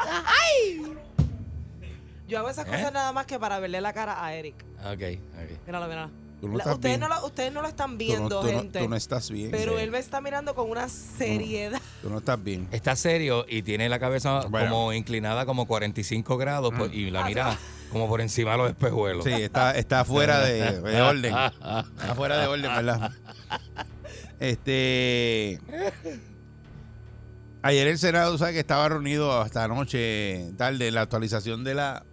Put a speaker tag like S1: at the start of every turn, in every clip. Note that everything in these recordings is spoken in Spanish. S1: Yo hago
S2: ¿Eh?
S1: esas cosas nada más que para verle la cara a Eric.
S3: Ok, ok.
S1: Míralo, míralo.
S2: Tú no
S1: La-
S2: estás
S1: ustedes,
S2: bien.
S1: no lo, ustedes no lo están
S2: Tú no-
S1: viendo,
S2: tú no-
S1: gente.
S2: tú no estás bien.
S1: pero
S2: Sí.
S1: él me está mirando con una seriedad.
S2: Tú no estás bien.
S3: Está serio y tiene la cabeza
S2: Bueno.
S3: como inclinada como 45 grados por- y
S1: Ah,
S3: la mira como por encima de los espejuelos.
S2: Sí, está, está fuera de, de orden. Está fuera de orden, ¿verdad? Este. Ayer el Senado, ¿sabes? Que estaba reunido hasta anoche, tarde, en la actualización de la,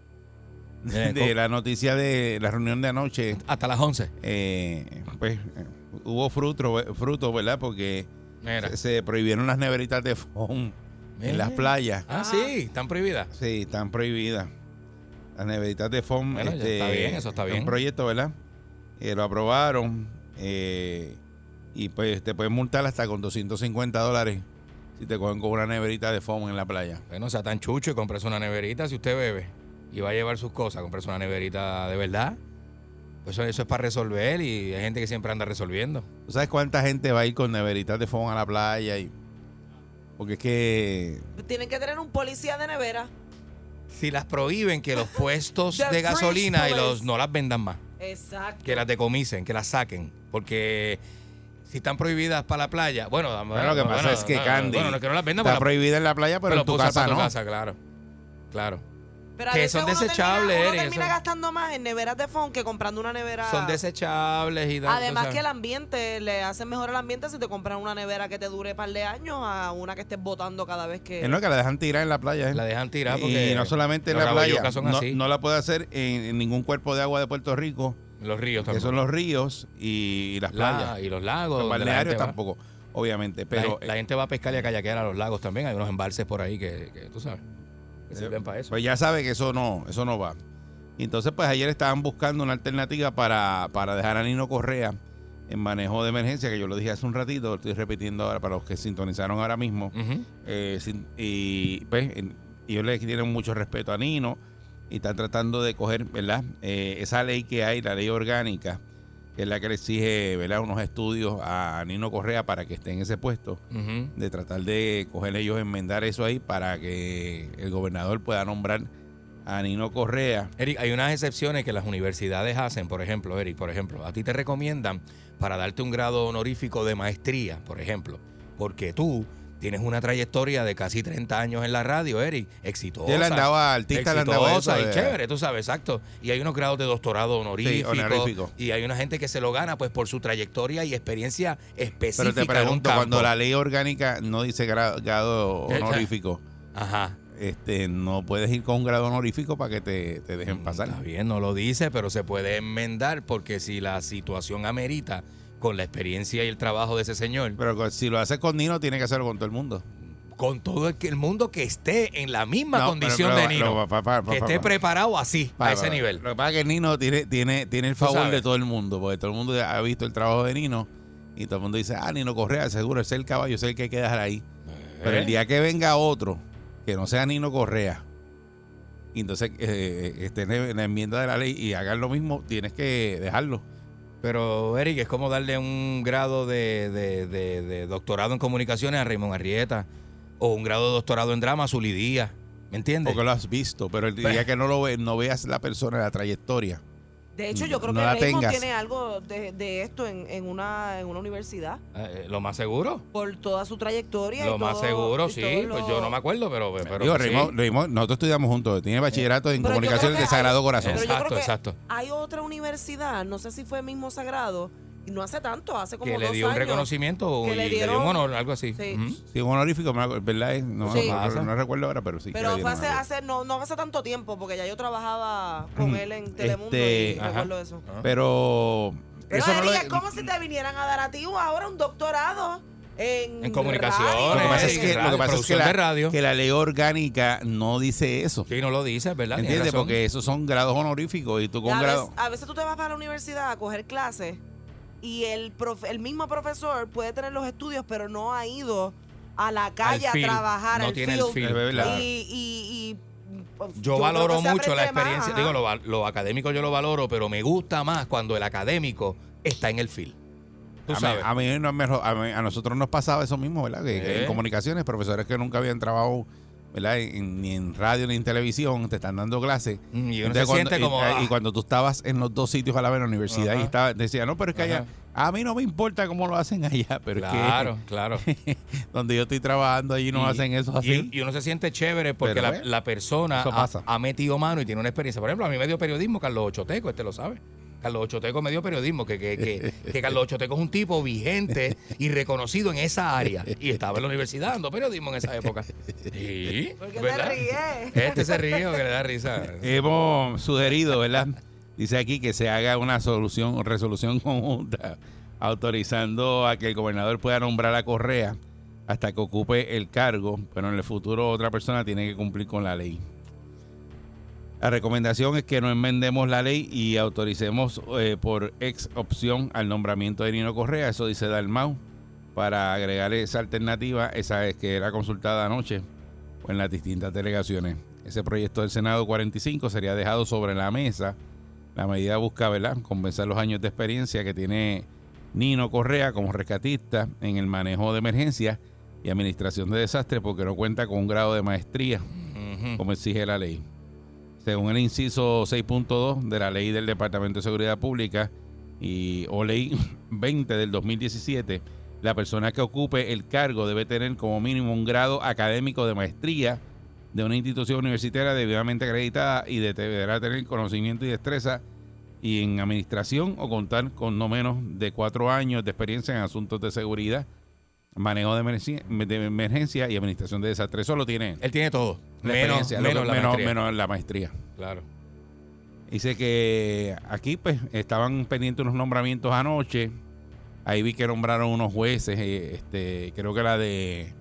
S3: Eh,
S2: de la noticia de la reunión de anoche.
S3: Hasta las 11.
S2: eh, pues eh, hubo fruto, fruto, ¿verdad? Porque
S3: Mira.
S2: se, se prohibieron las neveritas de foam
S3: Mira.
S2: en las playas.
S3: Ah, sí, están prohibidas.
S2: Sí, están prohibidas. Las neveritas de foam.
S3: Bueno, ya está bien, eso está
S2: es
S3: bien.
S2: Un proyecto, ¿verdad? Eh, lo aprobaron eh, y pues te pueden multar hasta con 250 dólares si te cogen con una neverita de foam en la playa.
S3: Bueno, sea tan chucho y compres una neverita si usted bebe y va a llevar sus cosas, compres una neverita de verdad. Pues eso, eso es para resolver y hay gente que siempre anda resolviendo.
S2: ¿Tú sabes cuánta gente va a ir con neveritas de foam a la playa? Y... Porque es que
S1: Tienen que tener un policía de nevera.
S3: Si las prohíben que los puestos
S1: The
S3: de gasolina y
S1: freeze
S3: los
S1: police.
S3: no las vendan más.
S1: Exacto.
S3: que las decomisen, que las saquen, porque si están prohibidas para la playa, bueno,
S2: Bueno, lo que pasa es que
S3: no,
S2: Candy
S3: bueno, no es que no las vendan,
S2: está
S3: pero,
S2: prohibida en la playa, pero,
S3: pero
S2: en tu
S3: puedo usar
S2: casa
S3: para
S2: no.
S3: tu casa, claro, claro,
S1: Pero a
S3: que
S1: veces
S3: son
S1: uno termina-
S3: desechables,
S1: uno
S3: Eric,
S1: termina,
S3: eso.
S1: gastando más en neveras de foam que comprando una nevera.
S3: son desechables y da-
S1: Además
S3: o sea,
S1: que el ambiente, le hacen mejor el ambiente si te compras una nevera que te dure par de años a una que estés botando cada vez que...
S2: Es lo que la dejan tirar en la playa. ¿eh?
S3: la dejan tirar porque
S2: y no solamente en
S3: los
S2: la playa,
S3: rabayucas son
S2: no,
S3: así,
S2: no la puede hacer en, en ningún cuerpo de agua de Puerto Rico,
S3: los ríos
S2: que
S3: también,
S2: son los ríos y, y las
S3: La-
S2: playas.
S3: y los lagos,
S2: Los
S3: donde la
S2: balnearios
S3: gente va.
S2: tampoco, obviamente.
S3: La
S2: Pero eh,
S3: gen- la, gente va a pescar y a kayakear a los lagos también, hay unos embalses por ahí que, que tú sabes, que
S2: eh,
S3: sirven para eso.
S2: pues ya sabe que eso no, eso no va. Y Entonces, pues ayer estaban buscando una alternativa para, para dejar a Nino Correa en manejo de emergencia, que yo lo dije hace un ratito, lo estoy repitiendo ahora para los que sintonizaron ahora mismo.
S3: Ujú.
S2: Eh, sin- y pues en- ellos le tienen mucho respeto a Nino y están tratando de coger, ¿verdad? Eh, esa ley que hay, la ley orgánica, que es la que le exige, ¿verdad? Unos estudios a Nino Correa para que esté en ese puesto,
S3: Ujú.
S2: de tratar de coger ellos, enmendar eso ahí para que el gobernador pueda nombrar a Nino Correa.
S3: Eric, hay unas excepciones que las universidades hacen, por ejemplo, Eric, por ejemplo, a ti te recomiendan para darte un grado honorífico de maestría, por ejemplo, porque tú tienes una trayectoria de casi 30 años en la radio, Eric, exitosa.
S2: Ya le han dado a artistas, le han dado
S3: exitosa
S2: eso
S3: y
S2: de-
S3: chévere, tú sabes, exacto. Y hay unos grados de doctorado honorífico,
S2: honorífico.
S3: y hay una gente que se lo gana pues por su trayectoria y experiencia específica
S2: Pero te
S3: en un
S2: pregunto,
S3: campo.
S2: cuando la ley orgánica no dice gra- grado
S3: Ya, ya.
S2: honorífico,
S3: Ajá.
S2: este, no puedes ir con un grado honorífico para que te, te dejen pasar.
S3: Mm, Está bien, no lo dice, pero se puede enmendar porque si la situación amerita con la experiencia y el trabajo de ese señor,
S2: Pero co- si lo haces con Nino, tiene que hacerlo con todo el mundo.
S3: con todo el, que- el mundo que esté en la misma
S2: No,
S3: condición
S2: pero-
S3: de
S2: pero-
S3: Nino,
S2: pero- pa- pa- pa-
S3: que
S2: pa-
S3: esté
S2: pa-
S3: preparado así,
S2: Pa-
S3: a ese
S2: pa-
S3: nivel.
S2: Lo que pasa es que Nino tiene, tiene, tiene el
S3: Tú
S2: favor
S3: sabes.
S2: de todo el mundo, porque todo el mundo ha visto el trabajo de Nino y todo el mundo dice, ah, Nino Correa, seguro, ese es el caballo, ese es el que hay que dejar ahí.
S3: Eh.
S2: Pero el día que venga otro, que no sea Nino Correa, y entonces eh, esté en la enmienda de la ley y hagan lo mismo, tienes que dejarlo.
S3: Pero, Eric, es como darle un grado de, de- de- de doctorado en comunicaciones a Raymond Arrieta o un grado de doctorado en drama a Zully Díaz, ¿Me entiendes?
S2: Porque lo has visto, pero el día
S3: Pero-
S2: que no lo ve, no veas la persona, la trayectoria,
S1: De hecho, yo creo
S2: No
S1: que
S2: la
S1: Raymond
S2: tengas.
S1: tiene algo de, de esto en, en una, en una universidad.
S3: Eh, lo más seguro.
S1: Por toda su trayectoria. y
S3: Lo más
S1: todo-
S3: seguro,
S1: y
S3: sí.
S1: todo
S3: Pues
S1: lo-
S3: yo no me acuerdo, pero. pero pues
S2: Digo,
S3: sí.
S2: Raymond- Raymond, nosotros estudiamos juntos. Tiene bachillerato en
S1: Pero yo
S2: comunicaciones
S1: creo que
S2: de Sagrado
S1: hay-
S2: Corazón.
S1: pero yo
S3: Exacto,
S1: creo que
S3: exacto.
S1: Hay otra universidad, no sé si fue mismo Sagrado, y no hace tanto, hace como
S3: Que le
S1: dos
S3: dio un
S1: años.
S3: reconocimiento y
S1: que le
S3: le dio
S1: dieron-
S3: un honor, algo así.
S1: Sí.
S3: Ujú.
S2: Sí, un honorífico, me acuerdo, ¿verdad? Eh, No,
S1: Sí.
S2: no- no- no recuerdo ahora, pero sí.
S1: Pero
S2: creo que
S1: fue
S2: no me
S1: hace,
S2: acuerdo.
S1: hace- no, no hace tanto tiempo, porque ya yo trabajaba con él en Telemundo y
S2: este,
S3: Mm, ajá. Ah.
S1: recuerdo eso.
S2: Pero.
S1: Pero
S2: eso no lo-
S1: Eric, es como si te vinieran a dar a ti ahora un doctorado en,
S3: En comunicaciones,
S1: radio.
S2: Lo que pasa
S3: Eric,
S2: es que, lo
S3: radio,
S2: que, pasa es que
S3: producción
S2: la,
S3: de radio.
S2: que la ley orgánica no dice eso.
S3: Sí, no lo dices, ¿verdad? Tienes
S2: ¿Entiendes?
S3: razón.
S2: Porque esos son grados honoríficos y tú
S1: Y
S2: con
S1: a,
S2: grado.
S1: veces, a veces tú te vas para la universidad a coger clases y el, profe- el mismo profesor puede tener los estudios, pero no ha ido a la calle
S3: field.
S1: a trabajar,
S3: No
S1: al
S3: tiene el
S1: field.
S3: field,
S2: Es verdad.
S3: claro.
S1: Y, y- y, pues,
S3: Yo
S1: creo
S3: valoro
S1: que se
S3: mucho la
S1: aprende más,
S3: experiencia.
S1: ajá.
S3: Digo, lo, va- lo académico yo lo valoro, pero me gusta más cuando el académico está en el field. Tú
S2: A mí,
S3: sabes.
S2: a, mí no me ro- a mí- a nosotros nos pasaba eso mismo, ¿verdad? Que, que
S3: Sí.
S2: en comunicaciones, profesores que nunca habían trabajado, ¿verdad? En- ni en radio ni en televisión, te están dando clases.
S3: Mm, y uno se
S2: Entonces, cuando-
S3: siente como.
S2: y-
S3: ah,
S2: y, cuando tú estabas en los dos sitios a la vez en la universidad
S3: Ajá.
S2: y estaba, decía, no, pero es que allá, a mí no me importa cómo lo hacen allá, pero
S3: claro, claro.
S2: es que donde yo estoy trabajando allí no
S3: Y-
S2: hacen eso así.
S3: Y, y uno se siente chévere porque
S2: Pero,
S3: la,
S2: eh,
S3: la persona
S2: eso
S3: ha,
S2: pasa.
S3: ha metido mano y tiene una experiencia. Por ejemplo, a mí me dio periodismo Carlos Ochoteco, este lo sabe. Carlos Ochoteco me dio periodismo, que, que, que, que Carlos Ochoteco es un tipo vigente y reconocido en esa área. Y estaba en la universidad dando periodismo en esa época. Sí,
S1: ¿Por qué te
S3: ¿verdad?
S1: ríes?
S3: Este se ríe que le da risa.
S2: Hemos sugerido, ¿verdad? Dice aquí que se haga una solución, resolución conjunta, autorizando a que el gobernador pueda nombrar a Correa hasta que ocupe el cargo, pero en el futuro otra persona tiene que cumplir con la ley. La recomendación es que no enmendemos la ley y autoricemos eh, por ex opción al nombramiento de Nino Correa, eso dice Dalmau, para agregar esa alternativa, esa es que era consultada anoche o en las distintas delegaciones. Ese proyecto del Senado 45 sería dejado sobre la mesa. La medida busca, ¿verdad?, compensar los años de experiencia que tiene Nino Correa como rescatista en el manejo de emergencias y administración de desastres porque no cuenta con un grado de maestría
S3: Ujú.
S2: como exige la ley. Según el inciso 6.2 de la ley del Departamento de Seguridad Pública y, o ley 20 del 2017, la persona que ocupe el cargo debe tener como mínimo un grado académico de maestría de una institución universitaria debidamente acreditada y de- deberá tener conocimiento y destreza y en administración o contar con no menos de cuatro años de experiencia en asuntos de seguridad, manejo de emergencia, de emergencia y administración de desastres. Solo tiene él
S3: Él tiene todo.
S2: la
S3: Menos,
S2: experiencia, lo que-
S3: menos la maestría.
S2: menos la maestría.
S3: Claro.
S2: Dice que aquí pues estaban pendientes unos nombramientos anoche. Ahí vi que nombraron unos jueces. eh, Este, creo que la de.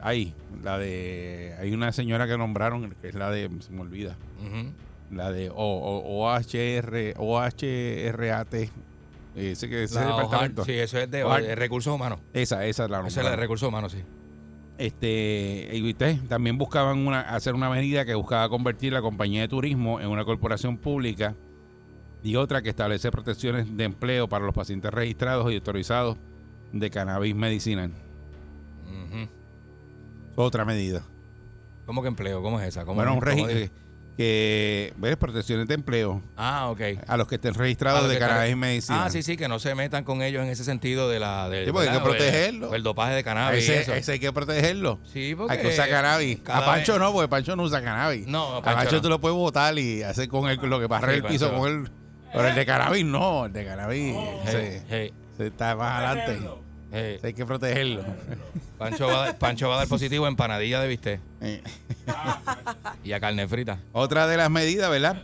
S2: Ahí, la de. Hay una señora que nombraron, que es la de. Se me olvida.
S3: Ujú.
S2: La de O- O- OHR, OHRAT. eh, Ese que ese
S3: La
S2: departamento.
S3: OHAL, sí, eso es de,
S2: OHAL.
S3: de recursos humanos.
S2: Esa, esa la nombraron.
S3: Esa es la de recursos humanos, sí.
S2: Este, y ustedes también buscaban una, hacer una medida que buscaba convertir la compañía de turismo en una corporación pública y otra que establece protecciones de empleo para los pacientes registrados y autorizados de cannabis medicinal.
S3: Ujú.
S2: Otra medida.
S3: ¿Cómo que empleo? ¿Cómo es esa? ¿Cómo
S2: Bueno, un
S3: cómo
S2: regi-
S3: dice?
S2: eh, que ves protecciones de empleo
S3: Ah, ok.
S2: a los que estén
S3: A
S2: registrados
S3: los
S2: de
S3: que están-
S2: cannabis medicinal.
S3: Ah, sí, sí, que no se metan con ellos en ese sentido de la. De,
S2: Sí, porque hay
S3: ¿verdad?
S2: que
S3: O el-
S2: protegerlo.
S3: o El dopaje de
S2: A
S3: cannabis. y
S2: ese,
S3: eso.
S2: ese hay que protegerlo.
S3: Sí, porque.
S2: hay que usar cannabis. A
S3: cada
S2: Pancho
S3: vez-
S2: no, porque Pancho no usa cannabis.
S3: No,
S2: A
S3: Pancho
S2: Pancho
S3: no.
S2: tú lo puedes botar y hacer con él lo que barre
S3: Sí,
S2: el piso
S3: Pancho.
S2: con él. Pero el de cannabis no, el de cannabis se,
S3: Oh, Hey, hey,
S2: se está más adelante.
S3: hey.
S2: Hay que protegerlo.
S3: Pancho, va, a- Pancho va a dar positivo a empanadilla de bistec
S2: Eh,
S3: y a carne frita.
S2: Otra de las medidas, ¿verdad?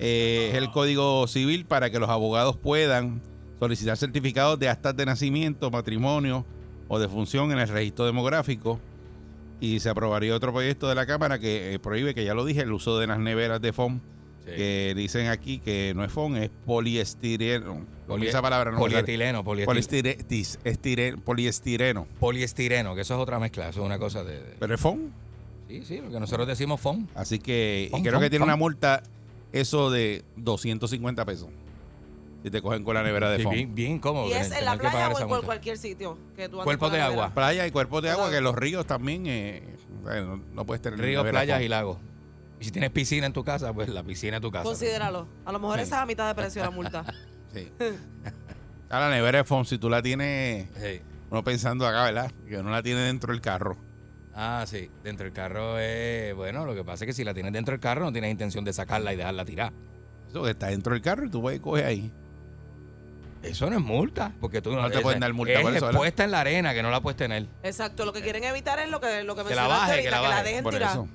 S2: Eh, es el Código Civil para que los abogados puedan solicitar certificados de actas de nacimiento, matrimonio o de función en el registro demográfico. Y se aprobaría otro proyecto de la Cámara que eh, prohíbe, que ya lo dije, el uso de las neveras de FOM
S3: Sí.
S2: que dicen aquí que no es FON, es poliestireno.
S3: Poli-
S2: esa palabra no me sale.
S3: polietileno, poliestir-
S2: Poliestire- tis- estire- poliestireno.
S3: poliestireno, que eso es otra mezcla, eso es una cosa de. de-
S2: Pero es FON.
S3: sí, sí, lo que nosotros decimos FON.
S2: Así que y
S3: Fon,
S2: creo
S3: fon,
S2: que tiene
S3: fon.
S2: una multa eso de 250 pesos. Si te cogen con la nevera de
S3: Sí,
S2: FON.
S3: bien, bien cómodo.
S1: Y es
S3: tener
S1: en la
S3: que pagar
S1: playa o
S3: esa
S1: en cual-
S3: multa.
S1: cualquier sitio. Que tú andes
S3: Cuerpos
S1: por la
S3: de
S1: nevera.
S3: agua.
S2: Playa y cuerpos de agua, que los ríos también, eh, o sea, no, no puedes tener
S3: Ríos,
S2: nevera
S3: playas
S2: fon.
S3: y lagos. Y si tienes piscina en tu casa, pues la piscina en tu casa.
S1: Considéralo. A lo mejor
S3: Sí.
S1: esa es a mitad de precio la multa.
S2: Sí. A la nevera de Fonsi, tú la tienes,
S3: Sí.
S2: uno pensando acá, ¿verdad? Que no la tiene dentro del carro.
S3: Ah, sí. Dentro del carro es. Bueno, lo que pasa es que si la tienes dentro del carro, no tienes intención de sacarla y dejarla tirar.
S2: Eso que está dentro del carro y tú puedes coger ahí.
S3: Eso no es multa. Porque tú
S2: No te pueden dar multa
S3: es
S2: por eso, ¿verdad?
S3: puesta en la arena que no la puedes tener.
S1: Exacto, lo que quieren evitar es lo que, lo que
S3: Que la
S1: mencionaste
S3: baje,
S1: ahorita,
S3: que la baje.
S1: dejen
S2: Por
S1: tirar.
S2: eso.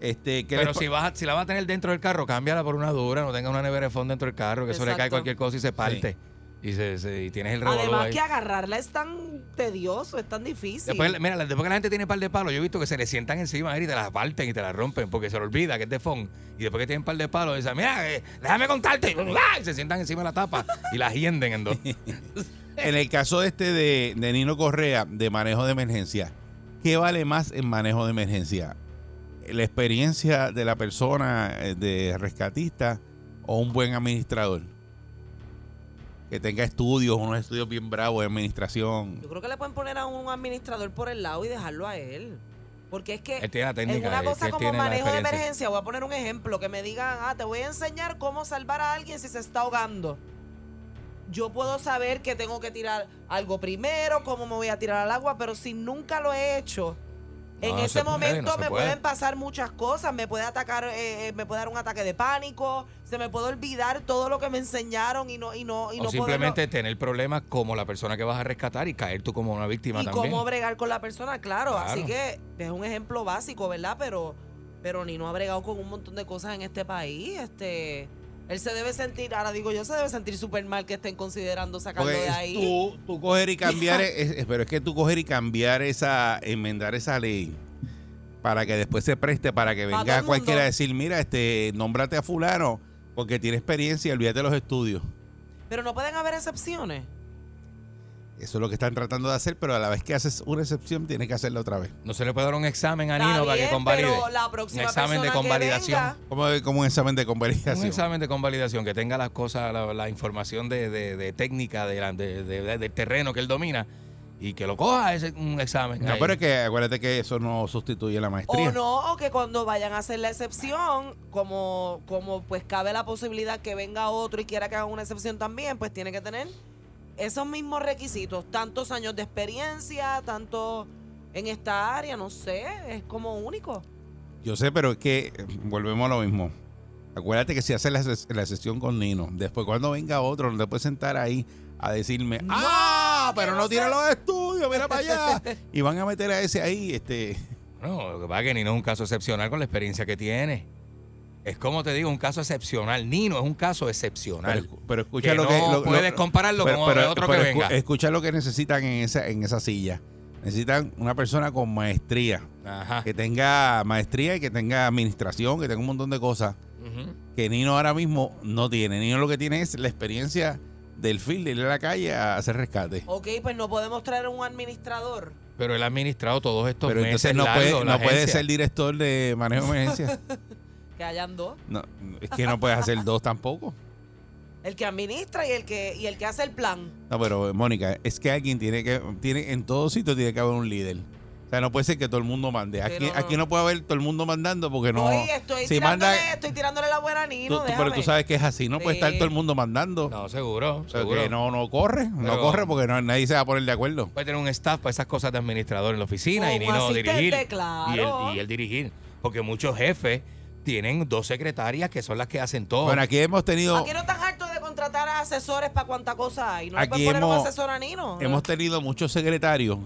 S2: Este, ¿qué les
S3: Pero
S2: pa-
S3: si, vas, a- si la vas a tener dentro del carro, cámbiala por una dura, no tenga una nevera de fondo dentro del carro, que eso le cae
S1: Exacto.
S3: cualquier cosa y se parte. Y, se, se- y tienes el revolú
S1: Además
S3: ahí.
S1: que agarrarla es tan tedioso, es tan difícil.
S3: Después, mira, después que la gente tiene par de palos, yo he visto que se le sientan encima y te las parten y te las rompen porque se le olvida que es de fondo. Y después que tienen par de palos, dicen, mira, eh, déjame contarte. Y, ¡ah! y se sientan encima de la tapa y las hienden en dos.
S2: En el caso de este de, de Nino Correa, de manejo de emergencia, ¿qué vale más en manejo de emergencia? ¿La experiencia de la persona eh, de rescatista o un buen administrador? Que tenga estudios, unos estudios bien bravos de administración.
S1: Yo creo que le pueden poner a un administrador por el lado y dejarlo a él. Porque es que
S3: Él tiene la
S1: en
S3: técnica.
S1: una
S3: él-
S1: cosa
S3: él
S1: como
S3: tiene la
S1: manejo de
S3: experiencia.
S1: emergencia, voy a poner un ejemplo, que me digan, ah, te voy a enseñar cómo salvar a alguien si se está ahogando. Yo puedo saber que tengo que tirar algo primero, cómo me voy a tirar al agua, pero si nunca lo he hecho,
S3: No,
S1: en
S3: no
S1: ese
S3: se puede,
S1: momento
S3: no se
S1: me
S3: puede.
S1: pueden pasar muchas cosas, me puede atacar, eh, eh, me puede dar un ataque de pánico, se me puede olvidar todo lo que me enseñaron y no y no y
S3: O
S1: no poderlo-
S3: simplemente tener problemas como la persona que vas a rescatar y caer tú como una víctima
S1: y
S3: también.
S1: cómo bregar con la persona, claro.
S3: Claro.
S1: Así que es un ejemplo básico, ¿verdad? Pero, pero Nino ha bregado con un montón de cosas en este país. Este, él se debe sentir, ahora digo yo, se debe sentir súper mal que estén considerando sacarlo
S2: Porque
S1: de
S2: es
S1: ahí.
S2: tú, tú coger y cambiar, e-, es- es- pero es que tú coger y cambiar esa, enmendar esa ley para que después se preste, para que
S1: Para todo
S2: venga
S1: el
S2: cualquiera a
S1: mundo.
S2: decir, mira, este, nómbrate a fulano porque tiene experiencia, olvídate de los estudios.
S1: Pero no pueden haber excepciones.
S2: Eso es lo que están tratando de hacer, pero a la vez que haces una excepción, tienes que hacerla otra vez.
S3: No se le puede dar un examen a
S1: Está
S3: Nino para que
S1: bien,
S3: convalide.
S1: pero la próxima
S3: Un examen de
S1: persona que
S3: convalidación.
S1: venga-
S2: Como, como un examen de
S3: Un
S2: convalidación.
S3: examen de convalidación que tenga las cosas, la, la información de, de- de técnica de la- de- de- de- del terreno que él domina y que lo coja ese un examen.
S2: No,
S3: ahí.
S2: pero es que acuérdate que eso no sustituye la maestría.
S1: O Oh, no, o que cuando vayan a hacer la excepción, como, como pues cabe la posibilidad que venga otro y quiera que haga una excepción también, pues tiene que tener esos mismos requisitos, tantos años de experiencia, tanto en esta área, no sé, es como único.
S2: Yo sé, pero es que eh, volvemos a lo mismo. Acuérdate que si haces la, ses- la sesión con Nino, después cuando venga otro, no te puedes sentar ahí a decirme,
S1: No,
S2: ¡ah!
S1: que
S2: Pero
S1: no
S2: no tiene
S1: sé".
S2: los estudios, mira para allá. y van a meter a ese ahí, este.
S3: No, lo que pasa es que Nino es un caso excepcional con la experiencia que tiene. Es como te digo, un caso excepcional. Nino es un caso excepcional.
S2: Pero, pero escucha
S3: Que
S2: lo
S3: no
S2: que. lo- lo-
S3: puedes compararlo con otro que
S2: escu-
S3: venga.
S2: Escucha lo que necesitan en esa, en esa silla. Necesitan una persona con maestría.
S3: Ajá.
S2: que tenga maestría y que tenga administración, que tenga un montón de cosas
S3: Ujú.
S2: que Nino ahora mismo no tiene. Nino lo que tiene es la experiencia del field, de ir a la calle a hacer rescate.
S1: Ok, pues no podemos traer un administrador.
S3: Pero él ha administrado todos estos
S2: Pero
S3: meses
S2: entonces no
S3: largos
S2: puede,
S3: la
S2: no puede
S3: agencia.
S2: ser director de manejo de emergencia.
S1: Que hayan dos.
S2: No, es que no puedes hacer dos tampoco.
S1: El que administra y el que, y el que hace el plan.
S2: No, pero eh, Mónica, es que alguien tiene que, tiene, en todo sitio tiene que haber un líder. O sea, no puede ser que todo el mundo mande.
S1: Sí,
S2: Aquí,
S1: no, no.
S2: aquí no puede haber todo el mundo mandando porque no.
S1: Oye, estoy,
S2: si
S1: tirándole,
S2: manda,
S1: estoy tirándole la buena a Nino,
S2: tú- tú- pero
S1: déjame.
S2: tú sabes que es así. No puede estar
S1: Sí.
S2: todo el mundo mandando.
S3: No, seguro.
S2: Pero
S3: seguro.
S2: que no, no corre, no
S3: Pero-
S2: corre porque no- nadie se va a poner de acuerdo.
S3: Puede tener un staff para esas cosas de administrador en la oficina
S1: O
S3: y
S1: un
S3: Nino
S1: asistente,
S3: dirigir. Y él,
S1: claro.
S3: y él dirigir. Porque muchos jefes tienen dos secretarias que son las que hacen todo.
S2: Bueno, aquí hemos tenido,
S1: Aquí no están hartos de contratar a asesores para cuánta cosa hay. No le
S2: Aquí
S1: pueden poner
S2: hemos-
S1: un asesor a Nino.
S2: hemos tenido muchos secretarios,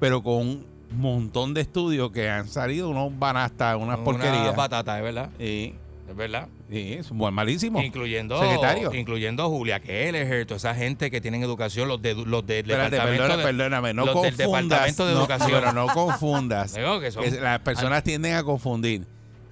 S2: pero con un montón de estudios que han salido unos banastas, unas
S3: Una
S2: porquerías.
S3: patata, es verdad.
S2: Sí,
S3: Es verdad.
S2: sí, es buen malísimo.
S3: Incluyendo,
S2: Secretario.
S3: incluyendo a Julia Kelleher, toda esa gente que tienen educación, los de los del
S2: Espérate,
S3: departamento
S2: perdona,
S3: de-
S2: perdóname, no
S3: los del
S2: confundas.
S3: departamento de
S2: no,
S3: educación.
S2: pero no confundas.
S3: Digo que son-
S2: Es- las personas tienden a confundir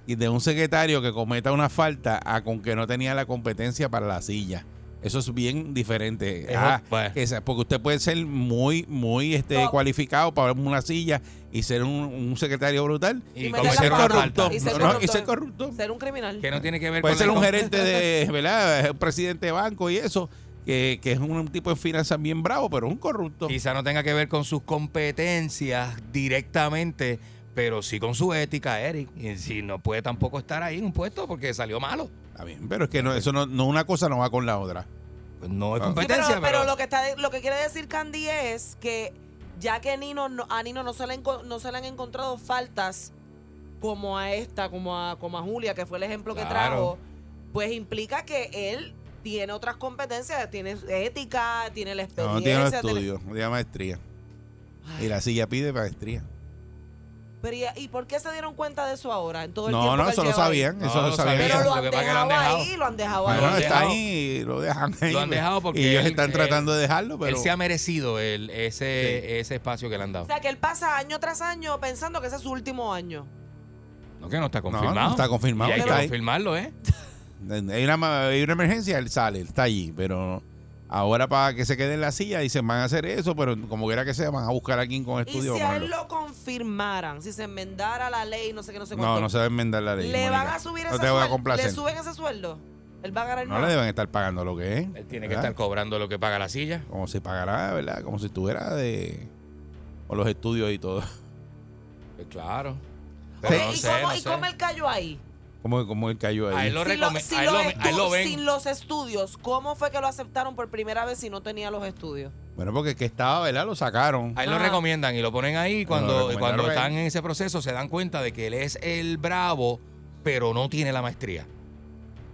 S2: y de un secretario que cometa una falta a con que no tenía la competencia para la silla. Eso es bien diferente.
S3: Es
S2: Ah,
S3: ot- bueno.
S2: que sea- porque usted puede ser muy, muy este,
S1: No.
S2: cualificado para una silla y ser un, un secretario brutal
S3: y
S1: Y
S2: y
S1: meter
S3: cometer
S2: ser
S1: la pata.
S2: corrupto.
S1: Y ser
S2: No, no,
S1: corrupto.
S2: y ser corrupto.
S1: Ser un criminal.
S3: que no tiene que ver
S2: Puede
S3: con
S2: ser
S3: la-
S2: un gerente de, ¿verdad? Un presidente de banco y eso, que, que es un tipo de finanzas bien bravo, pero es un corrupto.
S3: quizá no tenga que ver con sus competencias directamente, pero sí con su ética, Eric. Y si no puede tampoco estar ahí en un puesto porque salió malo.
S2: Está bien, pero es que no, eso no, no- una cosa no va con la otra.
S3: Pues no es
S2: Ah. Sí,
S1: Sí, pero,
S3: competencia,
S1: pero lo que está lo que quiere decir Candy es que ya que Nino no- a Nino no se, le enco- no se le han encontrado faltas como a esta, como a, como a Julia, que fue el ejemplo que
S3: Claro.
S1: trajo, pues implica que él tiene otras competencias, tiene ética, tiene la
S2: No,
S1: experiencia.
S2: no tiene los
S1: tiene-
S2: estudios, no tiene maestría. Y la silla pide maestría.
S1: Pero ¿y, y por qué se dieron cuenta de eso ahora? En todo el
S2: No,
S1: tiempo
S2: no,
S1: que él
S2: eso lo
S1: lleva ahí?
S2: sabían,
S3: No,
S2: eso lo
S3: lo
S2: sabían.
S3: sabían.
S1: Pero lo
S3: Lo
S1: han,
S3: que pasa es que lo
S1: dejado
S3: han
S1: ahí,
S3: dejado.
S1: lo han dejado
S2: Bueno,
S3: Lo han
S1: ahí.
S2: está
S3: dejado.
S2: ahí y lo dejan ahí.
S3: Lo han dejado porque
S2: Y ellos
S3: él-
S2: están
S3: él-
S2: tratando de dejarlo, pero.
S3: Él se ha merecido el, ese, ese espacio que le han dado.
S1: O sea, que él pasa año tras año pensando que ese es su último año.
S3: No, que no está
S2: No,
S3: confirmado.
S2: no está confirmado,
S3: Y hay que
S2: está ahí.
S3: confirmarlo, ¿eh?
S2: Hay una, ma- hay una emergencia, él sale, él está allí, pero ahora para que se quede en la silla dicen van a hacer eso, pero como quiera que sea, van a buscar a alguien con
S1: Y
S2: estudio.
S1: si
S2: para
S1: a él
S2: ponerlo.
S1: lo confirmaran, si se enmendara la ley, no sé qué, no sé cuánto.
S2: No, no se va a enmendar la ley.
S1: ¿Le
S2: Mónica.
S1: van a subir
S2: No
S1: ese
S2: te voy a
S1: sueldo? ¿Le
S2: complacer.
S1: suben ese sueldo? Él va a ganar
S2: No le
S1: más.
S2: deben estar pagando lo que es.
S3: Él tiene que
S2: ¿verdad?
S3: estar cobrando lo que paga la silla.
S2: Como si pagara, ¿verdad? Como si estuviera de. con los estudios y todo.
S3: Pues claro.
S1: Ok,
S3: Pero no
S1: ¿Y,
S3: sé,
S1: cómo,
S3: no
S1: ¿Y
S3: sé.
S1: cómo él cayó ahí?
S2: Como, como él cayó
S3: A
S2: ahí.
S3: él lo
S1: Sin, lo-
S3: recome-
S1: sin
S3: a él
S1: los
S3: lo- a él
S1: estu-
S3: lo ven.
S1: sin los estudios, ¿cómo fue que lo aceptaron por primera vez si no tenía los estudios?
S2: Bueno, porque es que estaba, ¿verdad? Lo sacaron.
S3: A él lo
S1: Ajá.
S3: recomiendan y lo ponen ahí y
S2: lo
S3: cuando,
S2: recomendaron
S3: cuando
S2: a él.
S3: están en ese proceso se dan cuenta de que él es el bravo, pero no tiene la maestría.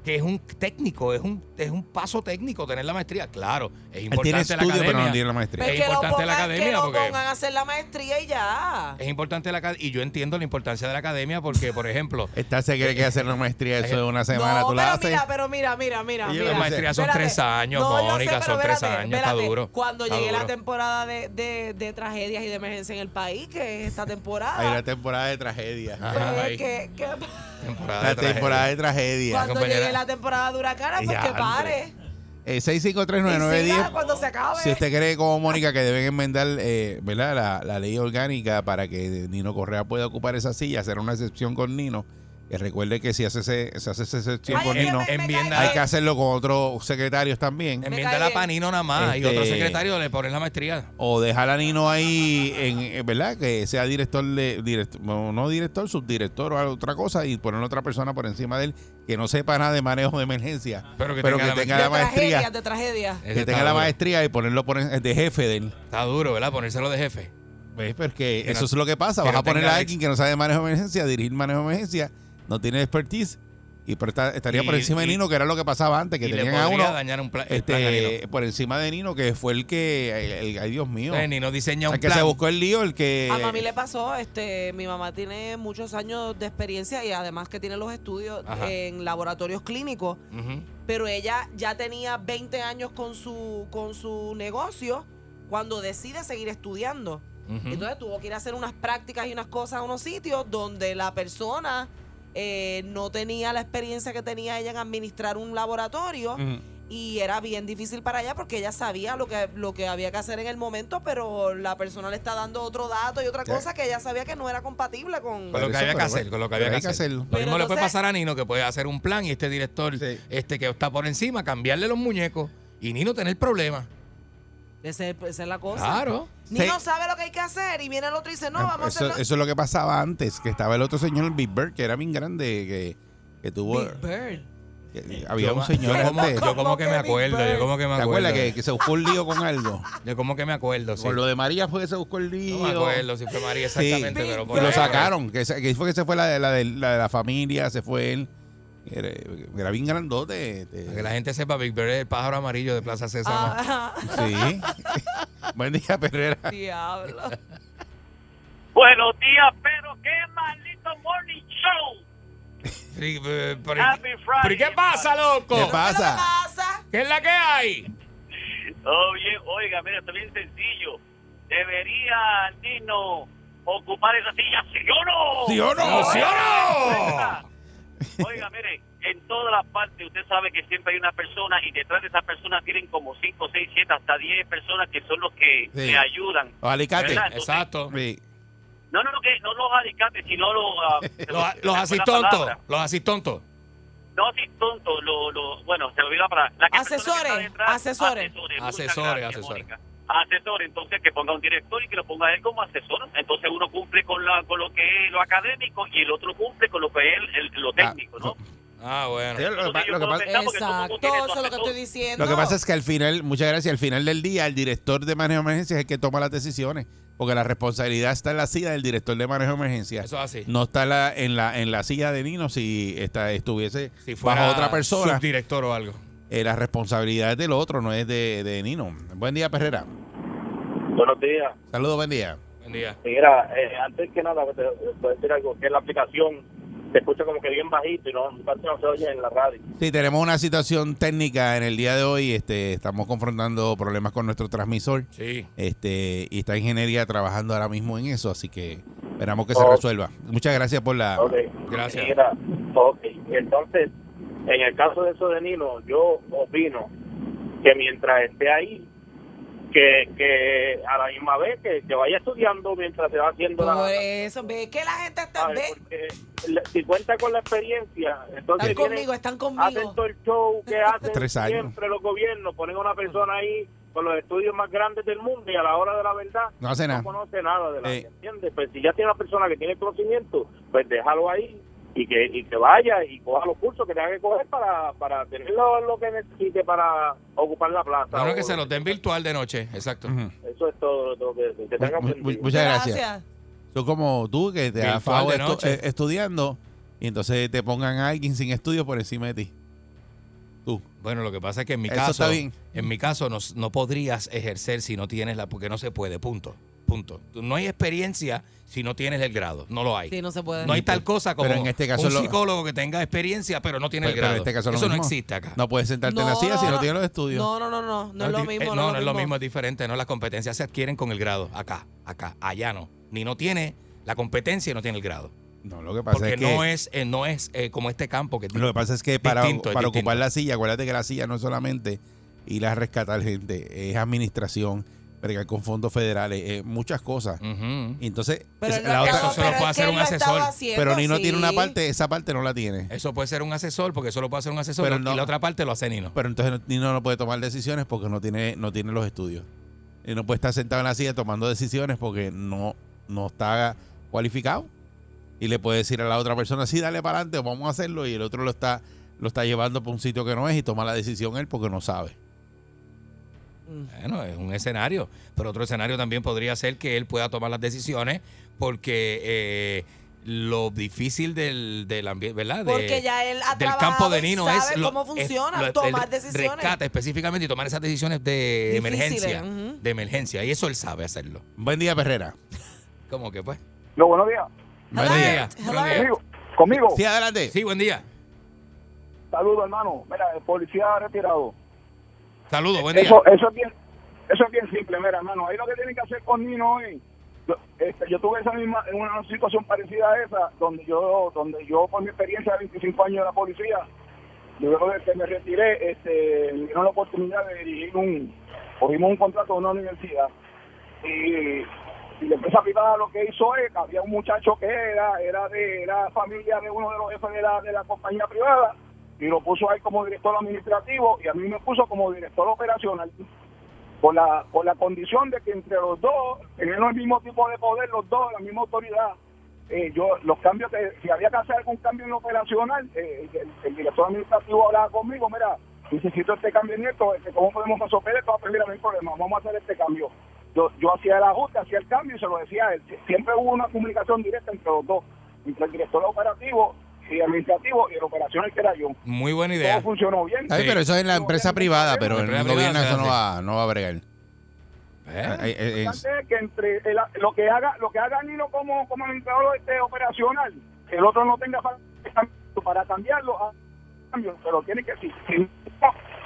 S3: Que es un técnico, es un, es un paso técnico tener la maestría. Claro, es
S2: Él tiene
S3: importante la
S2: estudio, pero no
S3: academia.
S2: tiene la maestría.
S1: Pero
S3: Es
S1: que lo
S3: importante
S1: pongan,
S3: la
S1: que
S3: academia,
S1: lo
S3: porque-
S1: pongan a hacer la maestría y ya.
S3: Es importante la academia. Y yo entiendo la importancia de la academia porque, por ejemplo,
S2: Esta se cree Este que hacer una maestría, eso es una semana,
S1: no,
S2: tú
S1: pero
S2: la haces.
S1: mira, pero mira, mira, mira.
S2: Ah, Oye, la
S1: mira.
S3: la maestría son
S1: Espérate.
S3: tres años,
S1: No, yo sé,
S3: Mónica,
S1: pero
S3: son tres
S1: espérate,
S3: años,
S1: espérate.
S3: está duro.
S1: Cuando
S3: está
S1: llegue la
S3: duro.
S1: temporada de, de- de tragedias y de emergencia en el país, que es esta
S2: Hay
S1: temporada,
S2: una temporada de tragedia.
S3: Ah,
S1: pues,
S3: Ajá, ahí.
S1: que- que-
S3: temporada
S2: La
S3: de tragedia.
S2: temporada de tragedia.
S1: cuando
S3: compañera.
S1: llegue la temporada de huracanes, pues
S2: Ya,
S1: que
S2: hombre.
S1: pare.
S2: Eh,
S1: Y
S2: 6539910.
S1: siga cuando se acabe.
S2: Si usted cree como Mónica que deben enmendar eh, ¿verdad? La, la ley orgánica para que Nino Correa pueda ocupar esa silla, será una excepción con Nino. Eh, recuerde que si hace ese- se hace esa excepción
S1: Ay,
S2: con
S1: es que
S2: Nino,
S1: me- me
S3: enmienda-
S1: cae
S2: hay que hacerlo con otros secretarios también.
S3: Enmienda
S1: cae
S3: la
S1: bien.
S3: panino nada más y
S2: Este-
S3: otro secretario le ponen la maestría.
S2: O dejar a Nino ahí, en, eh, ¿verdad? Que sea director, de, direct- no no director, subdirector o algo- otra cosa y poner otra persona por encima de él que no sepa nada de manejo de emergencia.
S3: Pero que
S2: Pero
S3: tenga
S2: que
S3: la
S2: tenga
S1: de
S2: la maestría.
S1: tragedias, de tragedias.
S3: Ese
S2: que
S3: está
S2: tenga la
S3: duro.
S2: maestría y ponerlo por en- de jefe de él.
S3: Está duro, ¿verdad? Ponérselo de jefe.
S2: ¿Ves? Porque
S3: Que no-
S2: eso es lo que pasa.
S3: que
S2: Vas
S3: no
S2: a poner
S3: tenga
S2: a alguien
S3: ex-
S2: que no sabe de manejo de emergencia, dirigir manejo de emergencia, no tiene expertise. Y pero está- estaría por
S3: Y-
S2: encima de
S3: y-
S2: Nino, que era lo que pasaba antes, que
S3: y le
S2: tenían
S3: podría
S2: a uno
S3: dañar un pla- el plan a Nino.
S2: este, por encima de Nino, que fue el que, el- el- ay Dios mío,
S3: Entonces, Nino diseña un
S2: el que
S3: plan.
S2: se buscó el lío, el que...
S1: A mami le pasó, este, mi mamá tiene muchos años de experiencia y además que tiene los estudios
S3: Ajá.
S1: en laboratorios clínicos.
S3: Ujú.
S1: pero ella ya tenía 20 años con su, con su negocio cuando decide seguir estudiando.
S3: Ujú.
S1: Entonces tuvo que ir a hacer unas prácticas y unas cosas a unos sitios donde la persona eh, no tenía la experiencia que tenía ella en administrar un laboratorio
S2: Ujú.
S1: y era bien difícil para ella porque ella sabía lo que, lo que había que hacer en el momento, pero la persona le está dando otro dato y otra
S2: Sí.
S1: cosa que ella sabía que no era compatible
S3: Con
S1: con...
S2: Pero
S3: lo que
S2: eso,
S3: había que
S2: pero
S3: hacer,
S2: bueno,
S3: con lo que
S2: pero
S3: había
S2: hay
S3: que
S2: que
S3: hacer. Lo
S2: hacerlo.
S3: mismo
S1: Pero
S3: le puede
S1: entonces-
S3: pasar a Nino, que puede hacer un plan y este director,
S2: Sí.
S3: este que está por encima, cambiarle los muñecos y Nino tener problemas.
S1: Ese- esa es la cosa.
S3: Claro.
S1: Ni
S2: Sí.
S1: no sabe lo que hay que hacer y viene el otro y dice, no,
S2: Ah,
S1: vamos
S2: eso,
S1: a hacerlo.
S2: eso es lo que pasaba antes, que estaba el otro señor, el Big Bird, que era bien grande, que, que tuvo...
S1: Big Bird.
S2: que- había
S3: Eh, Yo
S2: un
S3: ma-
S2: señor
S3: yo como,
S2: antes.
S3: yo como que me
S1: ¿Cómo que Big
S3: acuerdo, yo como que me
S2: ¿Te
S3: acuerdo.
S2: acuerdas que, que se buscó el lío con algo?
S3: Yo como que me acuerdo, sí.
S2: Con lo de María fue que se buscó el lío.
S3: No me acuerdo si fue María
S2: Sí,
S3: exactamente, pero por
S2: y
S3: ahí,
S2: lo
S3: por ahí.
S2: sacaron, que, se- que fue que se fue la de la, de, la de la familia, se fue él. Era, era bien grandote. este.
S3: Para que la gente sepa, Big Bird es el pájaro amarillo de Plaza Sésamo.
S1: Ah,
S2: Sí. Buen día, Perrera.
S1: diablo.
S4: Buenos días, pero qué maldito morning show.
S3: Sí, pero- pero-
S4: Happy Friday.
S3: ¿Pero y qué pasa,
S2: ¿Qué
S3: loco?
S1: ¿Qué es lo que
S2: pasa?
S1: pasa?
S3: ¿Qué es la que hay?
S4: Oye, oiga, mira, está bien sencillo. ¿Debería Nino ocupar esa silla, sí o no?
S2: ¿Sí o no?
S3: ¿Sí o
S4: Oiga, mire, en todas las partes usted sabe que siempre hay una persona y detrás de esa persona tienen como 5, 6, 7, hasta 10 personas que son los que
S2: Sí.
S4: le ayudan.
S2: Los alicates.
S4: ¿Verdad?
S3: Exacto.
S2: Sí.
S4: No, no, no, que no los alicates, sino los... ah, se me
S3: Los, los
S4: fue la
S3: asistontos,
S4: palabra.
S3: los asistontos.
S4: No, sí, tonto, lo, lo, bueno, se me olvidó para
S1: Asesores, asesores.
S4: asesores. muchas
S2: Ah,
S3: Asesores,
S4: gracias,
S3: asesores.
S4: Mónica.
S5: asesor, entonces que ponga un director y que lo ponga él como asesor. Entonces uno cumple con, la, con lo que es lo académico y el otro cumple con lo que es el- el- lo técnico, ¿no?
S3: Ah, bueno.
S2: Sí, lo que pa-
S5: Entonces yo
S2: lo que
S5: puedo
S2: pasa-
S5: pensar porque todo el mundo tiene su
S1: Exacto, eso es lo que
S5: asesor.
S1: estoy diciendo.
S2: Lo que pasa es que al final, muchas gracias, al final del día el director de manejo de emergencias es el que toma las decisiones, porque la responsabilidad está en la silla del director de manejo de emergencias.
S3: Eso es así.
S2: No está la, en, la, en la silla de Nino si esta, estuviese
S3: Si fuera
S2: bajo otra persona.
S3: Subdirector o algo.
S2: eh, la responsabilidad es del otro, no es de, de Nino. Buen día, Perrera.
S6: Buenos días.
S2: Saludos, buen día.
S3: Buen día.
S6: Mira, eh, antes que nada, te- te voy a decir algo, que la aplicación se escucha como que bien bajito y no, casi no se oye en la radio.
S2: Sí, tenemos una situación técnica en el día de hoy. Este, estamos confrontando problemas con nuestro transmisor.
S3: Sí.
S2: Este, y está ingeniería trabajando ahora mismo en eso, así que esperamos que se
S6: Ok.
S2: resuelva. Muchas gracias por la.
S6: Ok.
S3: Gracias.
S6: Mira, ok. Entonces, en el caso de eso de Nino, yo opino que mientras esté ahí, que, que a la misma vez que, que vaya estudiando mientras se va haciendo la...
S1: Por eso, ve que la gente está.
S6: ¿sabes?
S1: ve,
S6: Porque la- si cuenta con la experiencia, entonces...
S1: están
S6: tiene-
S1: conmigo, están
S6: hacen
S1: conmigo.
S6: todo el show que hacen
S2: Tres años.
S6: siempre los gobiernos, ponen a una persona ahí con los estudios más grandes del mundo y a la hora de la verdad
S2: No hace
S6: no
S2: nada. Eh.
S6: conoce nada de la
S2: Sí.
S6: ¿entiendes? Pues si ya tiene una persona que tiene conocimiento, pues déjalo ahí y que, y que vaya y coja los cursos que tenga que coger para, para tener lo, lo que necesite para ocupar la plaza.
S3: Bueno, que
S6: O-
S3: se lo den virtual de noche. Exacto.
S2: Ujú.
S6: Eso es todo lo que tengo que decir. Que tengan
S2: Mu-
S6: buen
S2: mu-
S6: día.
S2: Muchas gracias. Son como tú que te
S3: Virtual
S2: has fajado
S3: de
S2: estu-
S3: noche.
S2: eh, estudiando y entonces te pongan a alguien sin estudios por encima de ti. Tú.
S3: Bueno, lo que pasa es que en mi
S2: Eso
S3: caso.
S2: está bien.
S3: En mi caso, no, no podrías ejercer si no tienes la. Porque no se puede. Punto. Punto. Tú- No hay experiencia si no tienes el grado. No lo hay.
S1: Sí, no se puede.
S3: No hay tal cosa como
S2: Pero en este caso
S3: un
S2: lo-
S3: psicólogo que tenga experiencia, pero no tiene
S2: Pero-
S3: el
S2: pero
S3: grado.
S2: en este caso lo
S3: Eso no
S2: mismo.
S3: existe acá.
S2: No puedes sentarte en la
S1: No,
S2: silla si
S1: no,
S2: no
S1: no.
S2: tienes los estudios.
S1: No, no, no, no, no es lo
S3: di-
S1: mismo.
S3: eh,
S1: No,
S3: no, no es lo mismo, es diferente. No, las competencias se adquieren con el grado. Acá, acá, allá no. Ni no tiene la competencia y no tiene el grado.
S2: No, lo que pasa
S3: Porque
S2: es que
S3: no es, eh, no es eh, como este campo que
S2: lo que pasa es que para,
S3: Distinto, es
S2: para
S3: distinto.
S2: ocupar la silla, acuérdate que la silla no es solamente ir a rescatar gente, es administración, bregar con fondos federales, eh, muchas cosas.
S3: Ujú.
S2: Y entonces,
S1: Pero
S2: es-
S1: él
S2: la
S1: lo
S2: otra-
S3: Eso
S1: estaba-
S3: se lo puede
S1: pero es que
S3: hacer
S1: él
S3: un
S1: lo estaba
S3: asesor.
S1: haciendo,
S2: pero Nino
S1: sí.
S2: tiene una parte, esa parte no la tiene.
S3: Eso puede ser un asesor, porque eso lo puede hacer un asesor.
S2: Pero
S3: y
S2: no-
S3: la otra parte lo hace Nino.
S2: Pero entonces no- Nino no puede tomar decisiones porque no tiene, no tiene los estudios. Y no puede estar sentado en la silla tomando decisiones porque no, no está cualificado. Y le puede decir a la otra persona, sí, dale para adelante, vamos a hacerlo. Y el otro lo está, lo está llevando para un sitio que no es y toma la decisión él porque no sabe.
S3: Bueno, es un escenario. Pero otro escenario también podría ser que él pueda tomar las decisiones, porque eh, lo difícil del, del ambiente, ¿verdad? De-
S1: Porque ya él ha
S3: del
S1: trabajado
S3: campo de
S1: y
S3: Nino
S1: sabe
S3: es lo-
S1: cómo
S3: es
S1: funciona
S3: lo- el
S1: tomar decisiones.
S3: Rescata específicamente y tomar esas decisiones de
S1: Difíciles,
S3: emergencia.
S1: ujú.
S3: De emergencia. Y eso él sabe hacerlo.
S2: Buen día, Perrera.
S3: ¿Cómo que pues?
S6: No, buenos días.
S2: Buen
S1: Hello.
S2: día.
S1: Hello.
S3: Buenos días.
S6: Conmigo.
S2: Sí, adelante.
S3: Sí, buen día.
S6: Saludos, hermano. Mira, el policía retirado.
S3: Saludos, buen día.
S6: Eh, Eso, eso, es bien, eso es bien simple, mira, hermano. Ahí lo que tienen que hacer con Nino hoy. lo- este, yo tuve esa misma, una situación parecida a esa, donde yo, donde yo por mi experiencia de 25 años de la policía, luego de que me retiré, este, me dieron la oportunidad de dirigir un, cogimos un contrato de una universidad. Y, y la empresa privada lo que hizo es que había un muchacho que era, era de, era familia de uno de los jefes de la, de la compañía privada, y lo puso ahí como director administrativo y a mí me puso como director operacional con la, con la condición de que entre los dos tenían el mismo tipo de poder, los dos, la misma autoridad. Eh, yo los cambios que si había que hacer algún cambio en lo operacional eh, el, el director administrativo hablaba conmigo mira necesito este cambio en esto este, cómo podemos resolver esto Ah, pues mira no hay problema vamos a hacer este cambio yo, yo hacía el ajuste hacía el cambio y se lo decía a él Sie- siempre hubo una comunicación directa entre los dos entre el director operativo y administrativo y el operacional que era yo
S3: Muy buena
S6: todo
S3: idea.
S6: funcionó bien.
S2: Ay,
S3: Sí.
S2: pero eso es en la
S6: No,
S2: empresa
S6: no,
S2: privada,
S6: no,
S2: pero
S3: no,
S2: en
S3: no,
S2: el
S3: no,
S2: gobierno
S3: no,
S2: eso
S3: no,
S2: no va, no va a bregar.
S3: ¿Eh?
S2: Ay, eh, eh,
S6: Lo importante es que entre el- lo que haga lo que haga Nino como como administrador este operacional, el otro no tenga fa- para cambiarlo, a- cambio, pero tiene que si, si,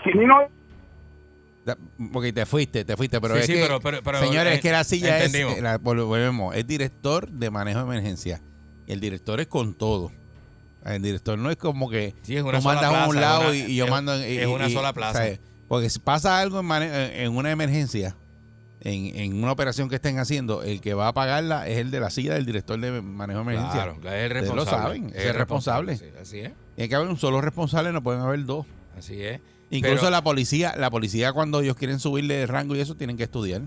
S6: si Nino
S2: Da- Porque te fuiste, te fuiste, pero
S3: Sí,
S2: es
S3: sí,
S2: que,
S3: pero- pero- pero,
S2: señores,
S3: eh,
S2: es que la silla es,
S3: entendimos.
S2: eh, la- vol- volvemos, es director de manejo de emergencia. Y el director es con todo. El director no es como que
S3: Sí, es
S2: tú
S3: una
S2: mandas
S3: sola
S2: a un
S3: plaza,
S2: lado
S3: una-
S2: y, y yo
S3: es-
S2: mando... en- y-
S3: es una
S2: y-
S3: sola plaza.
S2: ¿sabes? Porque si pasa algo en, mane- en- en una emergencia, en, en una operación que estén haciendo, el que va a pagarla es el de la silla del director de manejo de emergencia.
S3: Claro, es el
S2: Ustedes
S3: responsable.
S2: lo saben, es el responsable.
S3: Sí, así es.
S2: Tiene que haber un solo responsable, no pueden haber dos.
S3: Así es.
S2: Incluso
S3: Pero-
S2: la policía, la policía cuando ellos quieren subirle de rango y eso tienen que estudiar.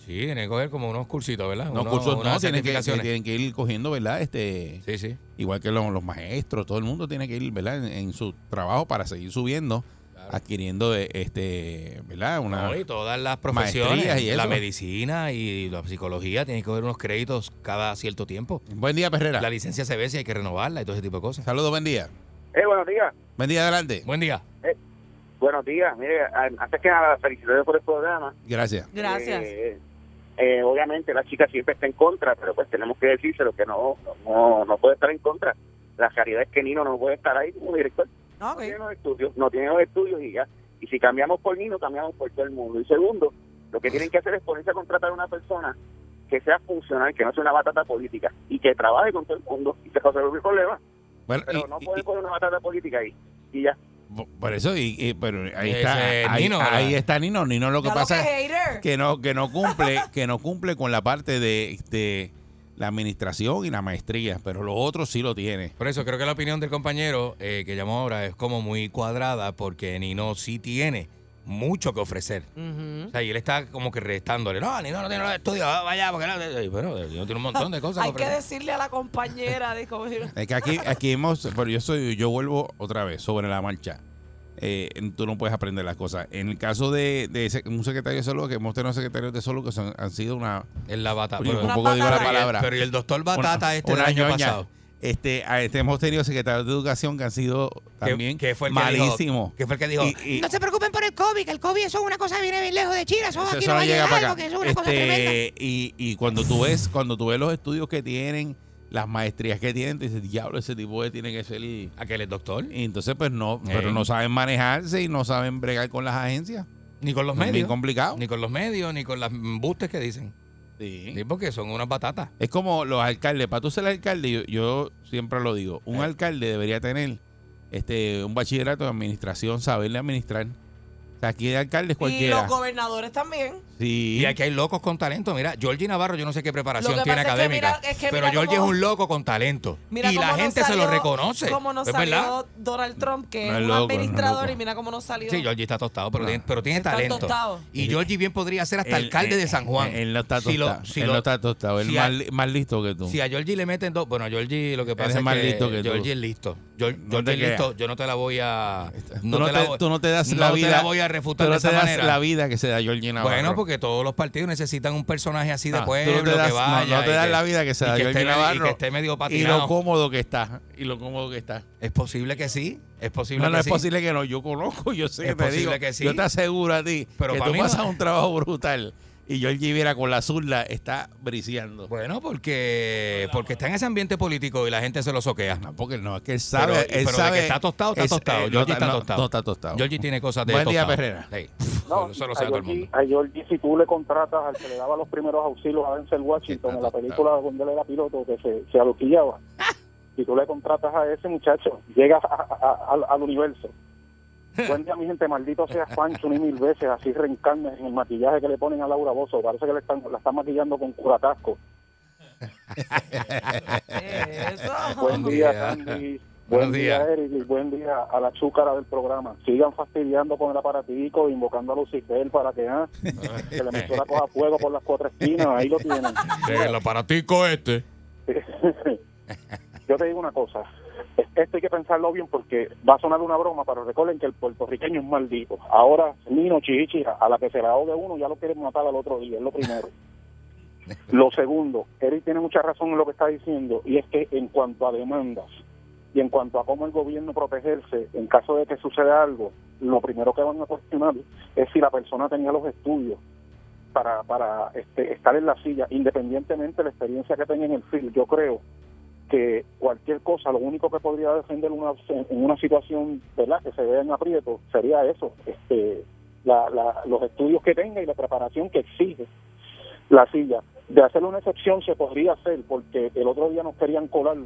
S3: Sí, tiene que coger como unos cursitos, ¿verdad?
S2: No
S3: Unos-
S2: cursos, no,
S3: unas
S2: tienen que,
S3: certificaciones.
S2: tienen que ir cogiendo, ¿verdad? Este,
S3: Sí, sí.
S2: igual que los, los maestros, todo el mundo tiene que ir, ¿verdad? En, en su trabajo para seguir subiendo, adquiriendo, eh, este, ¿verdad? Una,
S3: No, y todas las profesiones,
S2: Maestrías y
S3: la
S2: eso.
S3: medicina y la psicología, tienen que haber unos créditos cada cierto tiempo.
S2: Buen día, Perrera.
S3: La licencia se ve si hay que renovarla y todo ese tipo de cosas.
S2: Saludos, buen día.
S6: Eh, buenos días.
S2: Buen día, adelante.
S3: Buen día.
S6: Buenos días. Mire, a- antes que nada, felicidades por el programa.
S2: Gracias.
S1: Gracias.
S6: Eh, eh, obviamente la chica siempre está en contra, pero pues tenemos que decírselo que no, no, no puede estar en contra. La realidad es que Nino no puede estar ahí como director.
S1: Ah, Ok.
S6: No tiene los estudios, no tiene los estudios y ya. Y si cambiamos por Nino, cambiamos por todo el mundo. Y segundo, lo que tienen que hacer es ponerse a contratar a una persona que sea funcional, que no sea una batata política y que trabaje con todo el mundo y se resuelve el problema.
S2: Bueno,
S6: Pero
S2: y-
S6: no
S2: y-
S6: puede poner una batata política ahí. Y ya.
S2: y- por eso, y, y- pero ahí
S3: Ese es
S2: está, ahí,
S3: Nino,
S2: ahí
S3: ¿verdad?
S2: está Nino. Nino lo que
S1: Ya
S2: pasa es
S1: hater.
S2: que no que no cumple que no cumple con la parte de, este, la administración y la maestría pero los otros sí lo tiene
S3: Por eso creo que la opinión del compañero eh, que llamó ahora es como muy cuadrada porque Nino sí tiene mucho que ofrecer. O
S1: Ujú.
S3: sea, y él está como que restándole. No, Nino no tiene los estudios, ah, vaya, porque no. Y Bueno, Nino tiene un montón de cosas
S1: Hay que
S3: ofrecer.
S1: decirle a la compañera de cómo
S2: es que aquí aquí hemos pero yo soy yo vuelvo otra vez sobre la marcha Eh, tú no puedes aprender las cosas en el caso de, de ese- un secretario de salud que hemos tenido secretarios de salud que son- han sido una
S3: En la batata.
S2: Oye,
S3: Pero,
S1: una
S2: tampoco digo la
S1: patata.
S2: palabra
S3: pero y el doctor Batata
S2: Una-
S3: este
S2: una
S3: del año
S2: ñoña.
S3: pasado.
S2: este, a- este, hemos tenido secretarios de educación que han sido también
S3: que fue el que dijo-
S2: malísimos
S3: que fue el que dijo,
S2: Y- y-
S7: No se preocupen por el COVID, que el COVID eso es una cosa que viene bien lejos de China, eso,
S3: Ah,
S2: Eso-
S7: aquí
S2: eso
S7: no va a llegar,
S2: para acá.
S7: porque eso es una cosa
S2: Este,
S7: tremenda.
S2: y, y cuando tú ves, cuando tú ves los estudios que tienen, las maestrías que tienen, tú dices, diablo, ese tipo de tiene que ser. Y
S3: aquel es doctor, Eh.
S2: entonces, pues no,
S3: Ey.
S2: pero no saben manejarse y no saben bregar con las agencias.
S3: ni con los
S2: Es bien
S3: medios.
S2: complicado.
S3: Ni con los medios, ni con las bustes que dicen.
S2: Sí.
S3: Sí, porque son unas batatas.
S2: Es como los alcaldes. Para tú ser alcalde, yo, yo siempre lo digo, un
S3: Ey.
S2: alcalde debería tener este un bachillerato de administración, saberle administrar. O sea, aquí de alcaldes
S1: Y los
S2: cualquiera.
S1: gobernadores también.
S2: Sí.
S3: Y aquí hay locos con talento. Mira, Georgie Navarro, yo no sé qué
S1: Lo
S3: preparación
S1: que
S3: tiene
S1: pasa es que
S3: académica.
S1: mira- es que
S3: pero
S1: mira
S3: Georgie
S1: cómo-
S3: es un loco con talento.
S1: Mira
S3: y
S1: cómo
S3: la
S1: nos
S3: gente se
S1: salió-
S3: lo reconoce.
S1: Cómo nos
S3: ¿Es verdad?
S1: salió Donald Trump, que
S2: No
S1: es
S2: es
S1: un
S2: loco, no es
S1: administrador,
S2: loco.
S1: y mira cómo nos salió.
S3: Sí, Georgie está tostado, pero,
S2: No.
S3: tiene, pero tiene
S1: Está
S3: talento.
S1: tostado.
S3: Y Georgie bien podría ser hasta
S2: Él-
S3: alcalde
S2: él-
S3: de San Juan.
S2: Él no está
S3: Si lo-
S2: tostado.
S3: si
S2: él
S3: lo-
S2: no está tostado. Él
S3: si
S2: más,
S3: a-
S2: li- más listo que tú.
S3: Si a Georgie le meten dos. Bueno, a Georgie lo que
S2: es
S3: pasa es,
S2: más
S3: que,
S2: listo que tú.
S3: Georgie es listo. Geor-
S2: No
S3: Georgie
S2: te
S3: es listo.
S2: creas.
S3: Yo no te la voy a.
S2: tú, no
S3: la
S2: te,
S3: voy-
S2: tú no te das
S3: no
S2: la
S3: te
S2: vida.
S3: la voy a refutar
S2: tú no
S3: de esa
S2: te das
S3: manera.
S2: la vida que se da Georgie Navarro.
S3: Bueno, pues, porque todos los partidos necesitan un personaje así de
S2: Ah, tú no te
S3: pueblo
S2: das-
S3: que
S2: no,
S3: vaya.
S2: no te
S3: y
S2: das la vida que se
S3: y
S2: da
S3: esté
S2: Georgie
S3: medio- y
S2: Navarro.
S3: que esté medio
S2: y lo
S3: patinado.
S2: cómodo que está. Y lo cómodo que está.
S3: Es posible que sí. Es posible
S2: No, no
S3: que
S2: es
S3: sí.
S2: posible que no. Yo conozco, yo sé
S3: Es
S2: que te
S3: posible
S2: digo.
S3: que sí.
S2: Yo te aseguro a ti
S3: Pero
S2: que
S3: pa'
S2: tú
S3: mí no.
S2: pasas un trabajo brutal y Georgie Viera con la zurda está briseando.
S3: Bueno, porque, porque está en ese ambiente político y la gente se lo soquea.
S2: No, porque no, es que él sabe.
S3: Pero-
S2: él
S3: pero de
S2: sabe
S3: que está tostado, está
S2: es-
S3: tostado.
S2: eh, no
S3: Georgie está
S2: no-
S3: tostado.
S2: No está tostado.
S3: Georgie tiene cosas de
S2: Buen día,
S3: tostado.
S2: Perrera.
S3: Sí.
S6: No,
S3: Eso lo
S6: a
S3: sabe todo el
S6: Georgie-
S3: mundo.
S6: A Georgie, si tú le contratas al que le daba los primeros auxilios a Denzel Washington en la película donde él era piloto, que se, se aloquillaba, si tú le contratas a ese muchacho, llegas a- a- a- al- al universo. Buen día, mi gente, maldito sea Pancho ni mil veces, así reencarna en el maquillaje que le ponen a Laura Bozo. Parece que le están, la están maquillando con curatasco.
S1: ¿Qué es eso?
S6: Buen día, Candy. Buen
S3: Buenos
S6: día,
S3: días.
S6: Eric, y buen día a la chúcara del programa. Sigan fastidiando con el aparatico, invocando a Lucifer para que, ah, que la emisora coja fuego por las cuatro esquinas. Ahí lo tienen.
S3: El aparatico este.
S6: Yo te digo una cosa. Esto hay que pensarlo bien porque va a sonar una broma, pero recuerden que el puertorriqueño es maldito. Ahora, Nino Chichi, a la que se la ahogue uno, ya lo quieren matar al otro día, es lo primero. Lo segundo, Eric tiene mucha razón en lo que está diciendo, y es que en cuanto a demandas y en cuanto a cómo el gobierno protegerse en caso de que suceda algo, lo primero que van a cuestionar es si la persona tenía los estudios para, para este, estar en la silla, independientemente de la experiencia que tenga en el film. Yo creo que cualquier cosa, lo único que podría defender una, en una situación ¿verdad? que se vea en aprieto sería eso, este, la- la- los estudios que tenga y la preparación que exige la silla. De hacer una excepción se podría hacer, porque el otro día nos querían colar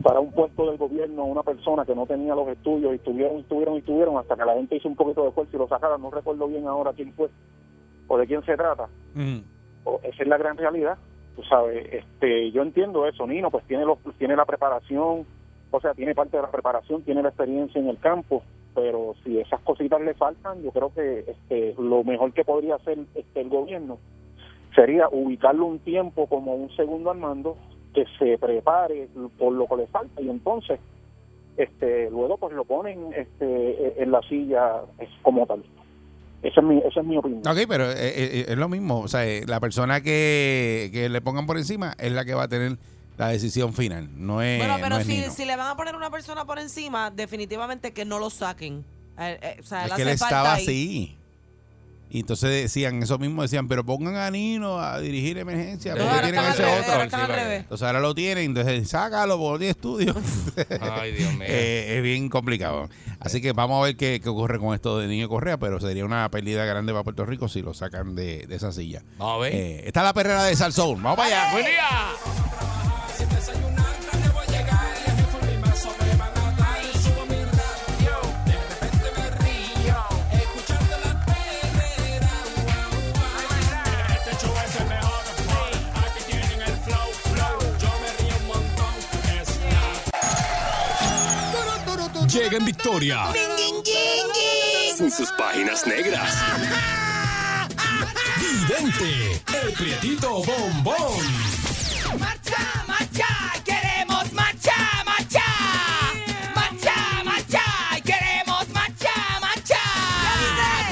S6: para un puesto del gobierno a una persona que no tenía los estudios y tuvieron, y tuvieron, y tuvieron, hasta que la gente hizo un poquito de esfuerzo y lo sacaron. No recuerdo bien ahora quién fue o de quién se trata.
S2: Mm.
S6: O- esa es la gran realidad tú sabes este yo entiendo eso Nino pues tiene los tiene la preparación o sea tiene parte de la preparación tiene la experiencia en el campo
S8: pero si esas cositas le faltan, yo creo que este, lo mejor que podría hacer este, el gobierno sería ubicarlo un tiempo como un segundo al mando que se prepare por lo que le falta y entonces este luego pues lo ponen este en la silla es como tal esa es mi esa es mi opinión
S2: Ok, pero eh, eh, es lo mismo. O sea, eh, la persona que, que le pongan por encima es la que va a tener la decisión final. No es.
S1: bueno, pero
S2: no es
S1: si,
S2: Nino.
S1: si le van a poner una persona por encima, definitivamente que no lo saquen. Eh, eh, o sea,
S2: es
S1: él
S2: que él
S1: hace falta
S2: estaba
S1: ahí.
S2: así. Y entonces decían, eso mismo decían, pero pongan a Nino a dirigir emergencia.
S3: Sí.
S2: porque
S1: ahora
S2: tienen
S1: están al
S2: ese
S1: revés,
S2: otro?
S1: ahora están al
S3: Sí, vale.
S1: revés.
S2: Entonces ahora lo tienen, entonces sácalo porque no tiene estudio.
S3: Ay, Dios mío.
S2: Eh, es bien complicado. Así que vamos a ver qué, qué ocurre con esto de Niño Correa, pero sería una pérdida grande para Puerto Rico si lo sacan de, de esa silla.
S3: Vamos a ver.
S2: Eh, está la perrera de Salzón. Vamos para allá.
S3: Buen día.
S9: Llega en victoria. Con sus páginas negras. Vidente, el prietito bombón.
S7: ¡Marcha, marcha! ¡Queremos marcha, marcha! ¡Marcha, marcha! ¡Queremos marcha, marcha!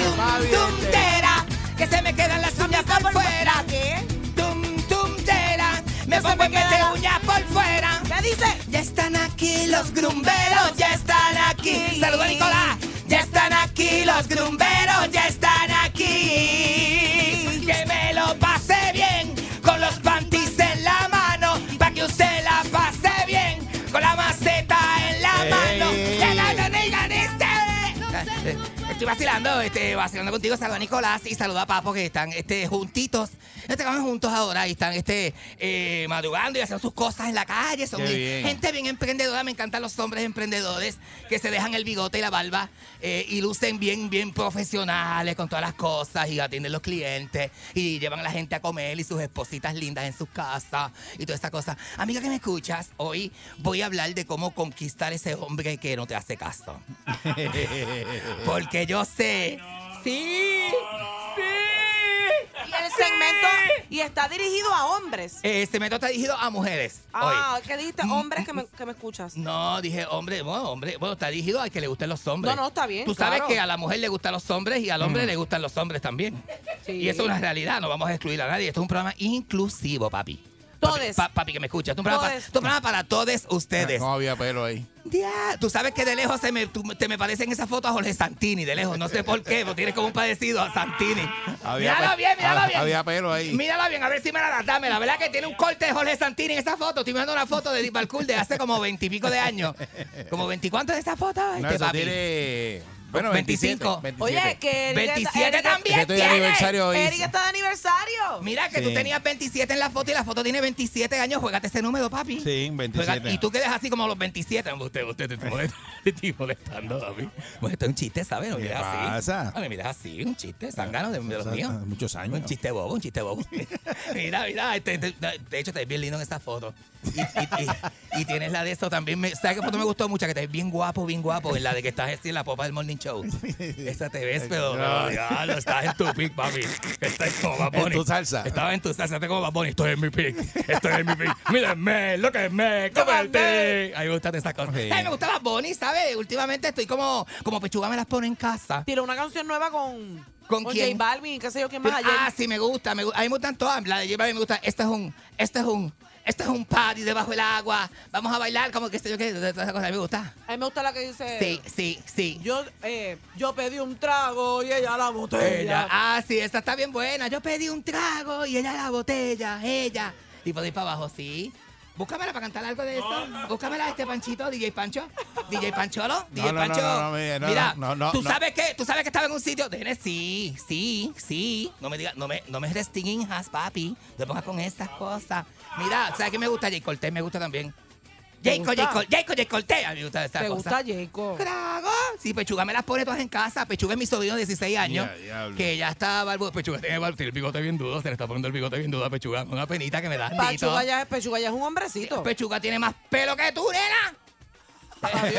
S7: ¡Tum-tum-tera! ¡Que se me quedan las uñas por fuera! ¿Qué? ¡Tum-tum-tera! ¡Me pongo en mete uñas por fuera!
S1: ¿Qué dice?
S7: ¡Ya están aquí los grumberos! ¡Ya están aquí! ¡Saludos, Nicolás! ¡Ya están aquí los grumberos! ¡Ya están aquí! ¡Que me lo pase bien! Con los panties en la mano Pa' que usted la pase bien Con la maceta en la mano ¡Que la no digan este! Estoy vacilando, este, vacilando contigo, saluda a Nicolás y saluda a Papo que están este, juntitos, están juntos ahora y están este, eh, madrugando y haciendo sus cosas en la calle, son
S3: Qué
S7: bien-
S3: bien.
S7: gente bien emprendedora, me encantan los hombres emprendedores que se dejan el bigote y la barba eh, y lucen bien, bien profesionales con todas las cosas y atienden los clientes y llevan a la gente a comer y sus espositas lindas en sus casas y toda esa cosa. Amiga que me escuchas, hoy voy a hablar de cómo conquistar ese hombre que no te hace caso. Porque yo sé. Sí, sí.
S1: Y el segmento y está dirigido a hombres.
S7: Eh, Este método está dirigido a mujeres. Mm,
S1: Ah,
S7: hoy.
S1: ¿qué dijiste? Hombres que me, que me escuchas.
S7: No, dije hombre, bueno, hombre, bueno, está dirigido al que le gusten los hombres.
S1: No, no, está bien,
S7: Tú sabes
S1: claro.
S7: que a la mujer le gustan los hombres y al hombre le gustan los hombres también.
S1: Sí.
S7: Y eso es una realidad, no vamos a excluir a nadie. Esto es un programa inclusivo, papi. Papi,
S1: Todes.
S7: pa- papi que me escucha. Esto es un programa, pa-
S1: Todes.
S7: esto es un programa para todos ustedes.
S2: No había pelo ahí.
S7: Ya, Ah, Tú sabes que de lejos se me, tú- te me parecen esas fotos a Jorge Santini, de lejos. No sé por qué, pero tienes como un padecido a Santini.
S2: Había
S7: míralo
S2: pe-
S7: bien, míralo
S2: ha-
S7: bien.
S2: había pelo ahí.
S7: Míralo bien, a ver si me la das. Dame, la verdad que tiene un corte de Jorge Santini en esa foto. Estoy mirando una foto de Deep Balcour de hace como veintipico de años. Como veinticuántos de esa foto,
S2: No,
S7: este
S2: eso
S7: papi.
S2: tiene- Bueno,
S7: 25.
S2: 25.
S1: Oye, que Eric-
S7: 27
S1: Eric-
S2: Es
S7: también
S2: que estoy de
S7: tiene.
S2: aniversario hoy.
S1: Eric está de aniversario.
S7: Mira que tú
S2: Sí.
S7: tenías 27 en la foto y la foto tiene 27 años. Juégate ese número, papi.
S2: Sí, 27.
S7: Juega- y tú quedas así como los 27. Usted, usted te estoy molest- te estoy molestando a mí. Bueno, Pues esto es un chiste, ¿sabes? No
S2: ¿Qué
S7: miras así.
S2: pasa? Ah,
S7: No me miras así, un chiste, sangano de, de los
S2: Hace
S7: míos.
S2: Muchos años.
S7: Un chiste bobo, un chiste bobo. mira, mira, este- de, de hecho te ves bien lindo en esa foto. Y, y- y- y tienes la de esto también. me- ¿Sabes qué foto me gustó mucho? Que te ves bien guapo, bien guapo. Pues En la de que estás así en la popa del Morning Show. Esa te ves, pero.
S2: No.
S7: pero, diablo, estás en tu pic, papi. Estás como Bad
S2: En
S7: Bunny.
S2: tu salsa.
S7: Estaba en tu salsa, estás como Bad Bunny. Estoy en mi pic. Estoy en mi pic. Mírenme, lo que me convertí. Ahí me gustan esas cosas.
S2: Sí.
S7: Ay, me gustaba Bad Bunny, ¿sabes? Últimamente estoy como, como pechuga me las pone en casa.
S1: Tiró una canción nueva con,
S7: ¿Con quién?
S1: J Balvin, qué sé yo, quién más ayer.
S7: Ah, sí, me gusta, me, gu- a mí me gustan todas. La de J Balvin me gusta. Este es un, este es un, este es un party debajo del agua. Vamos a bailar como que sé yo qué, todas esas cosas. A mí me gusta.
S1: A mí me gusta la que dice.
S7: Sí, sí, sí.
S1: Yo, eh, yo pedí un trago y ella la
S7: Ella.
S1: botella.
S7: Ah, sí, esta está bien buena. Yo pedí un trago y ella la botella, ella. Y podéis para abajo, sí. Búscamela para cantar algo de eso. Búscamela este Panchito, DJ Pancho. DJ Pancholo, DJ
S2: no, no,
S7: Pancho.
S2: no, no, mira, no,
S7: Mira,
S2: no, no,
S7: tú
S2: no.
S7: sabes que, tú sabes que estaba en un sitio. Déjeme, sí, sí, sí. No me digas, no me, no me restringas, papi. No te pongas con esas cosas. Mira, ¿sabes qué me gusta? Jay Cortés me gusta también.
S1: ¿Te
S7: Jayco,
S1: gusta?
S7: Jayco, Jayco, Jay Cortés. A mí me gusta esa
S1: ¿Te
S7: cosa.
S1: gusta Jacob?
S7: ¡Trago! Sí, Pechuga me las pone todas en casa. Pechuga es mi sobrino de 16 años.
S2: Ya, diablo.
S7: que ya está barbudo. Pechuga tiene, barbu- tiene el bigote bien duro. Se le está poniendo el bigote bien duro a Pechuga. Una penita que me da. Nito.
S1: Pechuga ya, Pechuga ya es un hombrecito.
S7: Pechuga tiene más pelo que tú, nena.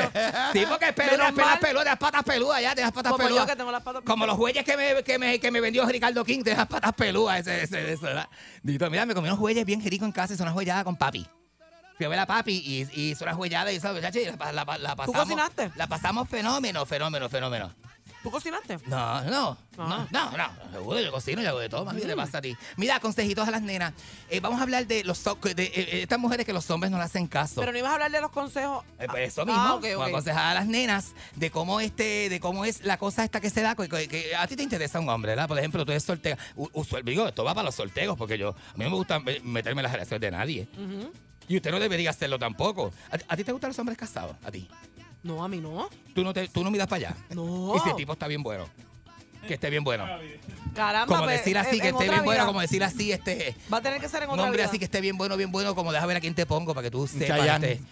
S7: Sí, porque pelo,
S1: Menos
S7: las pelas
S1: mal.
S7: peludas, las patas peludas, ya, de las patas
S1: Como
S7: peludas.
S1: yo que tengo las patas
S7: Como los güeyes que me, que me, que me vendió Ricardo King, de las patas peludas. Ese, ese, ese, ¿verdad? Dito, mira, me comí unos güeyes bien ricos en casa y hice una huellada con papi. Fui a ver a papi y, y hizo una huellada y, ¿sabes? chacho, y la, la- la- la pasamos.
S1: cocinaste?
S7: La pasamos fenómeno, fenómeno, fenómeno.
S1: ¿Tú cocinaste?
S7: No, no,
S1: Ah.
S7: no, no, no. Seguro, yo cocino, yo hago de todo, mami, ¿qué te pasa a ti? Mira, consejitos a las nenas. Eh, vamos a hablar de los to- de eh, estas mujeres que los hombres no le hacen caso.
S1: Pero no ibas a hablar de los consejos.
S7: Eh, pues eso
S1: Ah,
S7: mismo,
S1: ok, ok.
S7: vamos a aconsejar a las nenas de cómo este, de cómo es la cosa esta que se da, que, que- que a ti te interesa un hombre, ¿verdad? Por ejemplo, tú eres sortega. U- usual- digo, esto va para los sortegos, porque yo, a mí no me gusta me- meterme en las relaciones de nadie. Y usted no debería hacerlo tampoco. ¿A, a ti te gustan los hombres casados? ¿A ti?
S1: No, a mí no.
S7: ¿Tú no, te, tú no miras para allá?
S1: No.
S7: Y si el tipo está bien bueno. Que esté bien bueno.
S1: Caramba,
S7: Como
S1: pues,
S7: decir
S1: en-
S7: así, que esté
S1: en otra
S7: bien bueno,
S1: vida.
S7: como decir así, este...
S1: Va a tener que ser en
S7: Un
S1: otra
S7: hombre
S1: vida.
S7: así que esté bien bueno, bien bueno, como deja ver a quién te pongo para que tú sepas.
S2: Chayanne.
S7: Este,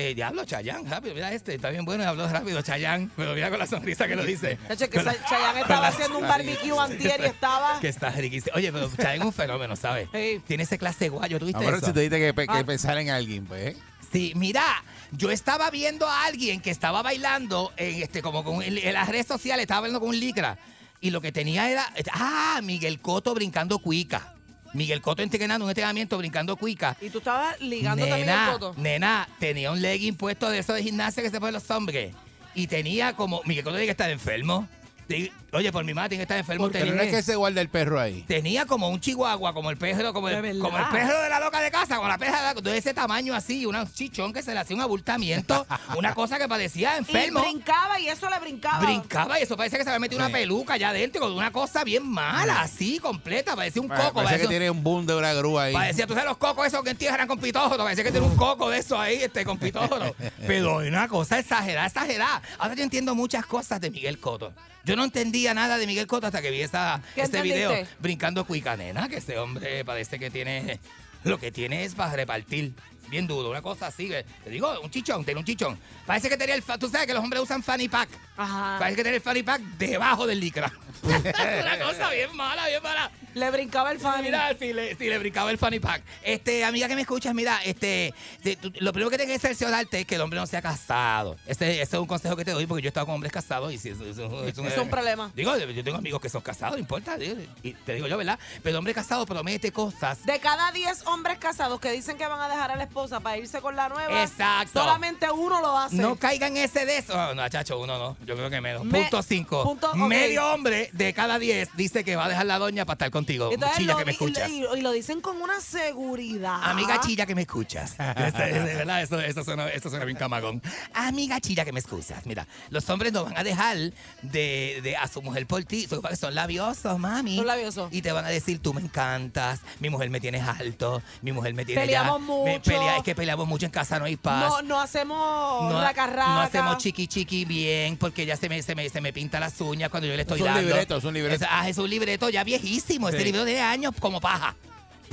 S7: este, diablo, Chayán, rápido, mira este, está bien bueno y habló rápido, Chayán, pero mira con la sonrisa que lo dice.
S1: Chacho, que
S7: Con la-
S1: Sa- Chayanne
S7: con
S1: estaba
S7: la-
S1: haciendo un barbecue antier y estaba...
S7: Que está riquísimo. Oye, pero Chayán es un fenómeno, ¿sabes?
S1: Sí.
S7: Tiene ese clase guayo, ¿tú viste
S2: Ahora
S7: eso?
S2: si te dijiste que, pe- que
S1: Ah.
S2: pensar en alguien, pues. ¿eh?
S7: Sí, mira, yo estaba viendo a alguien que estaba bailando en este, como con en, en las redes sociales, estaba bailando con un licra. Y lo que tenía era, ah, Miguel Coto brincando cuica. Miguel Coto entrenando un entrenamiento brincando cuica.
S1: Y tú estabas ligando también el
S7: Nena,
S1: coto.
S7: nena, tenía un legging puesto de eso de gimnasia que se ponen los hombres. Y tenía como, Miguel Coto tiene que estar enfermo. Te- Oye, por mi madre tiene que estar enfermo.
S2: Pero no es que se guarda el perro ahí.
S7: Tenía como un chihuahua, como el perro, como
S1: De
S7: el,
S1: verdad.
S7: como el perro de la loca de casa, como la perra de, la- de ese tamaño así, una- un chichón que se le hacía un abultamiento, una cosa que parecía
S1: Y
S7: enfermo.
S1: brincaba y eso le brincaba.
S7: Brincaba y eso parece que se había metido
S2: Sí.
S7: una peluca allá adentro, con una cosa bien mala, así, completa, parecía un
S2: Pare-
S7: coco.
S2: Parece
S7: parecía
S2: que
S7: un-
S2: tiene un boom de una grúa ahí.
S7: Parecía, tú sabes, los cocos esos que entierran con pitóforo. Parecía que tiene un coco de eso ahí, este, con pitóforo. Pero una cosa exagerada, exagerada. Ahora yo entiendo muchas cosas de Miguel Coto. Yo no entendía nada de Miguel Coto hasta que vi esa,
S1: ¿Qué
S7: este video
S1: entendiste?
S7: brincando cuica, nena, que ese hombre parece que tiene... Lo que tiene es para repartir. Bien duro, una cosa así. que- Te digo, un chichón, tiene un chichón. Parece que tenía el... fa- Tú sabes que los hombres usan fanny pack.
S1: Ajá.
S7: Parece que tiene el fanny pack debajo del licra. una cosa bien mala, bien mala.
S1: Le brincaba el fan.
S7: Mira, si le, si le brincaba el fanny pack. Este, amiga que me escuchas, mira, este, de- tú- lo primero que tienes que cerciorarte es que el hombre no sea casado. Este, ese es un consejo que te doy porque yo he estado con hombres casados y si es, eh,
S1: Es un problema.
S7: Digo, yo tengo amigos que son casados, no importa, digo, y te digo yo, ¿verdad? Pero el hombre casado promete cosas.
S1: De cada 10 hombres casados que dicen que van a dejar a la esposa para irse con la nueva,
S7: Exacto.
S1: solamente uno lo hace.
S7: No caigan ese de eso. Oh, No, no, chacho, uno no. Yo creo que menos.
S1: Me-
S7: punto cinco.
S1: punto- ok.
S7: Medio hombre de cada diez dice que va a dejar la doña para estar contigo.
S1: Entonces
S7: Chilla
S1: lo
S7: que me
S1: di- y lo-
S7: escuchas.
S1: Y, y lo dicen con una seguridad.
S7: Amiga chilla que me escuchas. Este, es de verdad, Eso, eso suena, eso suena bien camagón. Amiga chilla que me excusas. Mira, los hombres no van a dejar de, de a su mujer por ti. Son- Son labiosos, mami.
S1: Son labiosos.
S7: Y te van a decir, tú me encantas, mi mujer me tienes alto, mi mujer me tiene
S1: Peleamos
S7: ya-
S1: mucho.
S7: me pelea- es que peleamos mucho, en casa no hay paz.
S1: No, no hacemos
S7: No,
S1: raca, raca.
S7: no hacemos chiqui chiqui bien porque ya se me, se me, se me pinta las uñas cuando yo le estoy
S2: Es un
S7: dando.
S2: libreto, es un libreto.
S7: Es, ah, es un libreto ya viejísimo. Este
S2: Sí.
S7: libreto tiene años como paja.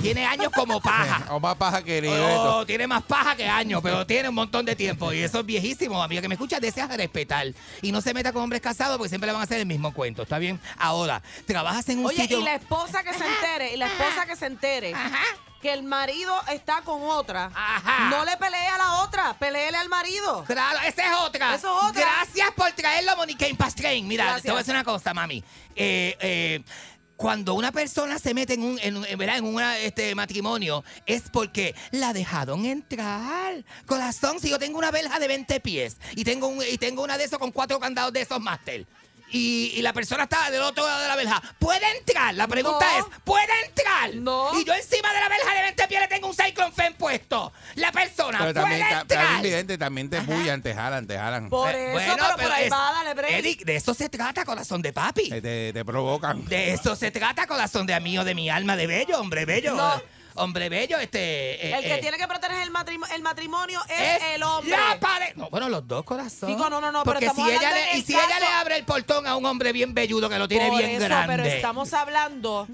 S7: Tiene años como paja.
S2: O más paja que libreto.
S7: Oh, tiene más paja que años, pero tiene un montón de tiempo. Y eso es viejísimo, amiga. Que me escucha, deseas respetar. Y no se meta con hombres casados porque siempre le van a hacer el mismo cuento. ¿Está bien? Ahora, trabajas en un
S1: Oye,
S7: sitio.
S1: y la esposa que se entere, y la esposa que se entere que el marido está con otra,
S7: Ajá.
S1: no le pelee a la otra, peleele al marido.
S7: Claro, esa es otra.
S1: Eso es otra.
S7: Gracias por traerlo, Monique Pastrain. Mira,
S1: Gracias.
S7: te voy a decir una cosa, mami. Eh, eh, cuando una persona se mete en un, en, un- en, ¿verdad? en un este, matrimonio, es porque la dejaron entrar. Corazón, si yo tengo una verja de 20 pies y tengo, un- y tengo una de esos con cuatro candados de esos máster. Y, y la persona está del otro lado de la verja. ¿Puede entrar? La pregunta
S1: No.
S7: es, ¿puede entrar?
S1: No.
S7: Y yo encima de la verja de 20 pies le tengo un Cyclone Fan puesto. La persona
S2: Pero también,
S7: puede
S2: ta-
S7: entrar.
S2: también, evidente, también te bullan, te jalan, te jalan.
S1: Por
S7: Eh,
S1: eso, pero, por ahí
S7: es-
S1: va, dale break.
S7: Eric, de eso se trata, corazón de papi.
S2: Eh, Te, te provocan.
S7: De eso se trata, corazón de amigo, de mi alma, de bello, hombre bello.
S1: No.
S7: Hombre bello, este. eh,
S1: el que
S7: eh,
S1: tiene que proteger el, matrimo- el matrimonio es, el hombre.
S7: la pare- No, bueno, los dos corazones.
S1: Digo, no, no, no, pero
S7: Porque
S1: estamos
S7: si ella
S1: hablando
S7: le,
S1: en
S7: y
S1: el
S7: si
S1: caso-
S7: ella le abre el portón a un hombre bien velludo que lo tiene
S1: Por
S7: bien
S1: eso,
S7: grande.
S1: pero estamos hablando.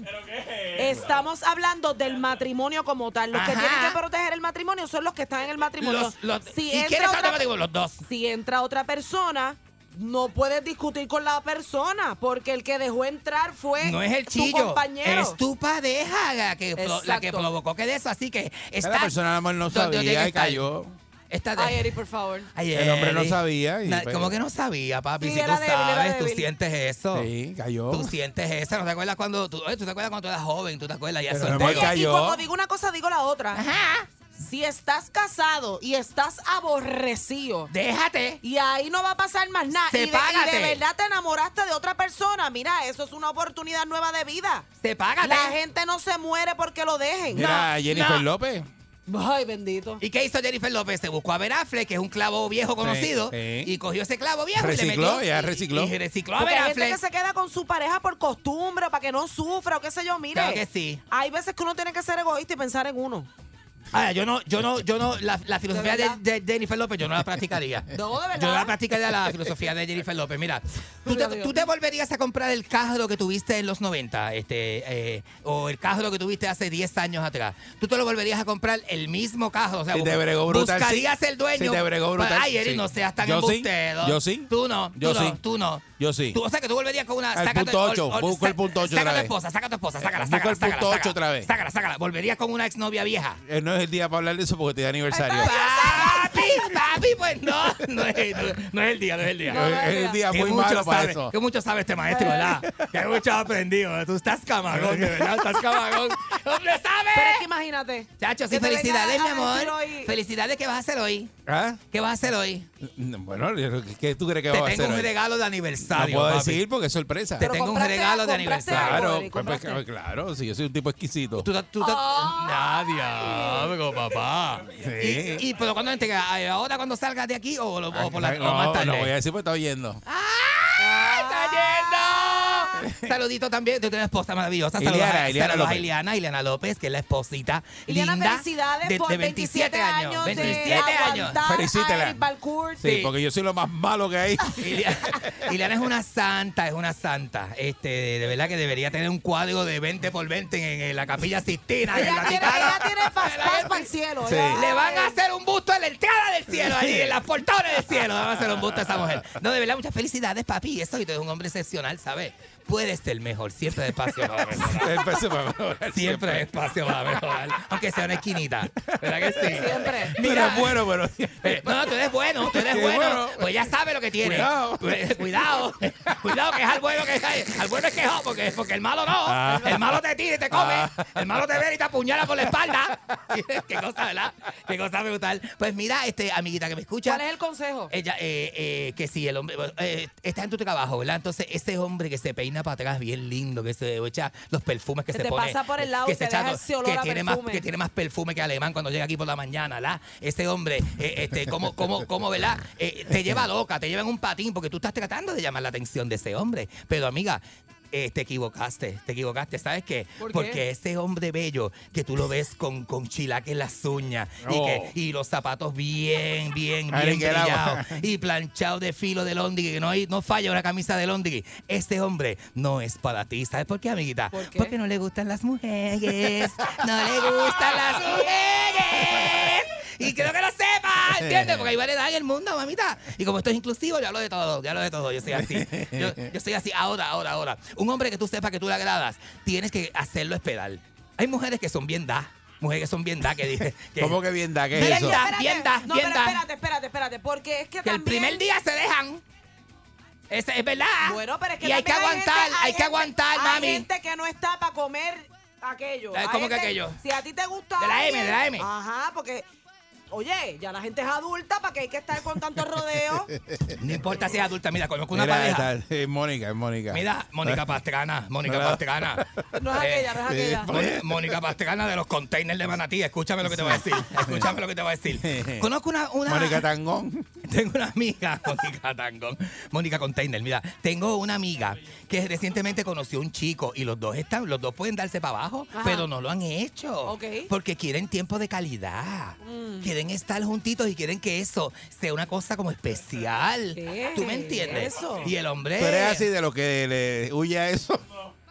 S1: Estamos hablando del matrimonio como tal. Los que
S7: Ajá.
S1: tienen que proteger el matrimonio son los que están en el matrimonio.
S7: Los- los-
S1: si,
S7: ¿Y quiénes
S1: entra
S7: son
S1: otra,
S7: los motivos? Los dos.
S1: si entra otra persona, no puedes discutir con la persona, porque el que dejó entrar fue
S7: No es el
S1: tu
S7: chillo,
S1: compañero.
S7: es tu pareja la que, pro- la que
S1: Exacto.
S7: provocó que de eso. Así que está.
S2: la persona a lo mejor no
S7: donde tiene
S2: sabía
S7: que
S2: y
S7: estar.
S2: cayó.
S7: Esta
S1: Ay, Eri, por favor.
S7: Ay,
S2: El hombre no
S7: Eri.
S2: sabía y
S7: Na-
S2: pues-
S7: ¿Cómo que no sabía, papi?
S1: Sí,
S7: si tú
S1: era débil, era
S7: sabes, tú
S1: débil.
S7: sientes eso.
S2: Sí, cayó.
S7: Tú sientes eso. ¿No te acuerdas cuando tú, oye, ¿tú te acuerdas cuando tú eras joven? ¿Tú te acuerdas? Ya
S2: Pero, mi
S7: soltero.
S2: amor,
S1: Oye, y
S2: cayó.
S1: como digo una cosa, digo la otra. Si estás casado y estás aborrecido
S7: Déjate.
S1: y ahí no va a pasar más nada y de, y
S7: Sepárate.
S1: de verdad te enamoraste de otra persona, mira, eso es una oportunidad nueva de vida.
S7: Sepágate.
S1: La gente no se muere porque lo dejen.
S2: Mira,
S7: No,
S2: Jennifer
S7: no.
S2: López.
S1: Ay, bendito.
S7: ¿Y qué hizo Jennifer López? Se buscó a Ben Affleck, que es un clavo viejo conocido,
S2: sí.
S7: y cogió ese clavo viejo y
S2: Recicló,
S7: le metió.
S2: ya
S7: y-
S2: recicló.
S7: Y, recicló a
S1: Porque
S7: Ben
S1: hay gente
S7: Affleck.
S1: que se queda con su pareja por costumbre o para que no sufra o qué sé yo, mire.
S7: Claro que sí.
S1: Hay veces que uno tiene que ser egoísta y pensar en uno.
S7: Ahora, Ah, yo no, yo no, yo no, la, la filosofía
S1: ¿De
S7: de,
S1: verdad?
S7: de Jennifer López yo no la practicaría.
S1: No, de verdad.
S7: Yo no la practicaría la filosofía de Jennifer López. Mira, ¿tú te,
S1: Dios mío.
S7: tú te volverías a comprar el carro que tuviste en los 90, este, eh, o el carro que tuviste hace 10 años atrás. Tú te lo volverías a comprar el mismo carro. O sea,
S2: Si te bregó brutal,
S7: buscarías
S2: sí.
S7: el
S2: Si
S7: dueño.
S2: te bregó
S7: Pero,
S2: brutal,
S7: Ay, Eri,
S2: sí.
S7: no seas tan
S2: Yo sí,
S7: embustero.
S2: yo sí.
S7: Tú no,
S2: Yo
S7: tú
S2: sí.
S7: no, tú no.
S2: Yo sí.
S7: Tú- o sea, que tú volverías con una...
S2: Al
S7: Ah, sácate-
S2: punto ocho,
S7: ol- ol-
S2: busco el
S7: sa-
S2: punto ocho
S7: Saca
S2: otra
S7: a tu
S2: vez.
S7: esposa, saca a tu esposa, sácala,
S2: Busco
S7: sácala,
S2: el punto
S7: sácala,
S2: ocho otra vez.
S7: Sácala, sácala. Volverías con una exnovia vieja.
S2: Eh, No es el día para hablar de eso porque te da aniversario.
S7: Papi, papi, pues no, no es, no- no es el día, no es el día.
S1: No, no
S2: es es el día
S7: Que
S2: muy
S7: mucho
S2: malo para
S7: sabe,
S2: eso.
S7: que mucho sabe este maestro, ¿verdad? Que mucho ha aprendido. ¿eh? Tú estás camagón, de verdad, estás camagón. ¡Hombre,
S1: Pero es que
S7: sabe!
S1: imagínate.
S7: Chacho, sí,
S1: que te
S7: felicidades, mi
S1: venga a
S7: amor.
S1: decir hoy-
S7: Felicidades, ¿qué vas a hacer hoy?
S2: ¿Ah?
S7: ¿Qué vas a hacer hoy?
S2: Bueno, yo- ¿qué tú crees que
S7: Te
S2: va a
S7: tengo
S2: hacer
S7: un
S2: hoy?
S7: regalo de
S2: No
S7: aniversario,
S2: puedo
S7: papi.
S2: decir porque es sorpresa.
S7: Te tengo un
S1: compraste
S7: regalo de
S1: compraste algo,
S7: aniversario.
S2: Claro,
S1: Rodri,
S2: pues, pues,
S1: compraste.
S2: claro, si yo soy un tipo exquisito.
S7: Tú, ta- tú ta-
S3: Oh.
S7: Nadia, amigo, papá.
S2: Sí.
S7: Y, y, pero cuando entrega, ahora cuando salgas de aquí o, lo- o por la, o
S2: no,
S7: más tarde. Ah,
S2: no voy a decir porque está oyendo.
S7: ¡Ay, está yendo! Saludito también. Tú tienes esposa maravillosa. Saludos,
S2: Iliana,
S7: a,
S2: Iliana
S7: saludos a
S2: López.
S7: Iliana, Iliana López, que es la esposita
S1: Liliana,
S7: linda.
S1: felicidades
S7: de,
S1: por
S7: de 27 años.
S1: 27
S7: 27 años.
S2: Felicítela.
S1: Felicítela. Balcourt.
S2: Sí,
S7: sí.
S2: porque yo soy lo más malo que hay.
S7: Iliana, Iliana es una santa, es una santa. Este, de verdad que debería tener un cuadro de 20 por 20 en, en la capilla Sistina. en
S1: Ella
S7: la
S1: tiene,
S7: Titana.
S1: ella tiene fast pass para el cielo.
S2: Sí.
S1: ella-
S7: Le van a hacer un busto en la entrada del cielo, ahí en las portones del cielo. Le van a hacer un busto a esa mujer. No, de verdad, muchas felicidades, papi. Eso, y tú eres un hombre excepcional, ¿sabes? Puedes ser mejor, siempre despacio. para mejorar.
S2: Empecé para mejorar.
S7: Siempre hay espacio para mejorar, aunque sea una esquinita. ¿Verdad que sí?
S1: Siempre.
S2: Pero
S7: Mira,
S2: bueno, pero
S7: eh, no, no, tú eres bueno, tú eres
S2: Qué
S7: bueno.
S2: bueno.
S7: Pues ya sabe lo que tiene.
S2: Cuidado.
S7: Pues, cuidado, cuidado, que es al bueno que es Al bueno es quejado, porque, porque el malo no.
S2: Ah.
S7: El malo te tira y te come.
S2: Ah.
S7: El malo te ve y te apuñala por la espalda. Qué cosa, ¿verdad? Qué cosa brutal. Pues mira, este, amiguita que me escucha.
S1: ¿Cuál es el consejo?
S7: Ella, eh, eh, que si el hombre, eh, está en tu trabajo, ¿verdad? Entonces, ese hombre que se peina para atrás bien lindo, que se echa los perfumes que
S1: Que
S7: se
S1: te
S7: pone.
S1: pasa por el lado y te deja
S7: todo-
S1: ese olor
S7: que
S1: a
S7: tiene más
S1: perfume.
S7: Que tiene más perfume que alemán cuando llega aquí por la mañana, ¿la? Ese hombre, eh, este, ¿cómo, cómo, cómo, verdad? Eh, te lleva loca, te lleva en un patín porque tú estás tratando de llamar la atención de ese hombre. Pero, amiga... eh, te equivocaste, te equivocaste, ¿sabes qué?
S1: ¿Por qué?
S7: Porque ese hombre bello que tú lo ves con, con chilaque en las uñas y,
S2: Oh.
S7: que, y los zapatos bien, bien,
S2: Ari,
S7: bien
S2: que la-
S7: brillado y planchado de filo de Londres, que no, hay, no falla una camisa de Londres. Este hombre no es para ti. ¿Sabes por qué, amiguita?
S1: ¿Por qué?
S7: Porque no le gustan las mujeres. No le gustan las mujeres. Y creo que lo sepa, Ah, ¿entiendes? Porque hay variedad en el mundo, mamita. Y como esto es inclusivo, yo hablo de todo, yo hablo de todo. Yo soy así. Yo, yo soy así. Ahora, ahora, ahora. Un hombre que tú sepas que tú le agradas, tienes que hacerlo esperar. Hay mujeres que son bien da. Mujeres que son bien da, que dicen.
S2: ¿Cómo que bien da? ¿Qué es
S7: Mira,
S2: eso?
S7: mira. bien da,
S1: no,
S7: bien
S1: pero
S7: da.
S1: espérate, espérate, espérate, porque es que,
S7: que el
S1: también...
S7: primer día se dejan. Es, es verdad.
S1: Bueno, pero es que
S7: y hay que
S1: también
S7: aguantar,
S1: gente-
S7: hay, que
S1: gente-
S7: aguantar, mami.
S1: Hay gente que no está para comer aquello.
S7: Eh,
S1: Hay
S7: ¿cómo que
S1: gente-
S7: aquello?
S1: Si a ti te gusta
S7: De la M,
S1: alguien-
S7: de la M.
S1: Ajá, porque... Oye, ya la gente es adulta, ¿para que hay que estar con tantos rodeos?
S7: No importa si es adulta, mira, conozco una
S2: Mira,
S7: pareja.
S2: esta- es Mónica, es Mónica.
S7: Mira, Mónica Pastrana, Mónica
S2: Mira.
S7: Pastrana.
S1: No es
S7: Eh,
S1: aquella, no es
S2: sí,
S1: aquella.
S2: por-
S7: Mónica- Mónica Pastrana de los containers de Manatí, escúchame lo que te voy a decir. Escúchame lo que te voy a decir. eh. Conozco una, una
S2: Mónica Tangón.
S7: Tengo una amiga, Mónica Tangón, Mónica Container, mira, tengo una amiga que recientemente conoció un chico y los dos están, los dos pueden darse para abajo,
S1: Ajá.
S7: pero no lo han hecho.
S1: Ok.
S7: Porque quieren tiempo de calidad. Quieren estar juntitos y quieren que eso sea una cosa como especial.
S1: ¿Qué?
S7: ¿Tú me entiendes?
S1: Eso.
S7: Y el hombre.
S2: Tú eres así de lo que le huye a eso.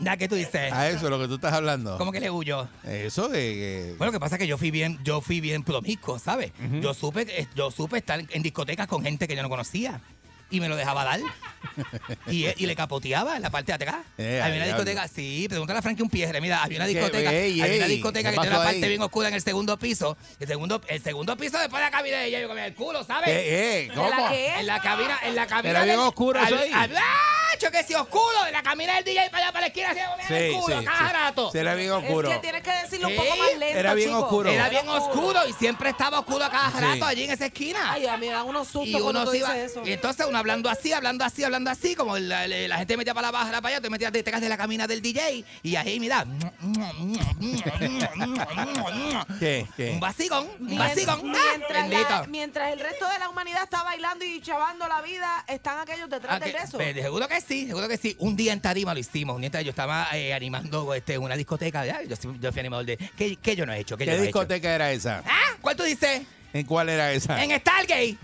S7: Nah, ¿qué tú dices?
S2: A eso, lo que tú estás hablando.
S7: ¿Cómo que le huyo?
S2: Eso de que.
S7: Bueno, lo que pasa es que yo fui bien, yo fui eh, bien promiscuo, ¿sabes? Yo supe, yo supe estar en discotecas con gente que yo no conocía. y me lo dejaba dar. Y, eh, y le capoteaba en la parte de atrás.
S2: Eh,
S7: había una
S2: diablo.
S7: discoteca, sí, pregúntale a Frankie un piejere. Mira, había una
S2: Que,
S7: discoteca,
S2: ey,
S7: había una
S2: ey,
S7: discoteca
S2: ¿qué
S7: que tenía una
S2: pasó
S7: parte
S2: ahí?
S7: bien oscura en el segundo piso. El segundo, el segundo piso después de la cabina de ella, yo comía el culo, ¿sabes?
S2: Eh, eh,
S1: ¿De la
S2: ¿Cómo?
S1: que es?
S7: En la cabina, en la cabina.
S2: Era bien oscuro eso ahí.
S7: ¡Ah! Que sí, oscuro. En la cabina del DJ para allá para la esquina, se comía el culo, a cada rato.
S2: Sí, era bien
S1: Es
S2: oscuro.
S1: que tienes que decirlo un
S7: Sí,
S1: poco más lento,
S2: era bien
S1: chico.
S2: oscuro.
S7: Era bien oscuro y siempre estaba oscuro a cada
S2: Sí.
S7: rato allí en esa esquina.
S1: Ay, a mí me da unos sustos
S7: y uno
S1: cuando tú
S7: se iba.
S1: dices eso.
S7: Y entonces uno hablando así, hablando así, hablando así, como la, la- la gente metía para la baja, para allá, te metías te de la camina del DJ y ahí, mira. mm,
S2: ¿Qué? ¿Qué?
S7: Un vacigón, un
S1: Mien-
S7: vacigón.
S1: mientras, la-
S7: Ah, Bendito.
S1: mientras el resto de la humanidad está bailando y chavando la vida, están aquellos detrás
S7: Ah, que-
S1: del beso.
S7: pues, seguro que sí, seguro que sí. Un día en Tarima lo hicimos. Un día en Tarima yo estaba eh, animando este, una discoteca. ya, Yo, soy- yo fui animador de. ¿Qué, qué yo no he hecho? ¿Qué, yo
S2: ¿Qué
S7: no he hecho?
S2: discoteca era esa?
S7: ¿Ah? ¿Cuál tú dices?
S2: ¿En cuál era esa?
S7: En Stargate.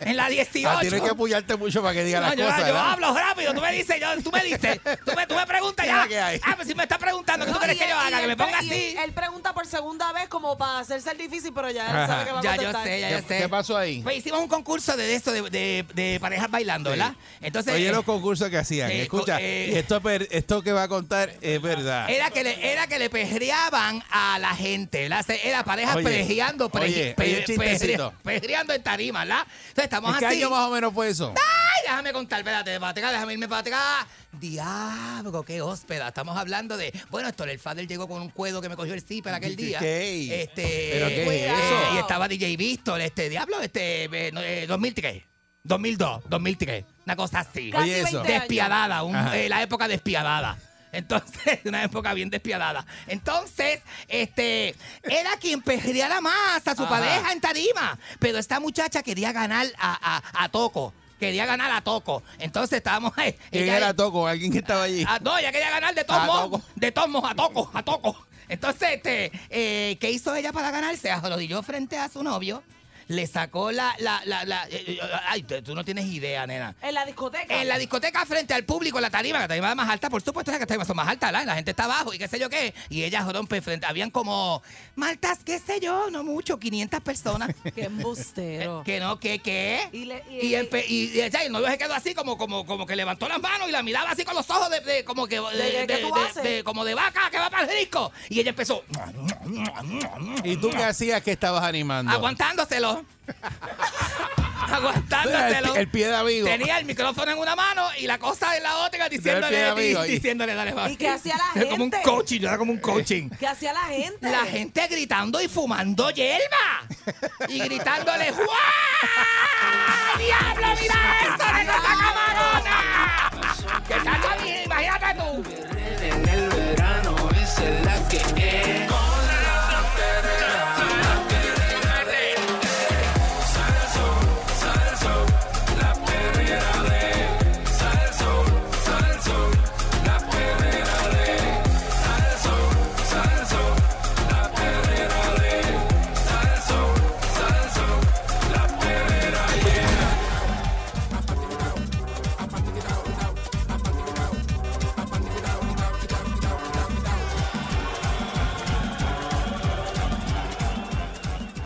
S7: en la 18.
S2: Ah, tienes que apoyarte mucho para que diga
S7: No,
S2: las
S7: yo,
S2: cosas.
S7: yo
S2: ¿verdad?
S7: hablo rápido, tú me dices, yo, tú me dices, tú me, tú me preguntas
S2: Mira
S7: ya.
S2: que hay.
S7: Ah, pues si me estás preguntando, ¿qué tú
S1: No,
S7: quieres
S1: y
S7: que yo
S1: él-
S7: haga?
S1: y
S7: Que me
S1: él
S7: ponga
S1: pre- y
S7: así.
S1: Él, él pregunta por segunda vez como para hacerse el difícil, pero ya él
S2: Ajá.
S1: sabe que va a
S7: Ya yo
S1: contestar.
S7: sé, ya yo
S2: ¿Qué,
S7: sé.
S2: qué pasó ahí?
S7: Pues hicimos un concurso de eso, de, de- de parejas bailando,
S2: Sí.
S7: ¿verdad? Entonces,
S2: Oye,
S7: eh,
S2: los concursos que hacían.
S7: eh,
S2: Escucha,
S7: eh,
S2: y esto, es ver- esto que va a contar es verdad.
S7: Era que le, era que le perreaban a la gente, ¿verdad? Se- Era parejas
S2: Oye,
S7: perreando, perre-
S2: oye,
S7: perre-
S2: oye, el chistecito.
S7: perre- perreando en tarima, ¿verdad? Entonces estamos
S2: ¿En qué
S7: así.
S2: año más o menos fue eso?
S7: Ay, déjame contar, espérate, para atrás, déjame irme para atrás. Diablo, qué hóspeda. Estamos hablando de. Bueno, esto el Fader llegó con un cuedo que me cogió el zipper aquel
S2: ¿Qué-
S7: día.
S2: qué?
S7: Este,
S2: ¿Pero qué es
S7: eh,
S1: eso?
S7: Y estaba DJ Víctor, este, diablo, este, eh, no, eh, 2003, 2002, 2003, una cosa así
S1: Casi
S2: Oye, eso.
S1: 20 años.
S7: despiadada, un-
S2: Ajá.
S7: eh, la época despiadada. Entonces, una época bien despiadada. Entonces, este, era quien perreara más a su pareja en tarima. Pero esta muchacha quería ganar a, a- a Toco. Quería ganar a Toco. Entonces estábamos ahí.
S2: ¿Quién
S7: Ella-
S2: era Toco? ¿Alguien que estaba allí?
S7: Ah, no, ella quería ganar de
S2: A
S7: todos modos.
S2: Toco.
S7: De todos modos, a Toco, a Toco. Entonces, este, eh, ¿qué hizo ella para ganarse? Arrodilló frente a su novio. Le sacó la, la, la, la- eh, eh, ay, tú no tienes idea, nena.
S1: En la discoteca.
S7: En la discoteca frente al público, la tarima, que la tarima es más alta, por supuesto, las tarimas son más altas, ¿la? la gente está abajo y qué sé yo qué. Y ellas rompen frente, habían como, Maltas, qué sé yo, no mucho, 500 personas. Eh,
S1: Qué embustero.
S7: que no, que qué.
S1: Y le- y-
S7: ¿eh? Y, empe- y- y ella, el novio se quedó así como, como, como que levantó las manos y la miraba así con los ojos de, de- como que
S1: ¿De qué tú haces?
S7: de- como de vaca que va para el disco. Y ella empezó
S2: ¿Y tú qué hacías que estabas animando?
S7: aguantándoselo.
S2: Mira, el,
S7: aguantándoselo.
S2: pi- el pie de amigo.
S7: Tenía el micrófono en una mano y la cosa en la
S2: Pero
S7: otra diciéndole,
S2: el pie de amigo
S7: di-
S2: ahí.
S7: diciéndole dale va.
S1: ¿Y qué hacía la
S7: Era como un
S1: gente?
S7: coaching, era como un coaching.
S1: ¿Qué hacía la gente?
S7: La gente gritando y fumando hierba. Y gritándole, ¡guau! ¡Diablo, mira esto! ¡De nuestra camarona! ¡Que está la mía! Imagínate tú.
S10: En el verano esa es la que es.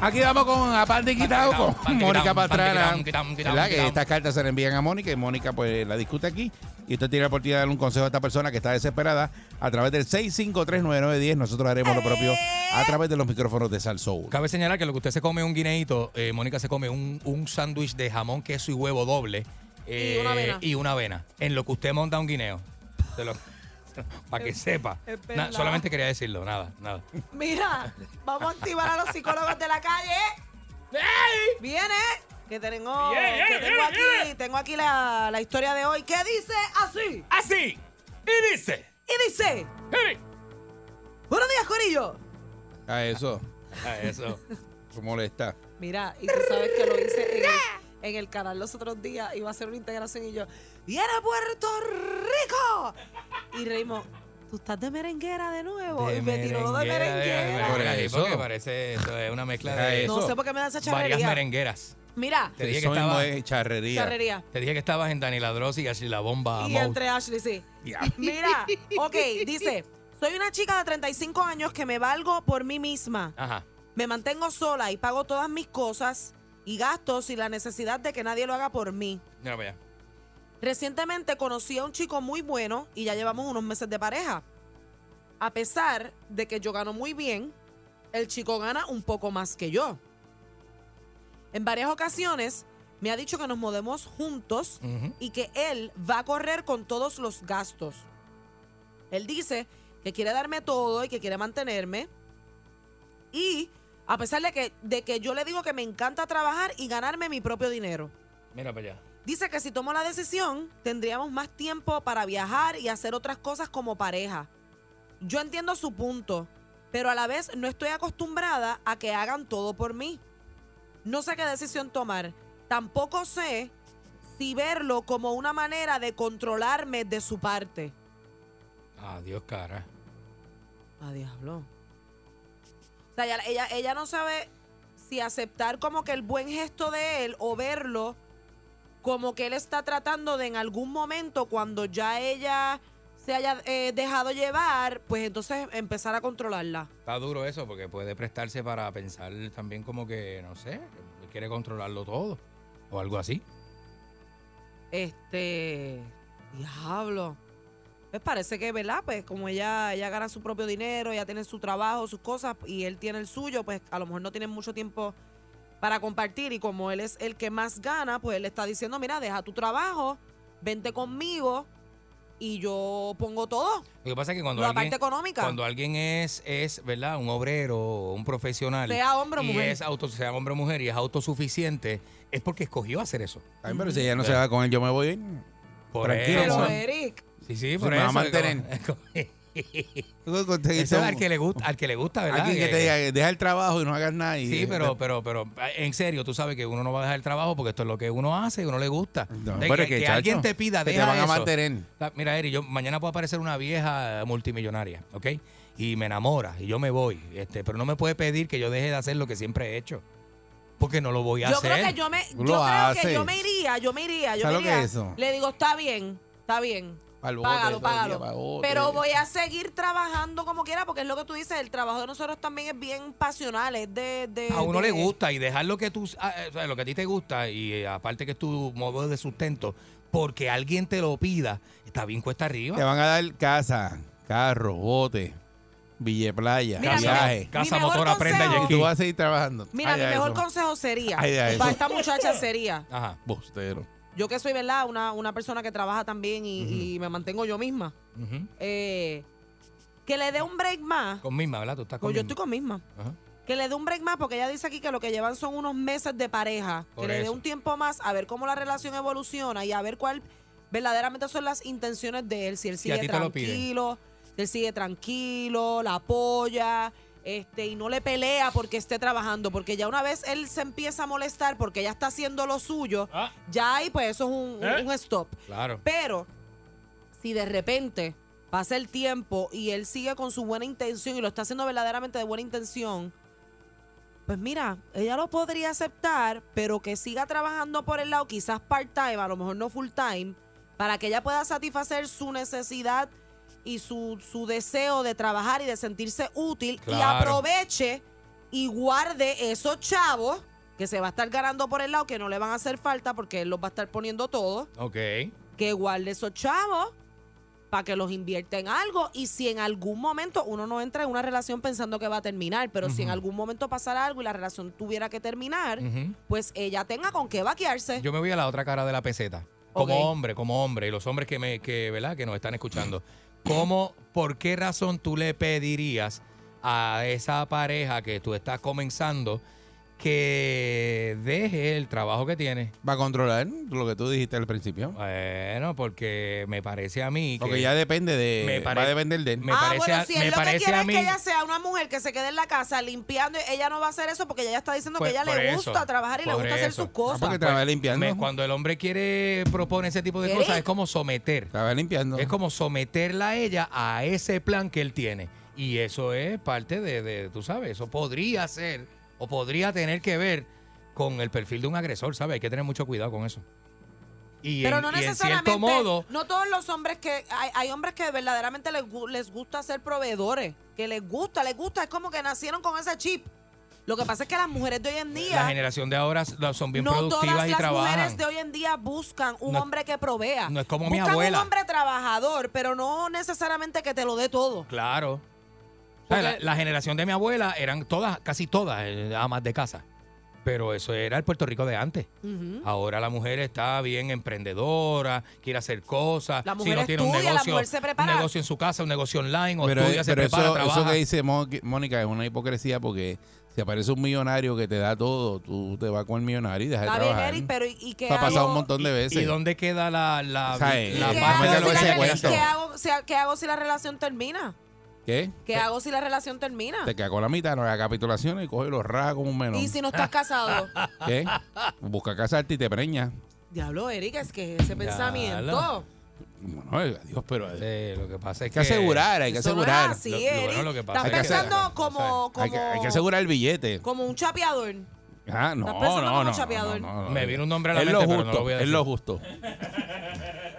S2: Aquí vamos con Aparte Quitado,
S7: Pantiquitao,
S2: con Mónica
S7: Pantiquitao,
S2: Pastrana.
S7: Pantiquitao, quitao, quitao,
S2: ¿Verdad? Que
S7: quitao.
S2: estas cartas se le envían a Mónica y Mónica pues la discute aquí. Y usted tiene la oportunidad de darle un consejo a esta persona que está desesperada a través del 6539910. Nosotros haremos lo propio a través de los micrófonos de Sal Soul.
S3: Cabe señalar que lo que usted se come es un guineíto, eh, Mónica se come un, un sándwich de jamón, queso y huevo doble. eh,
S1: una avena.
S3: y una avena. En lo que usted monta un guineo. para que sepa.
S1: es
S3: Na-
S1: verdad.
S3: solamente quería decirlo, nada, nada.
S1: Mira, vamos a activar a los psicólogos de la calle. Viene. Que tengo, que tengo aquí, tengo aquí la, la historia de hoy. ¿Qué dice así?
S3: Así. Y dice.
S1: Y dice, buenos días, Corillo.
S2: A eso,
S3: Eso.
S2: eso molesta.
S1: Mira, y tú sabes que lo hice en el, en el canal los otros días, iba a hacer una integración y yo, ¡Viene Puerto Rico! Y Raymond, tú estás de merenguera de nuevo. y me tiró lo de merenguera.
S2: Por
S3: Por
S2: eso.
S3: eso. Porque parece eso es una mezcla
S2: Deja
S3: de
S2: eso.
S1: No sé por qué me da esa
S3: varias
S1: charrería.
S3: merengueras.
S1: Mira,
S3: Te dije que
S2: Eso mismo
S3: estaba-
S2: es charrería.
S1: charrería.
S3: Te dije que estabas en Dani Ladros y así la bomba.
S1: Y
S3: Mou.
S1: entre Ashley, sí.
S2: Ya.
S1: Mira, ok, dice, soy una chica de 35 años que me valgo por mí misma.
S3: Ajá.
S1: Me mantengo sola y pago todas mis cosas y gastos sin la necesidad de que nadie lo haga por mí.
S3: Mira para allá.
S1: Recientemente conocí a un chico muy bueno y ya llevamos unos meses de pareja. A pesar de que yo gano muy bien, el chico gana un poco más que yo. En varias ocasiones me ha dicho que nos mudemos juntos y que él va a correr con todos los gastos. Él dice que quiere darme todo y que quiere mantenerme. Y a pesar de que, de que yo le digo que me encanta trabajar y ganarme mi propio dinero.
S3: Mira para allá.
S1: Dice que si tomo la decisión, tendríamos más tiempo para viajar y hacer otras cosas como pareja. Yo entiendo su punto, pero a la vez no estoy acostumbrada a que hagan todo por mí. No sé qué decisión tomar. Tampoco sé si verlo como una manera de controlarme de su parte.
S3: Adiós, cara.
S1: A diablo. O sea, ella, ella, ella no sabe si aceptar como que el buen gesto de él o verlo como que él está tratando de en algún momento cuando ya ella se haya eh, dejado llevar, pues entonces empezar a controlarla.
S3: Está duro eso porque puede prestarse para pensar también como que, no sé, que quiere controlarlo todo o algo así.
S1: Este, diablo. Pues parece que, ¿verdad? Pues como ella, ella gana su propio dinero, ella tiene su trabajo, sus cosas, y él tiene el suyo, pues a lo mejor no tienen mucho tiempo para compartir. Y como él es el que más gana, pues él le está diciendo, mira, deja tu trabajo, vente conmigo y yo pongo todo.
S3: Lo que pasa es que cuando
S1: La
S3: alguien,
S1: parte económica.
S3: cuando alguien es, es, ¿verdad? Un obrero o un profesional.
S1: Sea hombre o
S3: y
S1: mujer.
S3: Es auto, sea hombre o mujer y es autosuficiente, es porque escogió hacer eso.
S2: Ay, pero si ella no se va con él, yo me voy. a ir.
S3: Por
S2: Tranquilo,
S3: eso.
S2: mamá.
S1: Eric,
S3: Sí, sí,
S2: Si
S3: por
S2: me va
S3: eso.
S2: a mantener.
S3: Eso es al que le gusta, al que le gusta, ¿verdad?
S2: Alguien que te diga, deja el trabajo y no hagas nada. y-
S3: Sí, pero, pero, pero, en serio, tú sabes que uno no va a dejar el trabajo porque esto es lo que uno hace y uno le gusta.
S2: No,
S3: De
S2: pero
S3: que,
S2: es que,
S3: que alguien
S2: chacho,
S3: te pida,
S2: que te
S3: deja
S2: van a
S3: eso.
S2: mantener.
S3: La- Mira, Eri, yo mañana puedo aparecer una vieja multimillonaria, ¿ok? Y me enamora y yo me voy, este, pero no me puede pedir que yo deje de hacer lo que siempre he hecho, porque no lo voy a
S1: yo
S3: hacer.
S1: creo que yo me, yo
S2: Tú lo
S1: creo que
S2: haces.
S1: yo me iría, yo me iría, yo
S2: ¿Sabes
S1: me
S2: lo que
S1: iría.
S2: es eso?
S1: Le digo, está bien, está bien.
S2: Pa'l bote,
S1: Págalo,
S2: todo el día
S1: págalo.
S2: pa' bote.
S1: Pero voy a seguir trabajando como quiera, porque es lo que tú dices, el trabajo de nosotros también es bien pasional, es de... de-
S3: A uno
S1: de-
S3: le gusta y dejar lo que tú, ah, eh, o sea, lo que a ti te gusta y eh, aparte que es tu modo de sustento, porque alguien te lo pida, está bien cuesta arriba.
S2: Te van a dar casa, carro, bote, Villa Playa,
S1: Mira,
S2: viaje.
S1: mira,
S3: Casa,
S1: Mi mejor
S3: motora, prenda y
S1: consejo-
S2: Y tú vas a seguir trabajando.
S1: Mira,
S2: Ay,
S1: mi
S2: ay,
S1: mejor
S2: eso.
S1: consejo sería,
S2: Ay, ay, eso.
S1: para esta muchacha sería,
S3: Ajá.
S2: Bostero.
S1: yo que soy, ¿verdad? Una, una persona que trabaja también y, y me mantengo yo misma,
S3: Ujú.
S1: eh, que le dé un break más,
S3: Con misma, ¿verdad? Tú estás con
S1: pues yo
S3: misma.
S1: estoy con misma.
S3: Ajá.
S1: Que le dé un break más, porque ella dice aquí que lo que llevan son unos meses de pareja.
S3: Por
S1: que le dé
S3: eso.
S1: un tiempo más a ver cómo la relación evoluciona y a ver cuál verdaderamente son las intenciones de él. Si él
S3: Y a
S1: sigue
S3: ti te lo piden.
S1: tranquilo, si él sigue tranquilo, la apoya. Este, y no le pelea porque esté trabajando, porque ya una vez él se empieza a molestar porque ya está haciendo lo suyo,
S3: Ah.
S1: ya ahí pues eso es un-
S3: ¿Eh?
S1: un stop.
S3: Claro.
S1: Pero si de repente pasa el tiempo y él sigue con su buena intención y lo está haciendo verdaderamente de buena intención, pues mira, ella lo podría aceptar, pero que siga trabajando por el lado, quizás part-time, a lo mejor no full-time, para que ella pueda satisfacer su necesidad y su, su deseo de trabajar y de sentirse útil y
S3: Claro.
S1: aproveche y guarde esos chavos que se va a estar ganando por el lado, que no le van a hacer falta porque él los va a estar poniendo todo
S3: Ok.
S1: que guarde esos chavos para que los invierta en algo y si en algún momento uno no entra en una relación pensando que va a terminar, pero si en algún momento pasara algo y la relación tuviera que terminar,
S3: Ujú.
S1: pues ella tenga con qué vaquearse.
S3: Yo me voy a la otra cara de la peseta. Como
S1: Ok.
S3: hombre, como hombre, y los hombres que me, que, ¿verdad? que nos están escuchando. ¿Cómo, por qué razón tú le pedirías a esa pareja que tú estás comenzando que deje el trabajo que tiene?
S2: Va a controlar lo que tú dijiste al principio.
S3: Bueno, porque me parece a mí que
S2: Porque ya depende de.
S3: Me
S2: va
S3: pare-
S2: a depender de él.
S3: me-
S1: ah,
S3: parece
S1: bueno,
S3: a-
S1: si
S3: me
S1: él lo que
S3: parece
S1: quiere
S3: a
S1: es
S3: mí-
S1: que ella sea una mujer que se quede en la casa limpiando, ella no va a hacer eso porque ella ya está diciendo
S3: Pues,
S1: que a ella
S3: por
S1: le
S3: eso,
S1: gusta trabajar y le
S3: por
S1: gusta hacer
S3: eso.
S1: sus
S2: Ah, porque
S1: cosas.
S2: trabaja limpiando.
S3: me- cuando el hombre quiere propone ese tipo de
S1: ¿Qué?
S3: cosas es como someter.
S2: Trabaja limpiando.
S3: Es como someterla a ella a ese plan que él tiene. Y eso es parte de, de- tú sabes, eso podría ser o podría tener que ver con el perfil de un agresor, ¿sabes? Hay que tener mucho cuidado con eso. Y,
S1: Pero
S3: en,
S1: no
S3: y en
S1: necesariamente,
S3: cierto modo,
S1: no todos los hombres que, hay, hay hombres que verdaderamente les, gu- les gusta ser proveedores, que les gusta, les gusta, es como que nacieron con ese chip. Lo que pasa es que las mujeres de hoy en día.
S3: La generación de ahora son bien
S1: no
S3: productivas
S1: todas
S3: y
S1: las
S3: trabajan.
S1: mujeres de hoy en día buscan un
S3: No es-
S1: hombre que provea.
S3: no es como mi
S1: buscan
S3: abuela.
S1: un hombre trabajador, pero no necesariamente que te lo dé todo.
S3: Claro. O sea, la, la generación de mi abuela eran todas, casi todas, eh, amas de casa. Pero eso era el Puerto Rico de antes.
S1: Ujú.
S3: Ahora la mujer está bien emprendedora, quiere hacer cosas.
S1: La
S3: si
S1: mujer
S3: no tiene un
S1: estudia, la
S3: negocio,
S1: mujer se prepara.
S3: un negocio en su casa, un negocio online, o
S2: Pero,
S3: estudia, se
S2: pero
S3: prepara,
S2: eso, eso
S3: trabaja.
S2: que dice Mo- Mónica es una hipocresía porque si aparece un millonario que te da todo, tú te vas con el millonario y dejas de
S1: Está bien,
S2: trabajar.
S1: Eric, pero ¿y, y qué
S2: Eso ha pasado
S1: hago?
S2: un montón de veces.
S3: ¿Y dónde queda la, la,
S2: O sea,
S3: la
S2: eh, Más
S1: ¿Qué hago,
S2: de
S1: si
S2: lo que
S1: la
S2: se
S1: rela-
S2: cuesta.
S1: qué hago- o sea, ¿Qué hago si la relación termina?
S2: ¿Qué?
S1: ¿Qué hago si la relación termina?
S2: Te queda con la mitad, no la capitulación y coge los rajas como un menor.
S1: ¿Y si no estás casado?
S2: ¿Qué? Busca casarte y te preña.
S1: Diablo, Erika, es que ese pensamiento.
S2: Bueno, eh, adiós, pero hay
S3: Eh, lo que pasa es
S2: que asegurar, hay que
S1: Eso no es
S2: asegurar.
S1: así,
S3: Lo- lo
S1: Eric.
S3: bueno, lo que pasa
S1: estás
S2: es que-
S1: pensando como, como,
S2: Hay que, hay que asegurar el billete.
S1: como un chapeador.
S2: Ah, no,
S1: Estás
S2: no,
S1: pensando como
S2: no, no,
S1: chapeador.
S2: no, no, no.
S3: Me vino un nombre a la
S2: es
S3: mente,
S2: lo
S3: pero no
S2: justo,
S3: lo voy a
S2: Es
S3: decir.
S2: lo justo.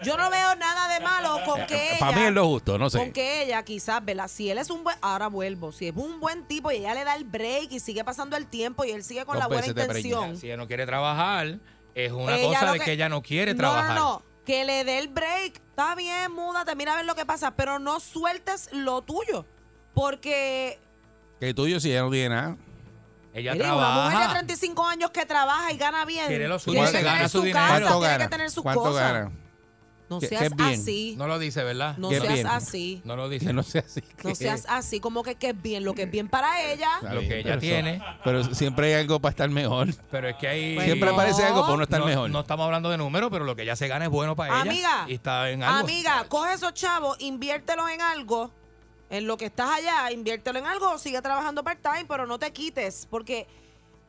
S1: Yo no veo nada de malo con que ella.
S2: Eh, Para mí es lo justo, no sé.
S1: Con que ella quizás, ¿verdad? Si él es un buen, ahora vuelvo, si es un buen tipo y ella le da el break y sigue pasando el tiempo y él sigue con
S2: Dos
S1: la buena
S2: veces te preñé.
S1: intención.
S3: Si ella no quiere trabajar, es una
S1: Ella
S3: cosa
S1: lo
S3: de que...
S1: que-
S3: ella no quiere
S1: no,
S3: trabajar.
S1: No, no, que le dé el break. Está bien, múdate, mira a ver lo que pasa, pero no sueltes lo tuyo. Porque
S2: Que tuyo si ya no tiene nada.
S3: Ella
S1: mire, una
S3: trabaja.
S1: mujer de 35 años que trabaja y gana bien.
S3: Quiere lo suyo,
S1: tiene
S3: se
S1: que
S3: gana
S1: tener
S3: su
S1: su
S3: dinero.
S1: casa,
S3: ¿Cuánto
S1: tiene que tener sus
S2: ¿Cuánto
S1: cosas.
S2: gana?
S1: No
S2: ¿Qué-
S1: seas
S2: qué es bien?
S1: así. No,
S3: No lo dice, ¿verdad?
S2: ¿qué
S1: seas
S2: bien?
S1: así.
S3: No lo dice.
S2: Que no sea así.
S1: No seas así, como que, que es bien, lo que es bien para ella.
S2: Está
S3: Lo que ella
S2: pero eso-
S3: tiene.
S2: Pero siempre hay algo para estar mejor.
S3: Pero es que ahí.
S1: Bueno.
S2: Siempre aparece algo para uno estar
S3: no,
S2: mejor.
S3: no estamos hablando de números, pero lo que ella se gana es bueno para ella.
S1: Amiga,
S3: Y está en algo.
S1: Amiga, coge esos chavos, inviértelos en algo. En lo que estás allá, inviértelo en algo, sigue trabajando part-time, pero no te quites, porque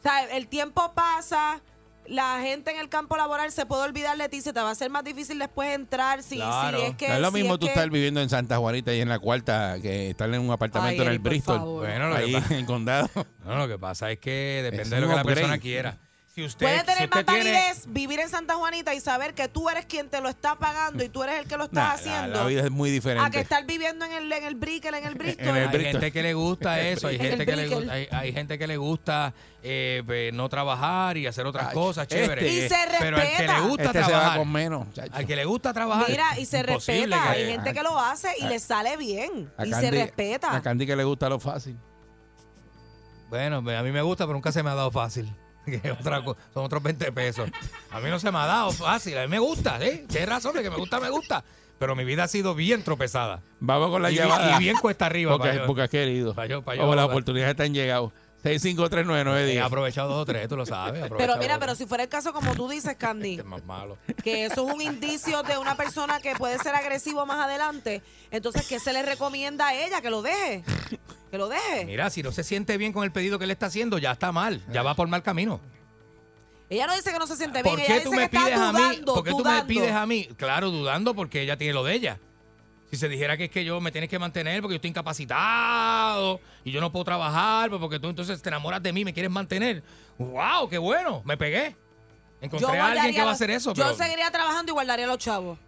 S1: o sea, el tiempo pasa, la gente en el campo laboral se puede olvidar de ti, se te va a hacer más difícil después entrar si, si
S3: Claro.
S1: es que...
S2: no es lo
S1: si
S2: mismo
S1: es
S2: tú
S1: que-
S2: estar viviendo en Santa Juanita y en la cuarta que estar en un apartamento en
S1: Ay,
S2: el
S1: Eric, por
S2: Bristol.
S1: favor.
S3: Bueno, lo que
S2: ahí
S3: pasa-
S2: en el condado.
S3: No, lo que pasa es que depende
S2: Es
S3: de lo
S2: un
S3: que la
S2: upgrade.
S3: persona quiera. Si usted,
S1: Puede
S3: si
S1: tener
S3: usted
S1: más
S3: tiene-
S1: validez vivir en Santa Juanita y saber que tú eres quien te lo está pagando y tú eres el que lo está
S2: Nah, la,
S1: haciendo.
S2: la vida es muy
S1: a que
S2: diferente.
S1: estar viviendo en el, en el Brickell, en el Bristol.
S2: en el
S3: Hay
S2: Bristol.
S3: gente que le gusta eso, hay
S1: El
S3: gente que le
S1: Brickell.
S3: gusta, hay, hay gente que le gusta eh, pues, no trabajar y hacer otras
S2: Ay,
S3: cosas, chévere.
S2: este-
S1: Y se
S3: Pero al que le
S1: respeta.
S3: gusta
S2: Este se va
S3: trabajar,
S2: con menos. chacho.
S3: al que le gusta trabajar,
S1: Mira, y se
S3: imposible
S1: respeta.
S3: que- Ah.
S1: Hay gente que lo hace y
S2: a-
S1: le sale bien.
S2: A
S1: Y se
S2: Candy-
S1: respeta.
S2: A Candy que le gusta lo fácil.
S3: Bueno, me- a mí me gusta, pero nunca se me ha dado fácil. Que es otra co- son otros 20 pesos. A mí no se me ha dado fácil. A mí me gusta, ¿eh? Tienes razón de que me gusta, me gusta. Pero mi vida ha sido bien tropezada.
S2: Vamos con la
S3: Y, bi-
S2: llamada.
S3: y bien cuesta arriba.
S2: porque,
S3: pa' yo.
S2: porque has querido.
S3: Pa' yo, pa' yo.
S2: Vamos, las oportunidades están llegando.
S3: He
S2: 6539910.
S3: aprovechado dos o tres, tú lo sabes. he
S1: Pero
S3: aprovechado dos
S1: mira,
S3: o
S1: pero
S3: tres.
S1: si fuera el caso como tú dices, Candy,
S3: Este es más malo.
S1: que eso es un indicio de una persona que puede ser agresivo más adelante, entonces, ¿qué se le recomienda a ella? Que lo deje. Que lo deje.
S3: Mira, si no se siente bien con el pedido que le está haciendo, ya está mal. Ya va por mal camino.
S1: Ella no dice que no se siente bien,
S3: ¿Por
S1: ella
S3: qué
S1: dice
S3: tú
S1: que
S3: me
S1: está
S3: pides a
S1: dudando.
S3: mí? ¿Por qué tú me
S1: dudando.
S3: pides a mí? Claro, dudando porque ella tiene lo de ella. Si se dijera que es que yo me tienes que mantener porque yo estoy incapacitado y yo no puedo trabajar, pues porque tú entonces te enamoras de mí, me quieres mantener. ¡Wow! ¡Qué bueno! Me pegué. Encontré a alguien
S1: guardaría
S3: que va a
S1: los-
S3: hacer eso.
S1: Yo
S3: pero-
S1: seguiría trabajando y guardaría a los chavos.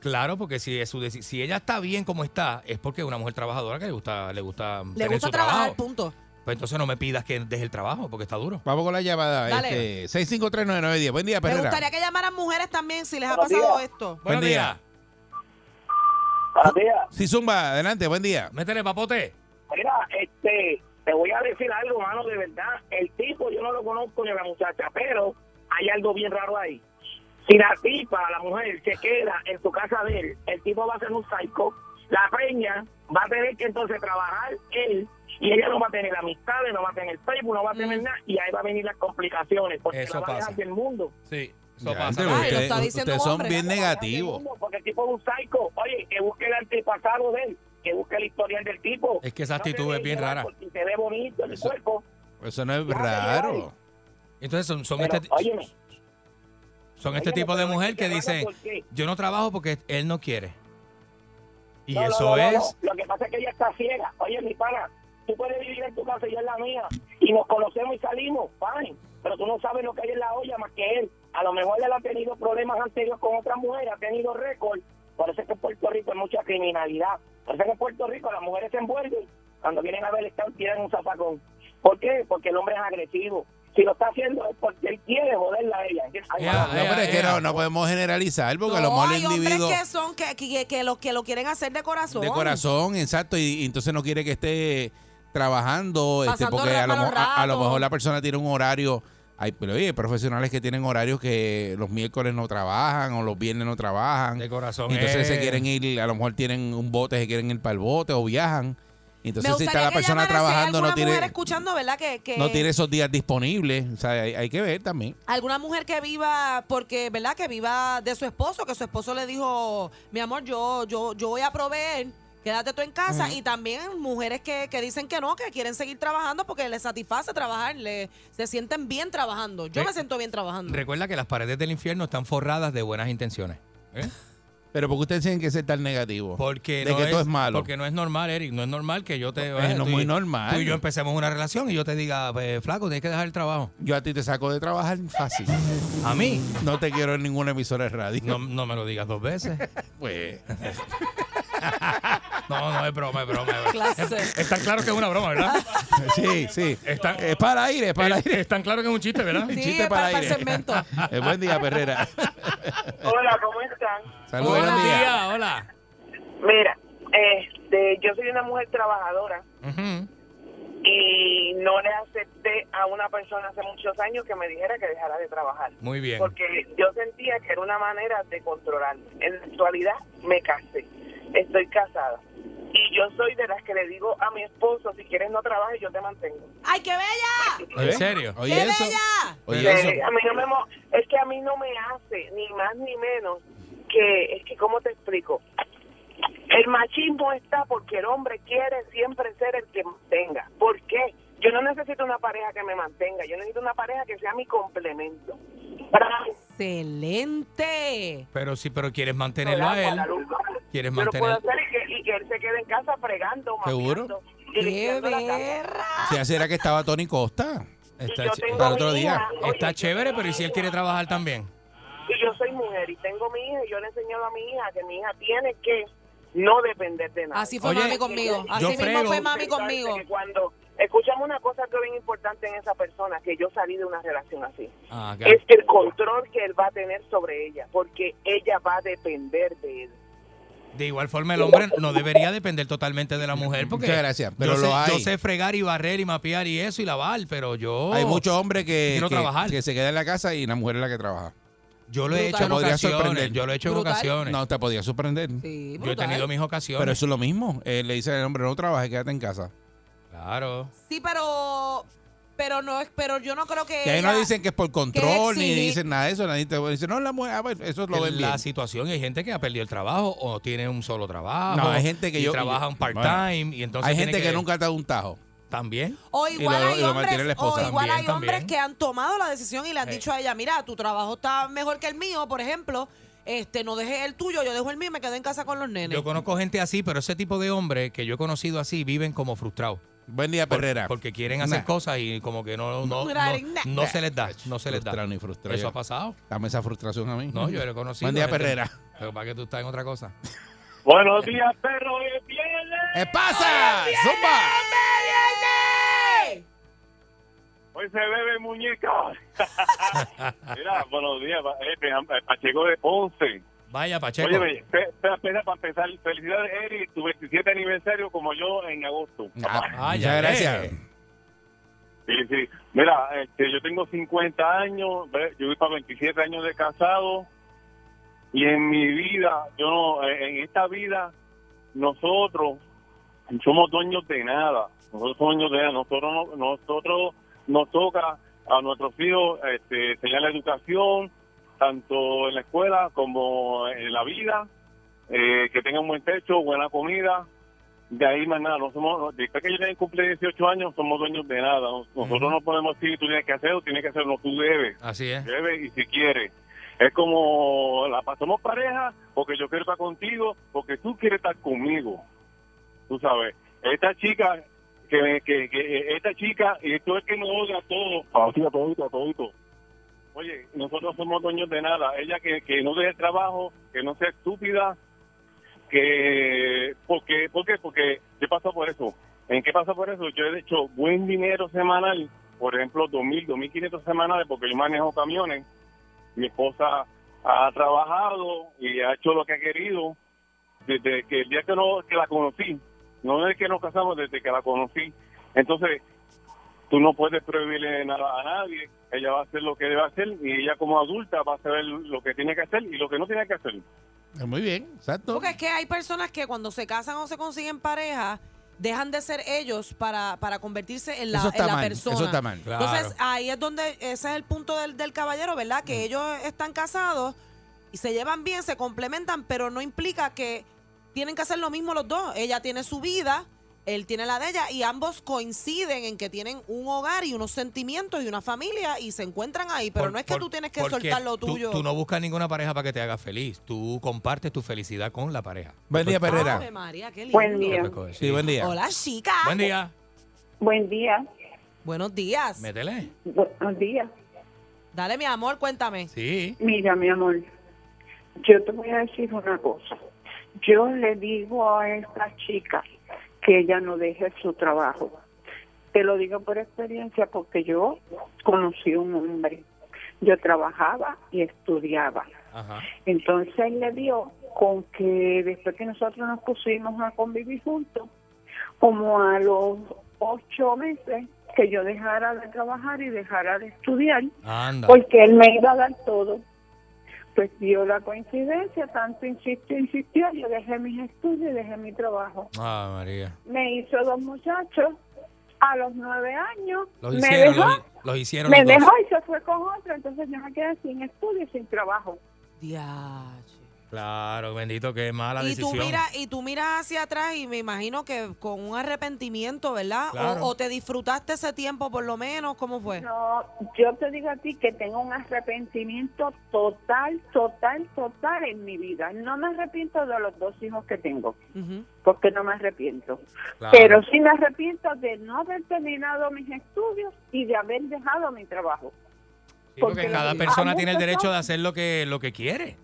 S3: Claro, porque si, es su deci- si ella está bien como está, es porque es una mujer trabajadora que le gusta, le gusta
S1: Le
S3: tener
S1: gusta
S3: su
S1: trabajar,
S3: trabajo.
S1: punto.
S3: Pues entonces no me pidas que deje el trabajo porque está duro.
S2: Vamos con la llamada.
S1: Dale.
S2: Este, 6539910. Buen día,
S1: Me
S2: Pereira.
S1: gustaría que llamaran mujeres también si les ha
S11: Buenos
S1: pasado
S11: días.
S1: esto.
S2: Buen
S3: Buenos
S2: día.
S3: días.
S11: Buenos días.
S2: Sí, Zumba, adelante, buen día.
S3: Métele papote.
S11: Ah, Mira, este, te voy a decir algo, mano, de verdad. El tipo yo no lo conozco ni a la muchacha, pero hay algo bien raro ahí. Si la tipa, la mujer, se queda en su casa de él, el tipo va a ser un psycho, la preña va a tener que entonces trabajar él y ella no va a tener amistades, no va a tener Facebook, no va a tener nada y ahí va a venir las complicaciones porque
S3: Eso
S11: la va a
S3: pasa.
S11: dejar del mundo.
S3: Sí, eso
S2: Ya,
S3: pasa.
S2: gente,
S1: Ay, lo
S2: ustedes-
S1: está diciendo
S2: ustedes
S1: un
S2: son
S1: hombre.
S2: bien negativos.
S11: Porque el tipo es un psycho. Oye, que busque el antepasado de él, que busque el historial del tipo.
S3: Es que esa
S11: No te
S3: actitud es
S11: dejes
S3: bien
S11: llevar
S3: rara.
S11: Porque se ve bonito el
S2: Eso-
S11: cuerpo.
S2: Eso no es
S11: Ya,
S2: raro.
S11: ya,
S3: Entonces son, son
S11: Pero,
S3: este,
S11: óyeme,
S3: son este
S11: óyeme,
S3: tipo de
S11: pero
S3: mujer
S11: es que
S3: que
S11: te
S3: dice,
S11: van a por qué.
S3: yo no trabajo porque él no quiere. Y
S11: no, no,
S3: eso
S11: no, no, no.
S3: es...
S11: Lo que pasa es que ella está ciega. Oye, mi pana, tú puedes vivir en tu casa y yo en la mía. Y nos conocemos y salimos, fine. Pero tú no sabes lo que hay en la olla más que él. A lo mejor él ha tenido problemas anteriores con otra mujer, ha tenido récord. Por eso es que en Puerto Rico hay mucha criminalidad. Por eso es que en Puerto Rico las mujeres se envuelven. Cuando vienen a ver, están, tiran un zapacón.
S8: ¿Por qué? Porque el hombre es agresivo. Si lo está haciendo es porque él quiere joderla a ella. Ay,
S3: Ya,
S8: mala-
S2: No, pero es que
S3: ea.
S2: no, no podemos generalizar, porque a lo
S1: No,
S2: mejor el
S1: hay hombres
S2: individuo
S1: que son que, que, que lo, que lo quieren hacer de corazón.
S2: de corazón, exacto, y, y entonces no quiere que esté trabajando, este,
S1: Pasando
S2: porque a lo,
S1: malos
S2: mo- a- a lo
S1: ratos.
S2: mejor la persona tiene un horario. Hay, pero oye, hay profesionales que tienen horarios que los miércoles no trabajan o los viernes no trabajan.
S3: De corazón.
S2: Y Entonces
S3: eh.
S2: se quieren ir, a lo mejor tienen un bote, se quieren ir para el bote o viajan. Y Entonces
S1: Me
S2: si está la
S1: gustaría que
S2: persona
S1: llamara si hay
S2: trabajando no
S1: alguna mujer
S2: tiene,
S1: escuchando, ¿verdad? Que, que
S2: no tiene esos días disponibles. O sea, hay, hay que ver también.
S1: alguna mujer que viva porque, ¿verdad? Que viva de su esposo, que su esposo le dijo, "Mi amor, yo yo yo voy a proveer, quédate tú en casa." Y también mujeres que, que dicen que no, que quieren seguir trabajando porque les satisface trabajar, le, se sienten bien trabajando. Yo
S3: Re-
S1: me siento bien trabajando.
S3: Recuerda que las paredes del infierno están forradas de buenas intenciones. ¿eh?
S2: Pero porque ustedes tienen que ser tan negativos.
S3: Porque
S2: de
S3: no
S2: que todo es malo.
S3: Porque no es normal, Eric. No es normal que yo te.
S2: No,
S3: vaya,
S2: es no
S3: tú y-
S2: muy normal.
S3: Tú y yo empecemos una relación y yo te diga, pues, flaco, tienes que dejar el trabajo.
S2: Yo a ti te saco de trabajar fácil.
S3: A mí.
S2: No te quiero en ninguna emisora de radio.
S3: No, no me lo digas dos veces.
S2: Pues,
S3: No, no, es broma, es broma. Es broma.
S1: Clase.
S3: Está claro que es una broma, ¿verdad?
S2: sí, sí.
S3: Está-
S2: Es para aire, es para aire.
S3: Es tan claro que es un chiste, ¿verdad?
S1: Sí,
S2: chiste
S1: es
S2: para
S1: para, para el
S2: aire.
S1: segmento.
S2: Eh, buen día, Perrera.
S11: Hola, ¿cómo están?
S2: Saludos.
S1: Hola.
S2: buen día.
S3: hola.
S11: Mira, este, yo soy una mujer trabajadora
S3: Ujú.
S11: y no le acepté a una persona hace muchos años que me dijera que dejara de trabajar.
S3: Muy bien.
S11: Porque yo sentía que era una manera de controlarme. En la actualidad me casé, estoy casada. Y yo soy de las que le digo a mi esposo, si quieres no trabajes, yo te mantengo.
S1: ¡Ay, qué bella!
S3: ¿En serio?
S2: Oye,
S1: ¡Qué
S2: eso.
S1: bella!
S2: Oye,
S11: Eh,
S2: eso.
S11: a mí no me mo- es que a mí no me hace ni más ni menos que es que cómo te explico. El machismo está porque el hombre quiere siempre ser el que mantenga. ¿Por qué? Yo no necesito una pareja que me mantenga, yo necesito una pareja que sea mi complemento. Para
S1: Excelente.
S3: Pero sí, pero quieres mantenerlo a él. Quieres
S11: Yo lo puedo
S3: mantener.
S11: hacer y que, y que él se quede en casa fregando,
S2: ¿Seguro?
S11: mapeando,
S1: ¡Qué
S11: dirigiendo la casa.
S1: berra!
S2: Si así era que estaba Tony Costa.
S3: Está,
S11: yo
S3: ch-
S11: tengo
S3: para
S11: mi
S3: otro día.
S11: hija. Oye,
S3: Está
S11: yo
S3: chévere,
S11: tengo
S3: pero ¿y si él
S11: mi
S3: quiere
S11: hija.
S3: trabajar también?
S11: Y yo soy mujer y tengo mi hija y yo le he enseñado a mi hija que mi hija tiene que no depender de nada.
S1: Así fue
S3: Oye,
S1: mami conmigo.
S11: yo
S1: Así mismo
S3: frego.
S1: fue mami
S11: Pensarse
S1: conmigo.
S11: que cuando escuchamos una cosa que es bien importante en esa persona, que yo salí de una relación así,
S3: Ah, acá.
S11: es el control que él va a tener sobre ella, porque ella va a depender de él.
S3: De igual forma, el hombre no debería depender totalmente de la mujer porque.
S2: Muchas gracias, pero
S3: yo,
S2: lo
S3: sé,
S2: hay.
S3: yo sé fregar y barrer y mapear y eso y lavar, pero yo.
S2: Hay muchos hombres que,
S3: Quiero
S2: que-
S3: trabajar.
S2: que se quedan en la casa y la mujer es la que trabaja.
S3: Yo lo he
S1: Brutal.
S3: hecho en
S2: Podría
S3: ocasiones.
S2: sorprender.
S3: Yo lo he hecho en
S1: Brutal.
S3: ocasiones.
S2: No te podía sorprender.
S1: Sí,
S3: yo he
S1: brutal.
S3: tenido mis ocasiones.
S2: Pero eso es lo mismo. Eh, le dice al hombre, no trabajes, quédate en casa.
S3: Claro.
S1: Sí, pero pero no es, pero yo no creo que
S2: Que ahí
S1: ella-
S2: no dicen que es por control, ni
S1: exigir.
S2: dicen nada de eso. Nadie te dice, no, la mujer, ah, bueno, eso lo
S3: En
S2: ven bien.
S3: la situación hay gente que ha perdido el trabajo o tiene un solo trabajo.
S2: No, hay gente que
S3: y
S2: yo-
S3: trabaja
S2: yo-
S3: un part-time y entonces
S2: Hay
S3: tiene
S2: gente que, nunca te da un tajo.
S3: también.
S1: o igual
S2: y lo- y
S1: hay
S2: lo
S1: hombres,
S2: mantiene la esposa.
S1: o igual
S3: También,
S1: hay hombres
S3: también.
S1: que han tomado la decisión y le han dicho a ella, mira, tu trabajo está mejor que el mío, por ejemplo, este no dejes el tuyo, yo dejo el mío y me quedo en casa con los nenes.
S3: Yo conozco gente así, pero ese tipo de hombres que yo he conocido así viven como frustrados.
S2: Buen día,
S3: Por-
S2: Perrera.
S3: Porque quieren hacer
S2: Nah.
S3: cosas y como que no, no, no,
S1: Mira,
S3: no-
S1: nah.
S3: no se les da. No se les da.
S2: Frustrado ni frustrado.
S3: Eso ha pasado.
S2: Dame esa frustración a mí.
S3: No, yo lo he conocido.
S2: Buen día,
S3: gente.
S2: Perrera.
S3: Pero para que tú estás en otra cosa.
S8: Buenos días, perro de pieles.
S2: ¿Qué
S3: Ah,
S2: pasa? ¡Zumba!
S8: Hoy se bebe muñeca. Mira, buenos días, pa- eh, pe- Pacheco de Ponce.
S3: Vaya, Pacheco.
S8: Oye, ve, pe- espera, espera, para empezar, felicidades, Eri, tu 27 aniversario como yo en agosto.
S2: Ah,
S3: Ay,
S2: muchas
S3: ya
S2: gracias.
S3: ve.
S8: Sí, sí. Mira, este, yo tengo 50 años, ve, yo voy para 27 años de casado y en mi vida, yo no, eh, en esta vida, nosotros somos dueños de nada. Nosotros somos dueños de nada. Nosotros, no- nosotros nos toca a nuestros hijos este, enseñar la educación, tanto en la escuela como en la vida, eh, que tengan buen techo, buena comida. De ahí más nada, no somos, no- después que yo cumple 18 años, somos dueños de nada. Nos- Nosotros no podemos decir, tú tienes que hacerlo, tienes que hacerlo, tú debes,
S3: Así es.
S8: debes y si quieres. Es como, la pasamos pareja porque yo quiero estar contigo, porque tú quieres estar conmigo. Tú sabes, esta chica, que, que, que- esta chica, y esto es que nos odia a todos. A ti, a todos, a todos. Oye, nosotros somos dueños de nada. Ella que, que no deje el trabajo, que no sea estúpida, que porque porque porque yo paso por eso
S12: ¿En qué pasa por eso? Yo he hecho buen dinero semanal, por ejemplo, 2.000, 2.500 semanales, porque yo manejo camiones. Mi esposa ha trabajado y ha hecho lo que ha querido desde que el día que, no, que la conocí. No desde que nos casamos, desde que la conocí. Entonces, tú no puedes prohibirle nada a nadie. Ella va a hacer lo que debe hacer y ella como adulta va a saber lo que tiene que hacer y lo que no tiene que hacer.
S2: Muy bien, exacto.
S1: Porque es que hay personas que cuando se casan o se consiguen pareja, dejan de ser ellos para, para convertirse en la,
S2: Eso está
S1: en la
S2: mal,
S1: persona.
S2: eso está mal, claro.
S1: Entonces, ahí es donde, ese es el punto del, del caballero, ¿verdad?
S2: Mm.
S1: Que ellos están casados y se llevan bien, se complementan, pero no implica que tienen que hacer lo mismo los dos. Ella tiene su vida, él tiene la de ella, y ambos coinciden en que tienen un hogar y unos sentimientos y una familia y se encuentran ahí. Pero
S3: Por-
S1: no es que
S3: por-
S1: tú tienes que
S3: porque
S1: soltar lo
S3: tú-
S1: tuyo.
S3: Tú, no buscas ninguna pareja para que te haga feliz. Tú compartes tu felicidad con la pareja.
S2: Buen día, Perrera.
S1: Pues, Ave María, qué lindo.
S13: Buen día.
S2: Sí, buen día.
S1: Hola, chica.
S3: Ah, Buen día.
S13: Buen día.
S1: Buenos días.
S3: Métele.
S13: Buenos días.
S1: Dale, mi amor, cuéntame.
S3: Sí.
S13: Mira, mi amor, yo te voy a decir una cosa. Yo le digo a esta chica que ella no deje su trabajo. Te lo digo por experiencia porque yo conocí un hombre. Yo trabajaba y estudiaba.
S3: Ajá.
S13: Entonces él le dio con que después que nosotros nos pusimos a convivir juntos, como a los ocho meses que yo dejara de trabajar y dejara de estudiar,
S3: Anda.
S13: porque él me iba a dar todo. Pues dio la coincidencia, tanto insistió, insistió, yo dejé mis estudios y dejé mi trabajo.
S3: Ah, María.
S13: Me hizo dos muchachos a los nueve años,
S3: Los
S13: me
S3: hicieron,
S13: dejó,
S3: los, los hicieron.
S13: me
S3: los dos.
S13: dejó y se fue con otro, entonces yo me quedé sin estudio y sin trabajo.
S3: Claro, bendito que es mala
S1: y
S3: decisión.
S1: tú miras y tú miras hacia atrás y me imagino que con un arrepentimiento, ¿verdad? O-
S3: Claro.
S1: O, te disfrutaste ese tiempo por lo menos, ¿cómo fue?
S13: No, yo te digo a ti que tengo un arrepentimiento total, total, total en mi vida. No me arrepiento de los dos hijos que tengo, porque no me arrepiento.
S3: Ah.
S11: Claro.
S13: Pero sí me arrepiento de no haber terminado mis estudios y de haber dejado mi trabajo.
S3: Sí, porque
S13: porque
S3: cada
S13: a
S3: persona tiene el
S13: muchos
S3: derecho
S13: son-
S3: de hacer lo que, lo que quiere.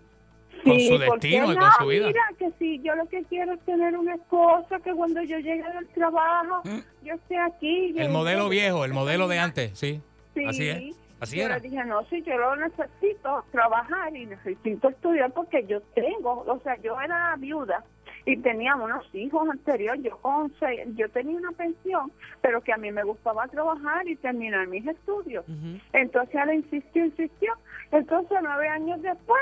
S3: Con
S13: Sí,
S3: su
S13: porque
S3: destino y
S13: no,
S3: con su vida.
S13: Mira, que si yo lo que quiero es tener una esposa, que cuando yo llegue del trabajo, yo esté aquí.
S3: Mm. El
S13: yo-
S3: modelo viejo, el modelo de antes, sí.
S13: Sí.
S3: Así es. Así
S13: yo
S3: era.
S13: le dije, no, sí, yo lo necesito trabajar y necesito estudiar porque yo tengo, o sea, yo era viuda y tenía unos hijos anteriores, yo con seis- yo tenía una pensión, pero que a mí me gustaba trabajar y terminar mis estudios. Entonces él insistió, insistió, entonces nueve años después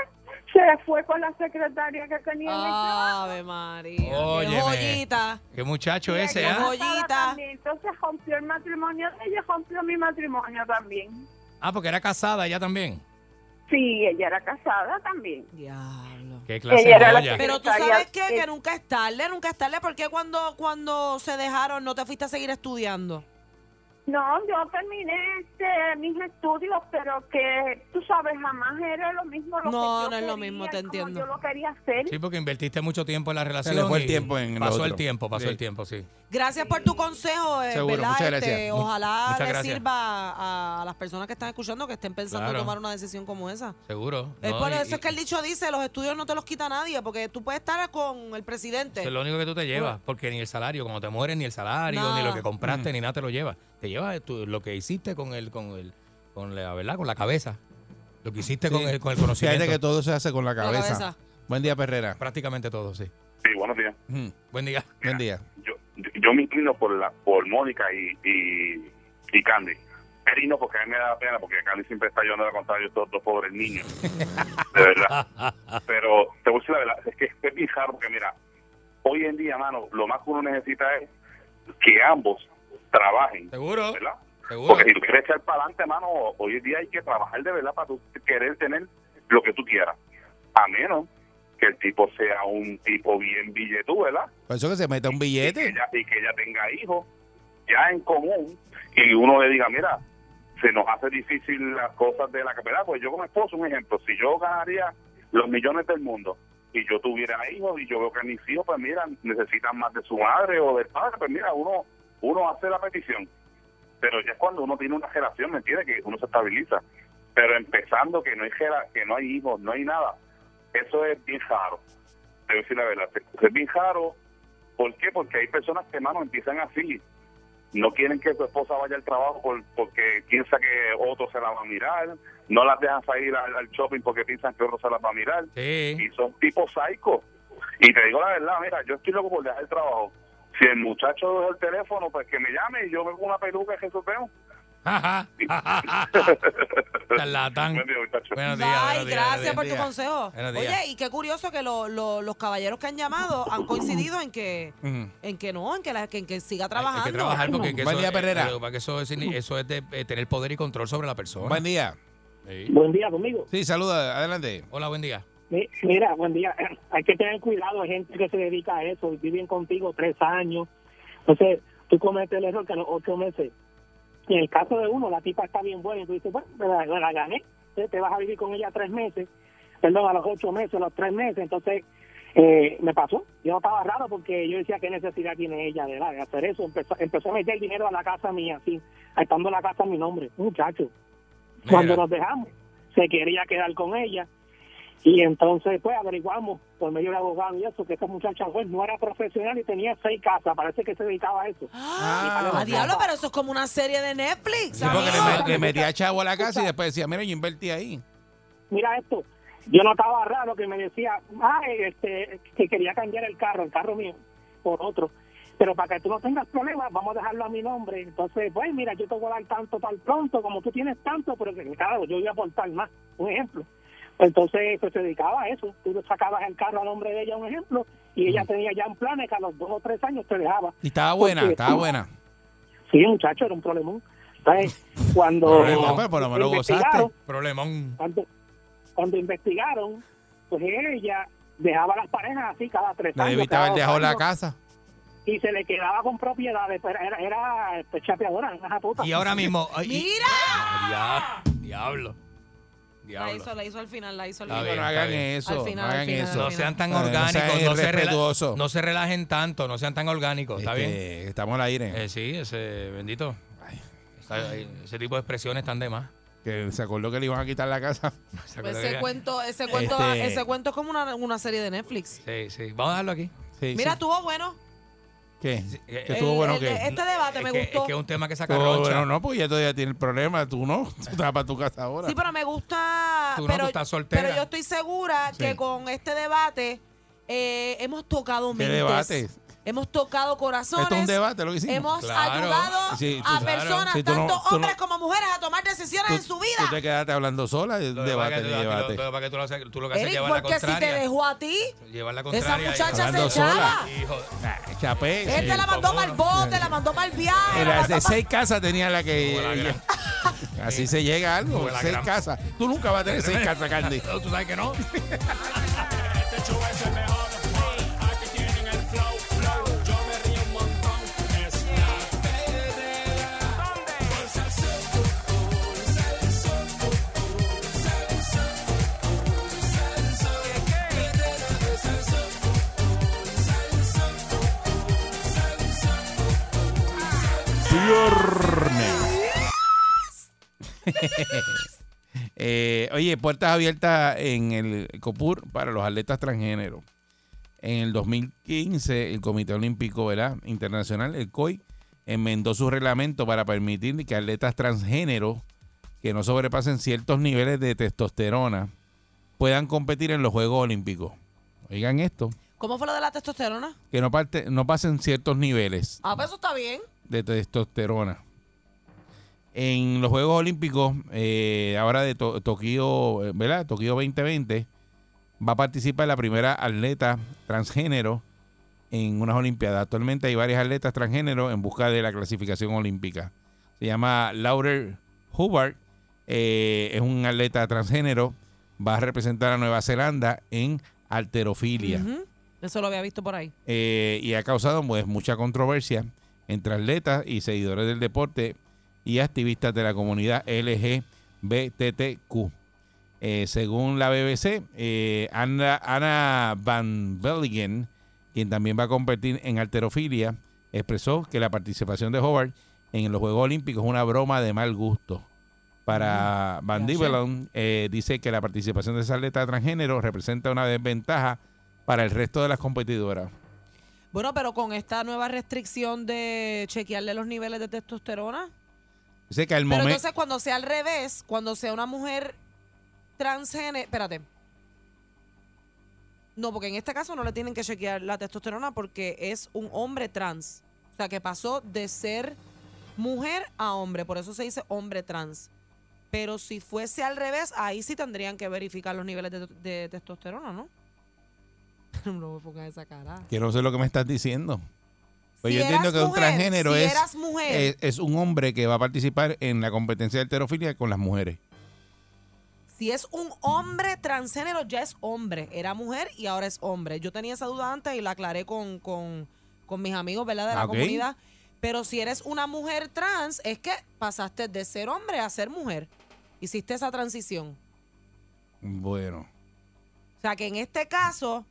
S13: se fue con la secretaria que tenía en el trabajo.
S1: Ave María.
S3: Óyeme.
S1: Qué joyita.
S3: Qué muchacho
S13: Y
S3: ese,
S13: ella
S3: ¿ah?
S13: estaba también. Entonces rompió el matrimonio de ella, rompió mi matrimonio también.
S3: Ah, porque era casada ya también.
S13: Sí, ella era casada también.
S3: Qué clase
S13: Ella era
S3: de
S13: la
S3: olla.
S1: Pero tú sabes qué? que nunca es tarde, nunca es tarde. ¿Por qué cuando, cuando se dejaron no te fuiste a seguir estudiando?
S13: No, yo terminé este, mis estudios, pero que tú sabes, jamás era lo mismo.
S1: No,
S13: Lo que yo
S1: no es lo
S13: quería,
S1: mismo, te
S13: como
S1: entiendo.
S13: Yo lo quería hacer.
S3: Sí, porque invertiste mucho tiempo en la relación.
S2: le fue el
S3: y
S2: tiempo en lo
S3: Pasó
S2: otro.
S3: el tiempo, pasó
S2: Sí.
S3: el tiempo, sí.
S1: Gracias por tu consejo, eh,
S3: Seguro,
S1: ¿verdad?
S3: muchas
S1: Este,
S3: gracias. Mu-
S1: ojalá
S3: muchas
S1: le
S3: gracias.
S1: sirva a, a las personas que están escuchando que estén pensando
S3: Claro.
S1: en tomar una decisión como esa.
S3: Seguro.
S1: Es
S3: No,
S1: por
S3: y-
S1: eso
S3: y-
S1: es que el dicho dice, los estudios no te los quita nadie, porque tú puedes estar con el presidente.
S3: eso es lo único que tú te llevas, porque ni el salario, cuando te mueres, ni el salario, ni lo
S1: Nada.
S3: que compraste,
S2: Mm.
S3: ni nada te lo llevas. Te llevas tú- lo que hiciste con el, con el, con la, ¿verdad? Con la cabeza. Lo que hiciste Este con, el, con el conocimiento.
S2: Fíjate que todo se hace con la
S3: La
S2: cabeza.
S3: cabeza.
S2: Buen día, Perrera.
S3: Prácticamente todo, sí.
S14: Sí, buenos días.
S3: Buen día.
S2: Mm. Buen día.
S14: Yo me inclino por la por Mónica y, y, y Candy. Candy no, porque a mí me da pena, porque Candy siempre está llevando la contraria a estos dos pobres niños. De verdad. Pero te voy a decir la verdad, es que es bien raro, porque mira, hoy en día, mano, lo más que uno necesita es que ambos trabajen.
S3: Seguro.
S14: ¿Verdad?
S3: Seguro.
S14: Porque si tú quieres echar para adelante, mano, hoy en día hay que trabajar de verdad para tú querer tener lo que tú quieras. A menos que el tipo sea un tipo bien billetú, ¿verdad?
S2: Por eso que se meta un
S14: y que,
S2: billete.
S14: ella, y que ella tenga hijos ya en común y uno le diga, mira, se nos hace difícil las cosas de la carrera, pues yo como esposo, un ejemplo, si yo ganaría los millones del mundo y yo tuviera hijos y yo veo que mis hijos, pues mira, necesitan más de su madre o del padre, pues mira, uno, uno hace la petición, pero ya es cuando uno tiene una relación, ¿me entiendes? Que uno se estabiliza, pero empezando que no hay, jera- que no hay hijos, no hay nada, eso es bien raro, te voy a decir la verdad, es bien raro ¿Por qué? Porque hay personas que, mano, empiezan así. no quieren que su esposa vaya al trabajo por- porque piensa que otro se la va a mirar, no las dejan salir al, al shopping porque piensan que otro se las va a mirar. Y son tipos psicos. Y te digo la verdad, mira, yo estoy loco por dejar el trabajo. Si el muchacho deja el teléfono, pues que me llame y yo me pongo una peluca y resolvemos.
S3: Charlatán. Buenos días,
S1: Ay,
S3: buenos días,
S1: gracias
S3: buenos
S1: por tu
S3: días.
S1: consejo.
S3: Buenos días.
S1: Oye, y qué curioso que lo- lo- los caballeros que han llamado han coincidido en que, en que no, en que, la, que, en que siga
S3: Hay
S1: trabajando.
S3: que trabajar porque que
S2: Mm. Buen
S3: eso,
S2: día,
S3: eh,
S2: Perrera. Mm.
S3: eh, que eso, es, eso es de eh, tener poder y control sobre la persona.
S2: Buen día.
S11: Buen día, conmigo.
S2: Sí, saluda, adelante.
S3: Hola, buen día.
S11: Mi- Mira, buen día. Hay que tener cuidado, hay gente que se dedica a eso, y viven contigo tres años. Entonces, tú cometes el error que a los ocho meses. Y en el caso de uno, la tipa está bien buena, y tú dices, bueno, me la, me la gané. Entonces, te vas a vivir con ella tres meses, perdón, a los ocho meses, a los tres meses. Entonces, eh, me pasó. Yo estaba raro porque yo decía, ¿qué necesidad tiene ella de, de hacer eso? Empezó, empezó a meter dinero a la casa mía, así, estando la casa a mi nombre. Muchacho, cuando nos dejamos, se quería quedar con ella. Y entonces, pues, averiguamos por medio de abogado y eso, que esa muchacha pues, no era profesional y tenía seis casas. Parece que se dedicaba a eso.
S1: Ah, A diablo, pero eso es como una serie de Netflix.
S2: Sí, porque le,
S1: amigo.
S2: me- le metía chavo a la casa y después decía, mira, yo invertí ahí.
S11: Mira esto, yo notaba raro que me decía, ah, este, que quería cambiar el carro, el carro mío, por otro. Pero para que tú no tengas problemas, vamos a dejarlo a mi nombre. Entonces, pues mira, yo te voy a dar tanto tan pronto como tú tienes tanto, pero que, claro, yo voy a aportar más, un ejemplo. Entonces, pues se dedicaba a eso. Tú le sacabas el carro a nombre de ella, un ejemplo, y ella tenía ya un plan que a los dos o tres años te dejaba.
S2: Y estaba buena,
S11: Porque-
S2: estaba buena.
S11: Sí, muchacho, era un problemón. Entonces, cuando...
S2: Problema, pues, por lo menos
S11: investigaron,
S2: gozaste. Problemón.
S11: cuando, cuando investigaron, pues ella dejaba las parejas así cada tres
S2: No
S11: años.
S2: debiste
S11: cada
S2: haber
S11: dos
S2: dejado la
S11: años,
S2: casa.
S11: Y se le quedaba con propiedades, pero era, era pues, chapeadora, una jatota.
S3: Y ahora mismo. ay, y-
S1: ¡Mira!
S3: Ah, dia- Diablo.
S1: La
S3: Diablo.
S1: hizo, la hizo al final, la hizo al
S3: Está
S1: final.
S3: bien,
S2: no hagan
S3: está bien.
S2: eso, Al final, no al hagan final, eso. al
S3: No
S2: final.
S3: sean tan
S2: No sean
S3: orgánicos, no se, rela-
S2: irrespetuosos.
S3: no se relajen tanto, no sean tan orgánicos, ¿está
S2: Este,
S3: bien?
S2: Estamos al aire.
S3: Eh, sí, ese bendito. Está- ese tipo de expresiones están de más.
S2: Que se acordó que le iban a quitar la casa.
S1: Pues ese cuento, ese cuento,
S2: Este-
S1: ese cuento es como una, una serie de Netflix.
S3: Sí, sí. Vamos a dejarlo aquí.
S2: Sí,
S1: Mira,
S2: sí.
S1: estuvo bueno.
S2: ¿Qué? ¿Que
S3: el-
S2: estuvo bueno
S1: el-
S2: que
S1: Este debate me
S3: que-
S1: gustó.
S3: es que es un tema que saca
S2: Estuvo
S3: roncha.
S2: bueno, no, porque ya todavía tiene el problema. Tú no. Tú estás para tu casa ahora.
S1: Sí, pero me gusta.
S2: Tú no, tú
S1: pero,
S2: estás soltera.
S1: pero yo estoy segura
S2: Sí.
S1: que con este debate eh, hemos tocado
S2: ¿Qué
S1: mentes.
S2: debate?
S1: Hemos tocado corazones.
S2: Esto es un debate, lo que hicimos.
S1: Hemos
S2: Claro.
S1: ayudado
S2: Sí, tú-
S1: a
S2: claro.
S1: personas,
S2: Sí, tú no-
S1: tanto
S2: tú no-
S1: hombres como mujeres, a tomar decisiones en su vida.
S2: Tú te quedaste hablando sola. Debate,
S3: Para que tú-
S2: debate.
S3: lo- lo- para que tú lo haces- tú lo que haces es
S1: Eric,
S3: llevar la
S1: porque si te
S3: contraria.
S1: dejó a ti,
S3: Llevar la
S1: esa
S3: contraria.
S1: muchacha se
S2: Hablando
S1: echaba.
S2: Chapé.
S1: Él te la mandó para el bote, la mandó para el viaje. la
S2: Era
S1: mandó
S2: de
S1: pa'l-
S2: seis casas tenía la que. Así se llega a algo.
S3: Como la
S2: Seis
S3: gran-
S2: casas. Tú nunca vas a tener seis casas, Candy.
S3: Tú sabes que no.
S2: Eh, oye, puertas abiertas en el COPUR para los atletas transgénero. En el 2015, el Comité Olímpico ¿verdad? Internacional, el COI, enmendó su reglamento para permitir que atletas transgénero que no sobrepasen ciertos niveles de testosterona puedan competir en los Juegos Olímpicos. Oigan esto,
S1: ¿Cómo fue lo de la testosterona?
S2: que no, parte- no pasen ciertos niveles
S1: Ah, pues eso está bien.
S2: de testosterona. En los Juegos Olímpicos, eh, ahora de To- Tokio, eh, ¿verdad? Tokio 2020, va a participar la primera atleta transgénero en unas Olimpiadas. Actualmente hay varias atletas transgénero en busca de la clasificación olímpica. Se llama Lauder Hubbard, eh, es un atleta transgénero, va a representar a Nueva Zelanda en alterofilia.
S1: Ujú. Eso lo había visto por ahí.
S2: Eh, y ha causado pues, mucha controversia entre atletas y seguidores del deporte y activistas de la comunidad LGBTQ. Eh, según la BBC, eh, Ana, Ana Van Belgen, quien también va a competir en alterofilia, expresó que la participación de Howard en los Juegos Olímpicos es una broma de mal gusto. Para Van Dibelon, eh, dice que la participación de esa atleta transgénero representa una desventaja para el resto de las competidoras.
S1: Bueno, pero con esta nueva restricción de chequearle los niveles de testosterona.
S2: Dice que al
S1: Pero
S2: momento.
S1: entonces cuando sea al revés, cuando sea una mujer transgénero, espérate. No, porque en este caso no le tienen que chequear la testosterona porque es un hombre trans. O sea, que pasó de ser mujer a hombre, por eso se dice hombre trans. Pero si fuese al revés, ahí sí tendrían que verificar los niveles de, de testosterona, ¿no? no me pongas esa cara.
S2: Que no sé lo que me estás diciendo. Pues
S1: Si
S2: yo entiendo
S1: eras
S2: que un
S1: mujer,
S2: transgénero
S1: si
S2: es,
S1: eras mujer.
S2: es es un hombre que va a participar en la competencia de heterofilia con las mujeres.
S1: Si es un hombre transgénero, ya es hombre. Era mujer y ahora es hombre. Yo tenía esa duda antes y la aclaré con, con, con mis amigos, ¿verdad? De la
S2: Ah, ok.
S1: comunidad. Pero si eres una mujer trans, es que pasaste de ser hombre a ser mujer. Hiciste esa transición.
S2: Bueno,
S1: O sea que en este caso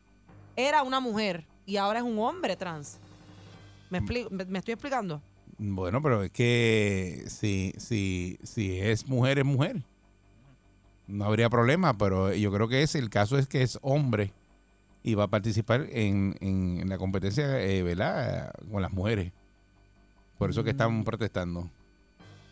S1: era una mujer y ahora es un hombre trans. ¿Me,
S2: Mm.
S1: expli- me- me estoy explicando?
S2: bueno, pero es que si, si, si es mujer, es mujer. No habría problema, pero yo creo que es el caso es que es hombre y va a participar en, en- en la competencia, eh, ¿verdad? Con las mujeres. Por eso que
S1: Mm.
S2: están protestando.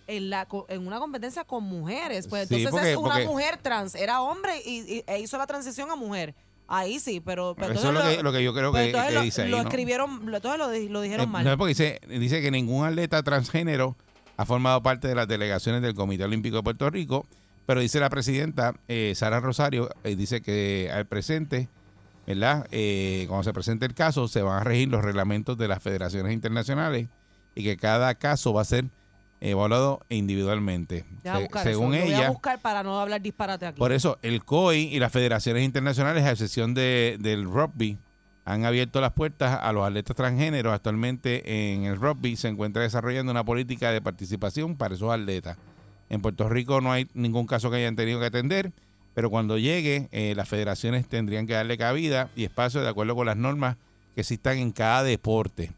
S1: En, la, co- en una competencia con mujeres. Pues
S2: Sí,
S1: entonces
S2: porque-
S1: es una
S2: porque-
S1: mujer trans. Era hombre y, y- e hizo la transición a mujer. Ahí sí, pero... pero
S2: Eso es lo
S1: entonces
S2: que, lo que yo creo
S1: Pues
S2: que,
S1: entonces
S2: que
S1: lo,
S2: dice ahí.
S1: lo
S2: ¿no?
S1: escribieron, lo, todos lo, di- lo dijeron
S2: Eh,
S1: mal.
S2: no, porque dice, dice que ningún atleta transgénero ha formado parte de las delegaciones del Comité Olímpico de Puerto Rico, pero dice la presidenta eh, Sara Rosario, eh, dice que al presente, ¿verdad? Eh, cuando se presente el caso, se van a regir los reglamentos de las federaciones internacionales y que cada caso va a ser evaluado individualmente.
S1: Deja
S2: Se-
S1: buscar
S2: según
S1: eso, lo voy a
S2: ella,
S1: buscar para no hablar disparate aquí.
S2: por eso, el COI y las federaciones internacionales, a excepción de- del rugby, han abierto las puertas a los atletas transgéneros. Actualmente en el rugby se encuentra desarrollando una política de participación para esos atletas. En Puerto Rico no hay ningún caso que hayan tenido que atender, pero cuando llegue, eh, las federaciones tendrían que darle cabida y espacio de acuerdo con las normas que existan en cada deporte.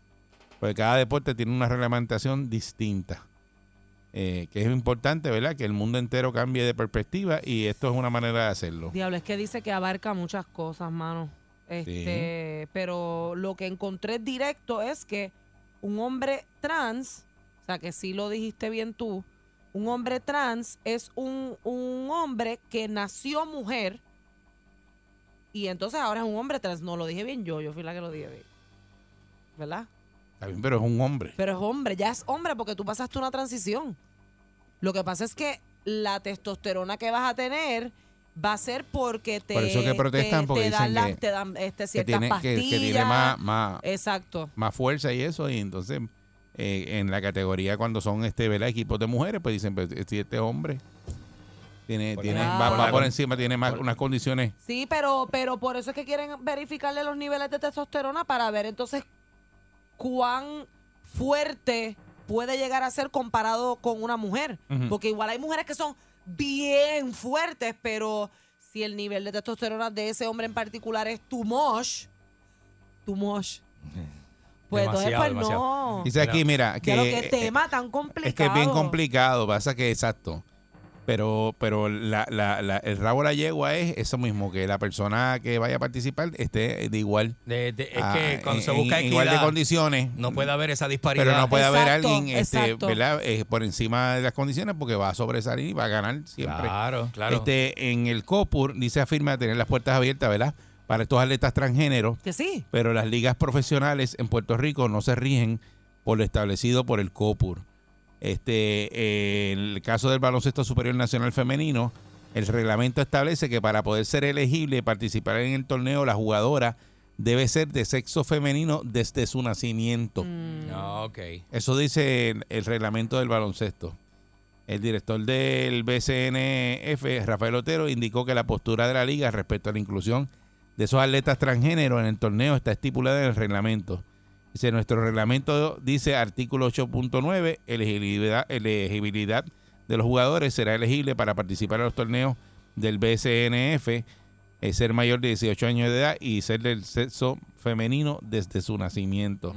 S2: Porque cada deporte tiene una reglamentación distinta eh, que es importante, ¿verdad? Que el mundo entero cambie de perspectiva y esto es una manera de hacerlo.
S1: Diablo, es que dice que abarca muchas cosas, mano. Este, Pero lo que encontré directo es que un hombre trans, o sea que sí lo dijiste bien tú, un hombre trans es un, un hombre que nació mujer y entonces ahora es un hombre trans. No, lo dije bien yo, yo fui la que lo dije bien. ¿Verdad?
S2: Está bien, pero es un hombre.
S1: Pero es hombre, ya es hombre porque tú pasaste una transición. Lo que pasa es que la testosterona que vas a tener va a ser porque te,
S2: Por eso que protestan,
S1: te-
S2: porque
S1: te dan,
S2: dicen
S1: las-
S2: que-
S1: te dan, este,
S2: que
S1: ciertas
S2: tiene, que,
S1: pastillas.
S2: que tiene más, más,
S1: Exacto.
S2: más fuerza y eso. Y entonces, eh, en la categoría cuando son este, ¿verdad? equipos de mujeres, pues dicen, pero si este hombre tiene, tiene,
S1: la-
S2: va,
S1: por
S2: va
S1: la-
S2: por encima, tiene más unas condiciones.
S1: Sí, pero, pero por eso es que quieren verificarle los niveles de testosterona para ver entonces cuán fuerte puede llegar a ser comparado con una mujer.
S7: Ujú.
S1: Porque igual hay mujeres que son bien fuertes, pero si el nivel de testosterona de ese hombre en particular es too much, too much, pues entonces
S3: Eh, Demasiado,
S1: pues
S3: demasiado.
S1: no.
S2: Dice aquí, mira,
S1: Ya lo que
S2: que, eh,
S1: tema tan
S2: Es que es
S1: complicado.
S2: bien complicado, pasa que exacto. Pero, pero la, la- la- el rabo de la yegua es eso mismo, que la persona que vaya a participar esté de igual.
S3: De- de- es
S2: ah,
S3: que cuando se
S2: en-
S3: busca
S2: en igual de
S3: equidad,
S2: condiciones.
S3: No puede haber esa disparidad.
S2: Pero no puede haber
S3: Exacto,
S2: alguien este,
S3: exacto.
S2: ¿verdad? Eh, por encima de las condiciones porque va a sobresalir y va a ganar siempre.
S3: Claro, claro.
S2: Este, en el COPUR dice afirma tener las puertas abiertas, ¿verdad? Para estos atletas transgéneros.
S1: Que sí.
S2: Pero las ligas profesionales en Puerto Rico no se rigen por lo establecido por el COPUR. Este, eh, en el caso del baloncesto superior nacional femenino, el reglamento establece que para poder ser elegible y participar en el torneo, la jugadora debe ser de sexo femenino desde su nacimiento.
S3: No, ok.
S2: Eso dice el, el reglamento del baloncesto. El director del BCNF, Rafael Otero, indicó que la postura de la liga respecto a la inclusión de esos atletas transgénero en el torneo está estipulada en el reglamento. Dice, nuestro reglamento dice artículo 8.9, elegibilidad, elegibilidad de los jugadores será elegible para participar en los torneos del BCNF, eh, ser mayor de 18 años de edad y ser del sexo femenino desde su nacimiento.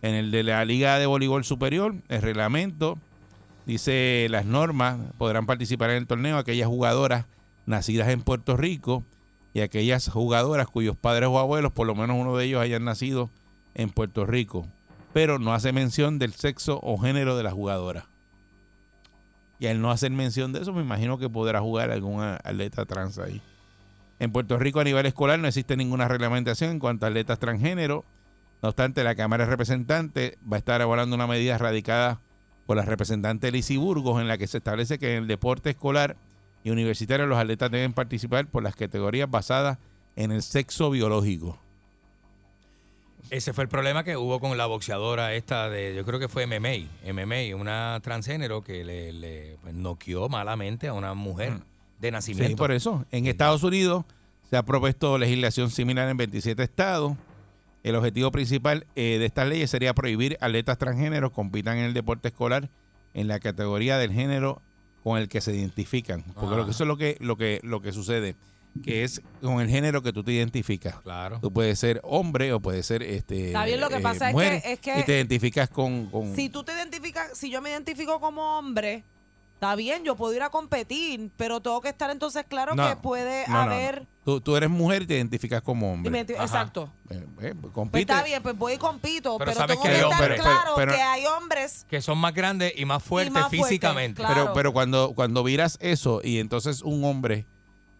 S2: En el de la Liga de Voleibol Superior, el reglamento dice las normas, podrán participar en el torneo aquellas jugadoras nacidas en Puerto Rico y aquellas jugadoras cuyos padres o abuelos, por lo menos uno de ellos, hayan nacido en Puerto Rico, pero no hace mención del sexo o género de la jugadora. Y al no hacer mención de eso, me imagino que podrá jugar algún a- atleta trans ahí. En Puerto Rico a nivel escolar no existe ninguna reglamentación en cuanto a atletas transgénero. No obstante, la Cámara de Representantes va a estar evaluando una medida radicada por la representante Lizy Burgos en la que se establece que en el deporte escolar y universitario los atletas deben participar por las categorías basadas en el sexo biológico.
S3: Ese fue el problema que hubo con la boxeadora esta de, yo creo que fue MMA, MMA, una transgénero que le, le, pues, noqueó malamente a una mujer de nacimiento.
S2: Mm. Sí, por eso. En Estados Unidos se ha propuesto legislación similar en 27 estados. El objetivo principal eh, de estas leyes sería prohibir atletas transgéneros compitan en el deporte escolar en la categoría del género con el que se identifican. Porque
S3: Ah.
S2: lo que eso es lo que, lo que, lo que sucede, que es con el género que tú te identificas.
S3: Claro.
S2: Tú puedes ser hombre o puedes ser este
S1: Está bien, lo que pasa es que-
S2: mujer,
S1: es que-
S2: y te identificas con, con-
S1: Si tú te identificas, si yo me identifico como hombre, está bien, yo puedo ir a competir, pero tengo que estar entonces claro
S2: No,
S1: que puede
S2: no, no, no.
S1: haber.
S2: Tú, tú eres mujer y te identificas como
S1: y me
S2: hombre.
S1: enti- Exacto.
S2: Eh, eh, pues
S1: Pues
S2: compite.
S1: está bien, pues voy y compito,
S2: Pero
S1: pero,
S2: sabes
S1: tengo
S2: que
S1: que,
S2: hay
S1: estar
S2: hombres- pero-
S1: claro
S2: pero-
S1: que hay hombres.
S3: Que son más grandes y más fuertes
S1: fuertes,
S3: físicamente.
S1: claro.
S2: Pero, pero cuando, cuando miras eso y entonces un hombre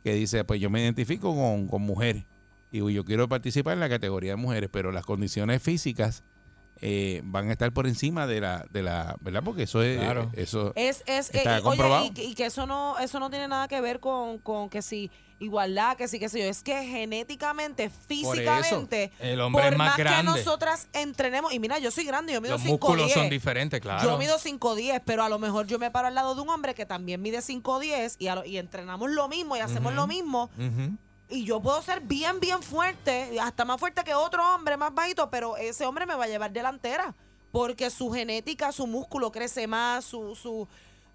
S2: que dice, pues yo me identifico con, con mujer y yo quiero participar en la categoría de mujeres, pero las condiciones físicas eh, van a estar por encima de la, de la ¿verdad? Porque eso es...
S3: Claro.
S2: Eso
S1: Es, es, eh,
S2: Uh, está
S1: eh,
S2: comprobado.
S1: oye, y, y que eso no, eso no tiene nada que ver con, con que si igualdad, que sí, que sé yo. Es que genéticamente, físicamente,
S3: el hombre
S1: por
S3: es más
S1: que
S3: grande.
S1: nosotras entrenemos, y mira, yo soy grande, yo mido
S3: Los
S1: 5'10".
S3: músculos son diferentes, claro.
S1: Yo mido 5'10, pero a lo mejor yo me paro al lado de un hombre que también mide 5'10 y, a lo- y entrenamos lo mismo y hacemos
S3: Ujú.
S1: lo mismo.
S3: Ujú.
S1: Y yo puedo ser bien, bien fuerte, hasta más fuerte que otro hombre más bajito, pero ese hombre me va a llevar delantera. Porque su genética, su músculo crece más, su, su,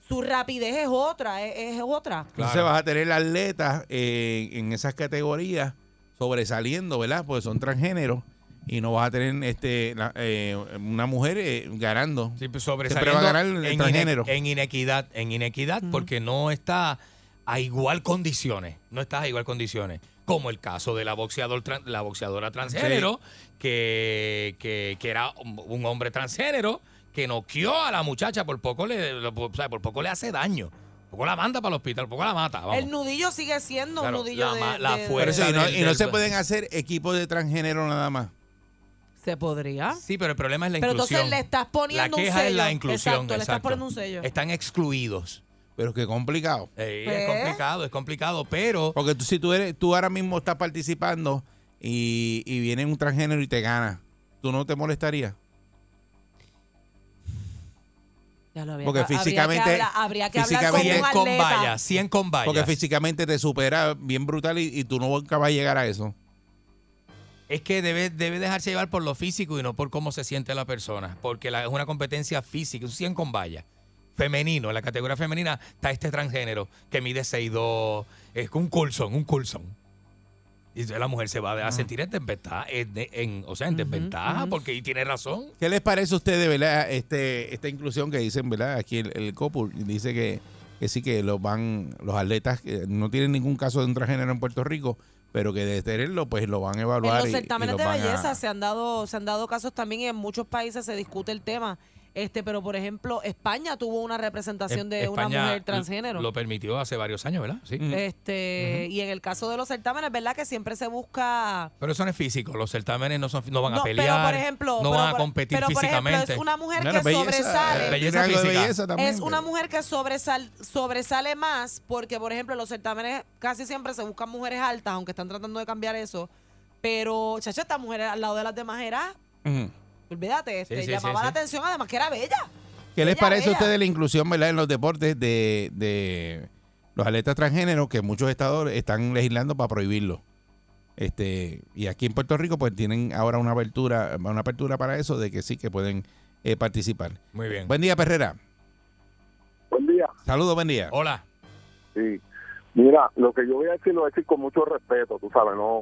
S1: su rapidez es otra, es, es otra.
S2: Entonces vas a tener atletas eh, en esas categorías sobresaliendo, ¿verdad? Porque son transgéneros y no vas a tener este la- eh, una mujer eh, ganando. Siempre va a ganar
S3: pues, en,
S2: el
S3: ine-
S2: transgénero.
S3: en inequidad, en inequidad, porque no está a igual condiciones, no está a igual condiciones, como el caso de la boxeador tran- la boxeadora transgénero que, que, que era un- un hombre transgénero que noqueó a la muchacha por poco le lo- o sea, por poco le hace daño, por poco la manda para el hospital, por poco la mata, vamos.
S1: El nudillo sigue siendo
S3: Claro,
S1: un nudillo
S3: la
S1: de-
S3: ma- la
S1: de-
S3: fuerza
S2: Por eso, y no,
S3: del-
S2: y no
S3: del-
S2: se pueden hacer equipos de transgénero nada más.
S1: Se podría.
S3: Sí, pero el problema es la
S1: Pero
S3: inclusión.
S1: entonces le estás poniendo
S3: la
S1: un
S3: queja
S1: sello.
S3: es la inclusión,
S1: Exacto, le estás
S3: exacto.
S1: poniendo un sello.
S3: Están excluidos.
S2: Pero qué complicado.
S3: Eh,
S1: Pues,
S3: es complicado, es complicado, pero
S2: Porque tú, si tú eres, tú ahora mismo estás participando y, y viene un transgénero y te gana, ¿tú no te molestarías?
S1: Ya lo había-
S2: Porque
S1: habría que
S2: físicamente-
S1: hablar- Habría que hablar,
S2: físicamente-
S1: con un
S2: Con
S1: atleta.
S2: vallas,
S3: 100 con vallas.
S2: Porque físicamente te supera bien brutal y, y tú no nunca vas a llegar a eso.
S3: Es que debe, debe dejarse llevar por lo físico y no por cómo se siente la persona, porque la- es una competencia física, un 100 con valla. Femenino, en la categoría femenina está este transgénero que mide 6'2, es un Coulson, un Coulson. Y entonces la mujer se va a sentir en desventaja, en- en- o sea, en desventaja, porque y tiene razón.
S2: ¿Qué les parece a ustedes, verdad? Este, esta inclusión que dicen, ¿verdad? Aquí el, el COPUR dice que, que sí que los van, los atletas que no tienen ningún caso de un transgénero en Puerto Rico, pero que de tenerlo, pues lo van a
S1: En
S2: evaluar.
S1: los
S2: y- y
S1: certámenes
S2: los
S1: de
S2: van a-
S1: belleza se han dado se han dado casos también y en muchos países se discute el tema. Este, pero por ejemplo, España tuvo una representación de una
S3: España
S1: mujer transgénero.
S3: Lo permitió hace varios años, ¿verdad? Sí.
S1: Este, y en el caso de los certámenes, ¿verdad? Que siempre se busca
S3: Pero eso no es físico, los certámenes no, son, no van a
S1: No,
S3: pelear,
S1: pero por ejemplo,
S3: no
S1: pero
S3: van a
S1: por-
S3: competir
S1: pero por ejemplo,
S3: físicamente.
S1: es una mujer Bueno, que belleza, sobresale.
S3: Belleza
S2: tiene algo de
S3: física.
S2: belleza también,
S1: es una mujer que sobresal- sobresale más porque, por ejemplo, en los certámenes casi siempre se buscan mujeres altas, aunque están tratando de cambiar eso. Pero, chacha, esta mujer al lado de las demás era, olvídate, este,
S2: Sí, sí,
S1: llamaba
S2: sí,
S1: la
S2: sí.
S1: atención, además que era bella.
S2: ¿Qué les
S1: Bella,
S2: parece a
S1: bella.
S2: ustedes la inclusión ¿verdad? en los deportes de, de los atletas transgéneros que muchos estados están legislando para prohibirlo? Este, y aquí en Puerto Rico pues tienen ahora una apertura, una apertura para eso de que sí que pueden eh, participar.
S3: Muy bien.
S2: Buen día, Perrera.
S15: Buen día.
S2: Saludos, buen día.
S3: Hola.
S15: Sí. Mira, lo que yo voy a decir lo voy a decir con mucho respeto, tú sabes, ¿no?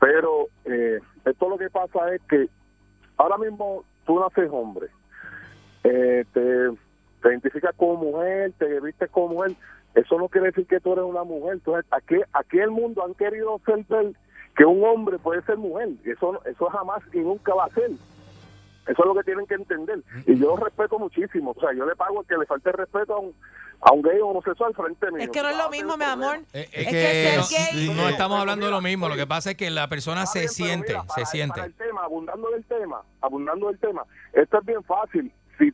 S15: Pero eh, esto lo que pasa es que ahora mismo tú naces hombre, eh, te, te identificas como mujer, te vistes como mujer, eso no quiere decir que tú eres una mujer. Entonces, aquí, aquí en el mundo han querido hacer ver que un hombre puede ser mujer. Eso, no- eso jamás y nunca va a ser. Eso es lo que tienen que entender. Y yo lo respeto muchísimo. O sea, yo le pago el que le falte el respeto a un, a un gay homosexual frente mío.
S1: Es que no es lo mismo, mi amor.
S3: Es,
S1: que, ser
S3: no-
S1: gay.
S3: no, estamos hablando de lo mismo. Lo que pasa es que la persona se siente, se
S15: Para
S3: siente.
S15: el tema, abundando del tema, abundando del tema, esto es bien fácil. Si,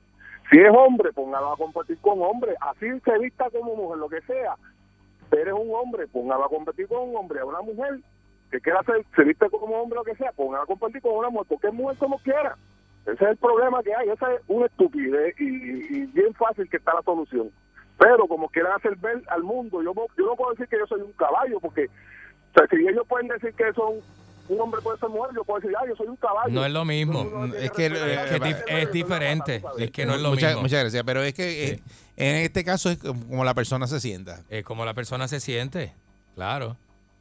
S15: si es hombre, póngalo a competir con hombre. Así se vista como mujer, lo que sea. Eres un hombre, póngalo a competir con un hombre. A una mujer que quiera ser, se viste como hombre, lo que sea, póngalo a competir con una mujer, porque es mujer como quiera. Ese es el problema que hay. Esa es una estupidez y, y- y bien fácil que está la solución. Pero como quieran hacer ver al mundo, yo, no- yo no puedo decir que yo soy un caballo, porque o sea, si ellos pueden decir que son un hombre puede ser mujer, yo puedo decir, ah, yo soy un caballo.
S3: No es lo mismo.
S2: Es que,
S3: Es, dif- es diferente. Es que no es lo
S2: Muchas-
S3: mismo.
S2: Muchas gracias, pero es que eh, en este caso es como la persona se sienta.
S3: Es como la persona se siente. Claro.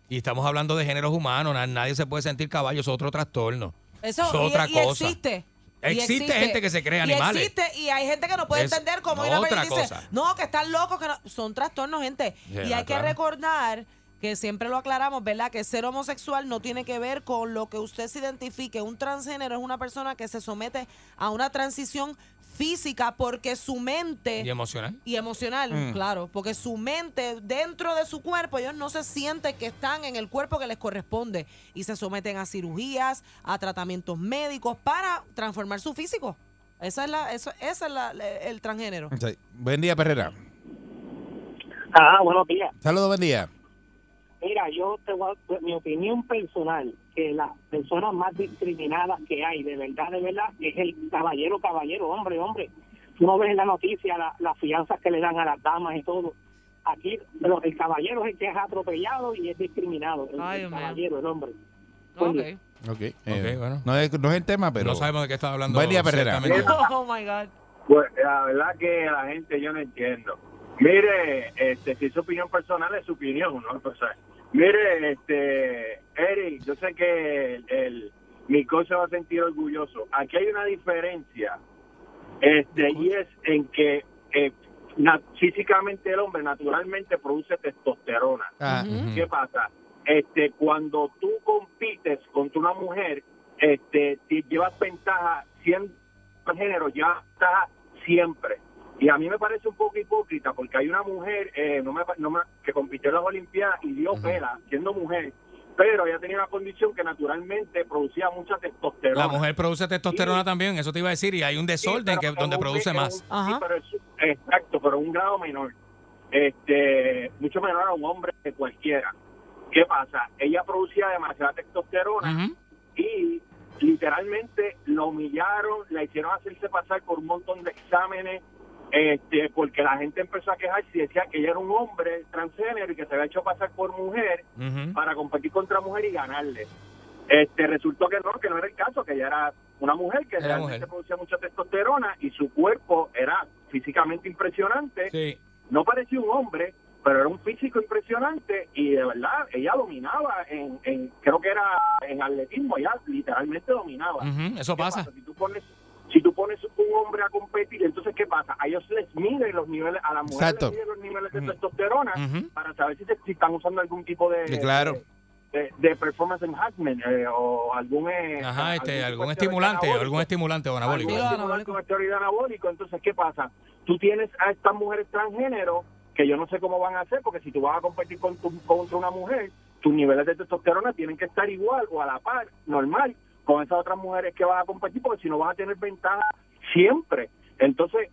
S3: Y estamos hablando de géneros humanos. na- Nadie se puede sentir caballo. Eso es otro trastorno.
S1: Eso
S3: es
S1: y-
S3: otra
S1: y
S3: cosa.
S1: existe. Y
S3: Existe gente que se cree
S1: Y
S3: animales.
S1: existe, y hay gente que no puede
S3: Es
S1: entender cómo ir
S3: otra
S1: a dice,
S3: cosa.
S1: no, que están locos, que no. son trastornos, gente.
S3: Ya,
S1: y hay que
S3: claro.
S1: recordar que siempre lo aclaramos, ¿verdad? Que ser homosexual no tiene que ver con lo que usted se identifique. Un transgénero es una persona que se somete a una transición física porque su mente
S3: Y emocional.
S1: y emocional,
S3: Mm.
S1: claro, porque su mente dentro de su cuerpo, ellos no se sienten que están en el cuerpo que les corresponde y se someten a cirugías, a tratamientos médicos para transformar su físico. Esa es la, eso, esa es la- la- el transgénero.
S2: Sí. Buen día, Perrera.
S11: Ah, buenos días.
S2: Saludos, buen día.
S11: Mira, yo te voy a- pues, mi opinión personal, que las personas más discriminadas que hay, de verdad, de verdad, es el caballero, caballero, hombre, hombre. Tú no ves en la noticia la- las fianzas que le dan a las damas y todo. Aquí pero el caballero es el que es atropellado y es discriminado. El,
S1: Ay,
S11: el
S1: Dios mío.
S11: caballero, el hombre.
S2: Ok. eh, no, es, no es el tema, pero.
S3: No sabemos de qué está hablando.
S2: Buen día, Perrera.
S3: exactamente.
S1: Oh my God.
S6: Pues la verdad que la gente yo no entiendo. Mire, este, si es su opinión personal, es su opinión, ¿no? O sea, mire, este, Eric, yo sé que el, el- mi coach se va a sentir orgulloso. Aquí hay una diferencia, este, y es en que eh, na- físicamente el hombre naturalmente produce testosterona.
S2: Ah.
S6: ¿Qué pasa? Este, cuando tú compites contra una mujer, este, te llevas ventaja siendo género, ya está siempre. Y a mí me parece un poco hipócrita porque hay una mujer eh, no me, pa- no me- que compitió en las Olimpiadas y dio pela siendo mujer, pero ella tenía una condición que naturalmente producía mucha
S3: La
S6: testosterona.
S3: mujer produce testosterona también. Eso te iba a decir. Y hay un desorden que, donde produce más.
S6: Sí, pero es- exacto, pero un grado menor. Este, mucho menor a un hombre que cualquiera. ¿Qué pasa? Ella producía demasiada testosterona y literalmente la humillaron, la hicieron hacerse pasar por un montón de exámenes, este, porque la gente empezó a quejarse y decía que ella era un hombre transgénero y que se había hecho pasar por mujer para competir contra mujer y ganarle. Este, resultó que no, que no era el caso, que ella era una mujer que
S3: Era
S6: realmente
S3: mujer.
S6: producía mucha testosterona y su cuerpo era físicamente impresionante.
S3: Sí.
S6: No parecía un hombre, pero era un físico impresionante y de verdad ella dominaba en, en- creo que era en atletismo, ella literalmente dominaba.
S3: Ujú, eso
S6: ¿Qué
S3: pasa.
S6: Si tú pones si tú pones un hombre a competir, entonces ¿qué pasa? A ellos les miden los niveles, a la mujer les
S2: Exacto.
S6: miden los niveles de testosterona para saber si, se- si están usando algún tipo de,
S2: Sí, claro.
S6: de, de performance enhancement eh, o algún eh,
S3: Ajá, este,
S6: algún
S3: algún
S6: tipo de
S3: estimulante,
S6: anabólico.
S3: algún estimulante o anabólico.
S6: Algún estimulante o esteroide anabólico. Entonces, ¿qué pasa? Tú tienes a estas mujeres transgénero que yo no sé cómo van a hacer, porque si tú vas a competir con tu- contra una mujer, tus niveles de testosterona tienen que estar igual o a la par, normal, con esas otras mujeres que vas a competir, porque si no vas a tener ventaja siempre. Entonces,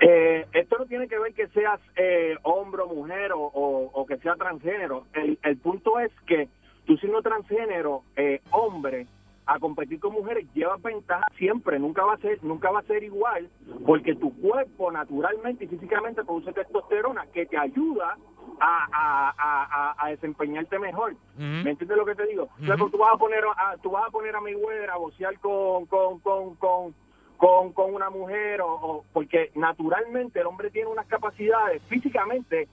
S6: eh, esto no tiene que ver que seas eh, hombre o mujer o, o- o que sea transgénero. El, el punto es que tú siendo transgénero, eh, hombre, a competir con mujeres llevas ventaja siempre, nunca va a ser, nunca va a ser igual, porque tu cuerpo naturalmente y físicamente produce testosterona que te ayuda a, a- a- a- a desempeñarte mejor.
S3: Ujú.
S6: ¿Me entiendes lo que te digo? O sea,
S3: Ujú.
S6: tú vas a poner a, tú vas a poner a Mayweather a bocear con con con con con, con una mujer o, o- porque naturalmente el hombre tiene unas capacidades físicamente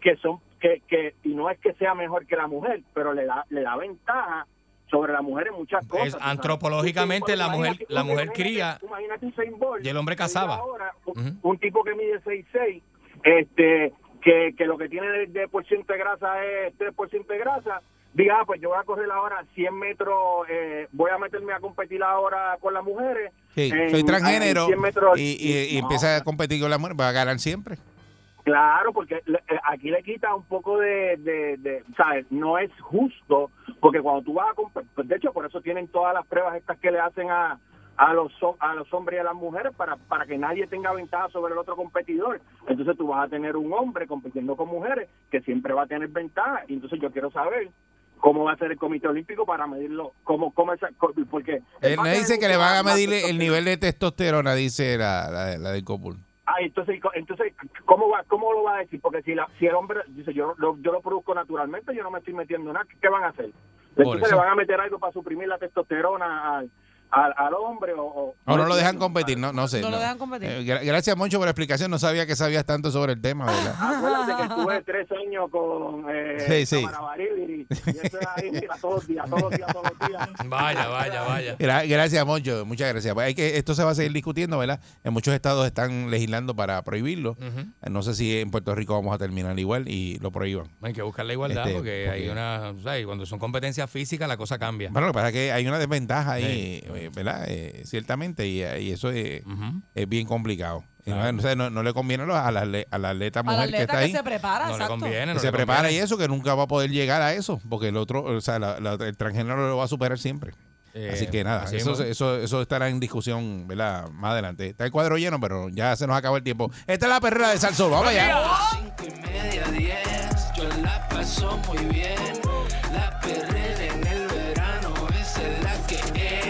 S6: que son que, que y no es que sea mejor que la mujer, pero le da le da ventaja sobre la mujer en muchas cosas.
S3: Es
S6: ¿sabes?
S3: antropológicamente la mujer, la mujer cría
S6: Imagínate Usain Bolt,
S3: y el hombre
S6: que diga
S3: cazaba.
S6: ahora,
S3: Ujú.
S6: un tipo que mide 6'6", este, que, que lo que tiene de, de por ciento de grasa es 3% de grasa, diga, ah, pues yo voy a correr ahora 100 metros, eh, voy a meterme a competir ahora con las mujeres.
S2: Sí,
S6: en-
S2: soy transgénero
S6: en 100 metros.
S2: y, y- y
S6: No,
S2: empieza a competir con la mujer, va a ganar siempre.
S6: Claro, porque le- eh, aquí le quita un poco de, de, de- ¿sabes? No es justo, porque cuando tú vas a comp- pues, de hecho, por eso tienen todas las pruebas estas que le hacen a, a, los, hom- a los hombres y a las mujeres para, para que nadie tenga ventaja sobre el otro competidor. Entonces tú vas a tener un hombre compitiendo con mujeres que siempre va a tener ventaja. Y entonces yo quiero saber cómo va a ser el Comité Olímpico para medirlo, cómo, cómo esa, co- porque...
S2: Él me dice que le van a
S6: Más
S2: medir el nivel de testosterona, dice la, la, la del copul.
S6: Ah, entonces, entonces ¿cómo, va, ¿cómo lo va a decir? Porque si, la, si el hombre dice, yo lo, yo lo produzco naturalmente, yo no me estoy metiendo nada, ¿qué, qué van a hacer? Entonces le van a meter algo para suprimir la testosterona al, al, al hombre o... o-
S2: O no lo dejan competir, no, no sé.
S6: No lo dejan
S1: competir.
S2: gracias, Moncho, por la explicación. No sabía que sabías tanto sobre el tema, ¿verdad?
S6: Ah, Acuérdate que estuve tres años con eh,
S2: Sí, sí.
S6: Tamara Barili, y, eso era ahí, mira, todos los días, todos los días, todos los días.
S3: Vaya, vaya, vaya.
S2: Gra- Gracias, Moncho. Muchas gracias. Pues Hay que, esto se va a seguir discutiendo, ¿verdad? En muchos estados están legislando para prohibirlo.
S3: Ujú.
S2: No sé si en Puerto Rico vamos a terminar igual y lo prohíban.
S3: Hay que buscar la igualdad
S2: Este,
S3: porque, hay
S2: porque-
S3: una. ¿sabes? Cuando son competencias físicas, la cosa cambia.
S2: Bueno, lo que pasa es que hay una desventaja ahí, eh, ¿verdad? Eh, ciertamente, y, y eso es, es bien complicado. Y no-
S3: Claro.
S2: o sea, no, no le conviene a los- a la, atle- a la atleta mujer
S1: atleta
S2: que está
S1: que
S2: ahí.
S1: se prepara, No le exacto. conviene,
S2: Que
S3: no
S2: se
S3: le
S2: prepara
S3: conviene.
S2: y eso, que nunca va a poder llegar a eso, porque el otro, o sea, la- la- el transgénero lo va a superar siempre.
S3: Eh,
S2: así que nada,
S3: así
S2: eso,
S3: mismo.
S2: eso, eso estará en discusión, ¿verdad? Más adelante. Está el cuadro lleno, pero ya se nos acabó el tiempo. Esta es la perrera de Salsol, vamos allá.
S10: Cinco y media, diez, yo la paso muy bien. La perrera en el verano, esa es la que es.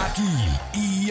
S9: Aquí y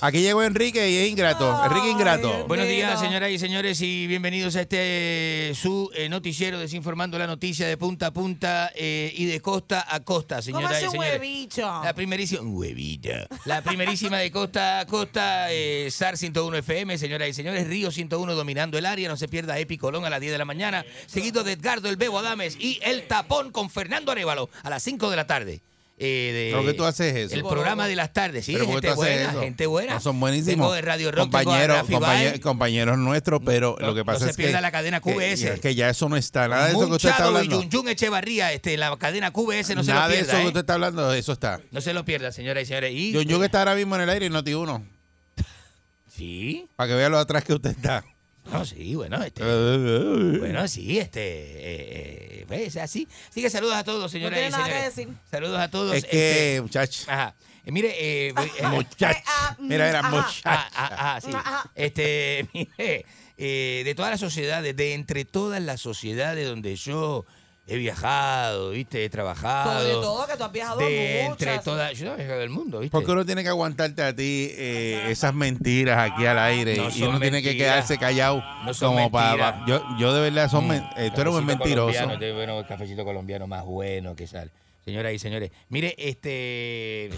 S2: Aquí llegó Enrique y es ingrato. Enrique Ingrato.
S3: Buenos días, señoras y señores, y bienvenidos a este eh, su eh, noticiero desinformando la noticia de punta a punta eh, y de costa a costa, señoras y
S1: Cómase un
S3: señores.
S1: huevicho.
S3: La primerísima, un huevita. La primerísima de costa a costa, eh, SAR 101 FM, señoras y señores, Río 101 dominando el área, no se pierda Epi Colón a las 10 de la mañana, seguido de Edgardo El Bebo Adames y El Tapón con Fernando Arevalo a las 5 de la tarde. Eh, de-
S2: ¿Pero qué tú haces eso?
S3: El programa de las tardes, sí,
S2: ¿Pero por qué
S3: gente
S2: tú haces
S3: buena,
S2: eso?
S3: gente buena.
S2: No, son buenísimos.
S3: Tengo de Radio Rock, tengo a
S2: compañeros,
S3: Rafi
S2: compañe-
S3: Baez.
S2: compañeros nuestros, pero lo que pasa
S3: se
S2: es que.
S3: pierda la cadena QVS.
S2: que- Es que ya eso no está. Nada de eso que usted está
S3: Munchado y
S2: hablando.
S3: Yun Yun Echevarría, este, la cadena QBS, no
S2: Nada
S3: se lo
S2: de eso
S3: pierda.
S2: que
S3: ¿eh?
S2: usted está hablando, eso está.
S3: No se lo pierda, señoras y señores. Y
S2: Yo, yo que está ahora mismo en el aire y no tiene uno.
S3: Sí.
S2: Para que vea lo atrás que usted está.
S3: No, sí, bueno, este. Bueno, sí, este. eh, eh, pues, así. Así que saludos a todos,
S1: No
S3: señoras
S1: tiene
S3: y
S1: nada que
S3: señores.
S1: decir.
S3: Saludos a todos. Eh, este,
S2: Es que, muchacho.
S3: Ajá. Eh, mire, eh,
S2: Muchacho.
S1: Ah, mm,
S2: Mira, era
S3: Ajá.
S2: muchacho.
S3: Ah, ah, ah, sí.
S2: Ajá.
S3: Este, mire, eh, de todas las sociedades, de entre todas las sociedades donde yo he viajado, ¿viste? He trabajado.
S1: Sobre todo que tú has viajado
S3: Ah, de
S1: muchas.
S3: entre todas. Yo he viajado el mundo, ¿viste?
S2: ¿Por qué uno tiene que aguantarte a ti eh, esas mentiras aquí al aire?
S3: No
S2: y
S3: son
S2: uno tiene que
S3: mentiras.
S2: quedarse callado.
S3: No son
S2: como para.
S3: mentiras.
S2: pa- yo, yo de verdad, son men- eh, tú eres un
S3: Cafecito
S2: mentiroso.
S3: colombiano, de- bueno, el cafecito colombiano más bueno que sale. Señoras y señores, mire, este.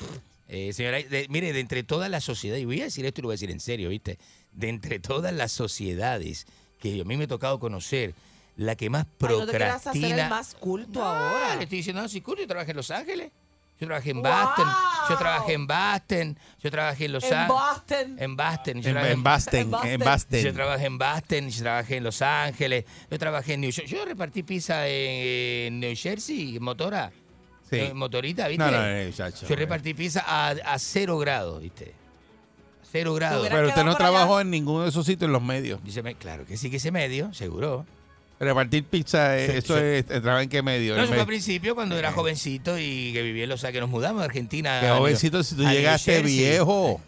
S3: eh, señora, de- mire, de entre todas las sociedades, y voy a decir esto y lo voy a decir en serio, ¿viste? De entre todas las sociedades que a mí me ha tocado conocer, la que más
S1: Ay, no te quieras hacer
S3: procrastina.
S1: el más culto
S3: Ah,
S1: ahora.
S3: le estoy diciendo, no, sí, cool, yo trabajé en Los Ángeles. Yo trabajé en Boston, yo trabajé en Boston, yo trabajé en Los
S1: En
S3: Ángeles.
S1: Boston.
S3: En Boston. yo
S2: En-
S3: trabajé
S2: en Boston, en Boston. en Boston.
S3: Yo trabajé en Boston, yo trabajé en Los Ángeles, yo trabajé en New York. Yo repartí pizza en, en New Jersey, motora.
S2: Sí.
S3: eh, motorita, ¿viste?
S2: No, no, no, muchacho.
S3: yo repartí pizza a, a cero grados, ¿viste? Cero grados.
S2: Pero usted no trabajó en ninguno de esos sitios en los medios.
S3: Dice, me- claro que sí que ese medio, seguro.
S2: Repartir pizza, eh,
S3: Sí,
S2: eso
S3: sí.
S2: es. ¿Trabaja en qué medio? En
S3: No, eso fue
S2: medio.
S3: al principio cuando era jovencito y que vivía en Los Ángeles. Nos mudamos a Argentina.
S2: Eh. Qué
S3: a New-
S2: jovencito, si tú
S3: a New
S2: llegaste
S3: Jersey.
S2: viejo.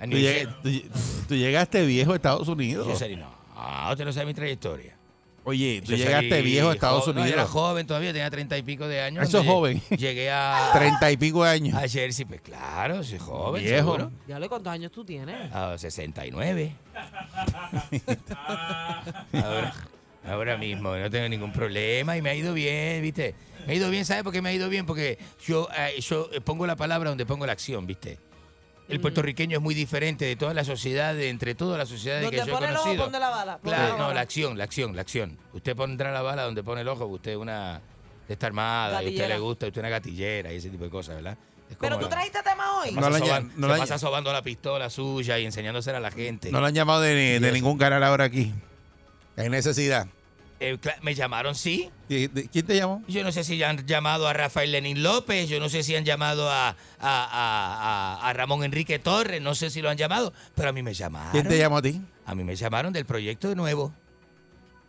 S3: A
S2: Tú,
S3: New
S2: lleg- tú- tú llegaste viejo a Estados
S3: Yo
S2: Unidos.
S3: salí, no, ah, usted no sabe mi trayectoria.
S2: Oye, tú
S3: Yo
S2: llegaste
S3: salí
S2: viejo a Estados
S3: joven, no, era
S2: Unidos. Ah,
S3: joven todavía, tenía treinta y pico de años.
S2: Eso es
S3: cuando lleg-
S2: joven.
S3: Llegué a...
S2: Treinta y pico de años.
S3: A Jersey, pues claro, soy joven,
S2: Viejo.
S3: seguro. Ah,
S1: Ya le cuántos años tú tienes.
S11: Ah,
S3: A 69. Ahora, Ahora mismo, no tengo ningún problema y me ha ido bien, ¿viste? Me ha ido bien, ¿sabes por qué me ha ido bien? Porque yo, eh, yo eh, pongo la palabra donde pongo la acción, ¿viste?
S1: Mm.
S3: El puertorriqueño es muy diferente de todas las sociedades, entre todas las sociedades
S1: Donde
S3: que yo he
S1: pone el ojo,
S3: conocido.
S1: pone la bala, pone
S3: Claro,
S1: la
S3: no,
S1: bala.
S3: la acción, la acción, la acción. Usted pondrá la bala donde pone el ojo, usted es una de esta armada, y a usted
S1: Gatillera.
S3: le gusta, usted es una gatillera y ese tipo de cosas, ¿verdad? Es
S1: Pero
S3: como-
S1: tú trajiste tema hoy.
S3: se pasa, soban-
S2: no
S3: se
S2: la-
S3: pasa sobando la pistola suya y enseñándosela a la gente.
S2: No lo han llamado de, de ningún canal ahora aquí. Hay necesidad.
S3: Eh, cla- me llamaron, sí.
S2: ¿Y- de- ¿Quién te llamó?
S3: Yo no sé si han llamado a Rafael Lenín López, yo no sé si han llamado a, a- a- a- a Ramón Enrique Torres, no sé si lo han llamado, pero a mí me llamaron.
S2: ¿Quién te llamó a ti?
S3: A mí me llamaron del proyecto nuevo.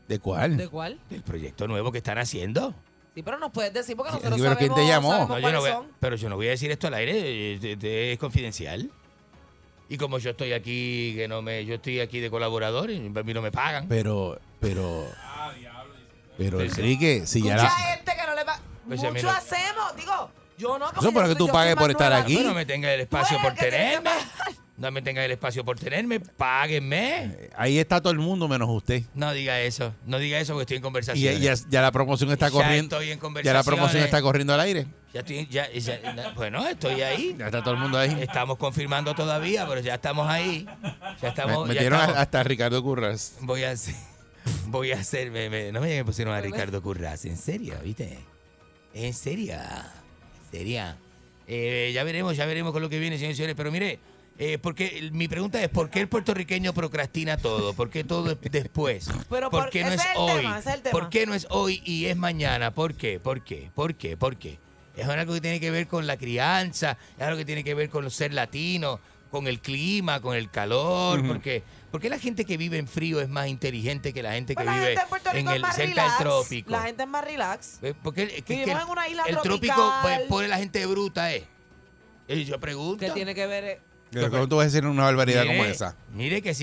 S2: ¿De cuál?
S1: cuál?
S3: Del proyecto nuevo que están haciendo.
S1: Sí, pero nos puedes decir porque nosotros
S3: pero
S1: sabemos, sabemos
S3: No, yo
S1: cuáles
S3: no voy a-
S1: son.
S3: pero yo no voy a decir esto al aire, eh, eh, eh, es confidencial. Y como yo estoy aquí, que no me, yo estoy aquí de colaborador, y a mí no me pagan.
S2: Pero, pero. Pero Enrique, si ya la.
S1: Mucha gente este que no le va...
S3: Pues ya,
S1: Mucho
S3: mira.
S1: hacemos, digo, yo no... porque
S2: Eso para
S1: yo
S2: que tú
S1: soy- yo
S2: pagues
S1: soy
S2: por
S1: más
S2: estar
S1: nueva.
S2: aquí.
S3: No Ah, me tenga el espacio por tenerme. No me tenga el espacio por tenerme. Páguenme.
S2: Ahí está todo el mundo menos usted.
S3: No diga eso. No diga eso porque estoy
S2: Y
S3: en
S2: ya,
S3: conversación.
S2: ya- ya la promoción está
S3: Ya
S2: corriendo.
S3: estoy
S2: ya la
S3: en
S2: promoción
S3: conversaciones.
S2: está corriendo al aire.
S3: Ya estoy, ya, ya- na- bueno, estoy ahí.
S2: Ya está todo el mundo ahí.
S3: Estamos confirmando todavía, pero ya estamos ahí. Ya
S2: Me-
S3: estamos. ya
S2: metieron a-
S3: estamos.
S2: hasta Ricardo Curras.
S3: Voy a hacer, voy a hacer, me- me- no me me pusieron a Ricardo Curras, en serio, ¿viste? En serio, en serio. Eh, ya veremos, ya veremos con lo que viene, señores y señores, pero mire, eh, porque mi pregunta es, ¿por qué el puertorriqueño procrastina todo? ¿Por qué todo es después?
S1: Pero
S3: ¿Por
S1: por-
S3: qué no
S1: ese
S3: es
S1: es el
S3: hoy?
S1: tema, ese es el tema.
S3: ¿Por qué no es hoy y es mañana? ¿Por qué? ¿Por qué? ¿Por qué? ¿Por qué? Es algo que tiene que ver con la crianza, es algo que tiene que ver con los ser latino, con el clima, con el calor,
S2: Ujú.
S3: porque porque la gente que vive en frío es más inteligente que la gente que
S1: Pues La
S3: vive
S1: gente en Puerto
S3: en
S1: Rico es
S3: el
S1: más
S3: cerca del
S1: relax.
S3: trópico.
S1: La gente es más relax.
S3: Eh, Porque el- es que-
S1: Vivimos
S3: que el-
S1: en una isla
S3: el trópico
S1: tropical.
S3: pues, pone la gente bruta, ¿eh? Y yo pregunto.
S1: ¿Qué tiene que ver? eh?
S2: Pero ¿Cómo tú vas a decir una barbaridad como esa?
S3: Mire que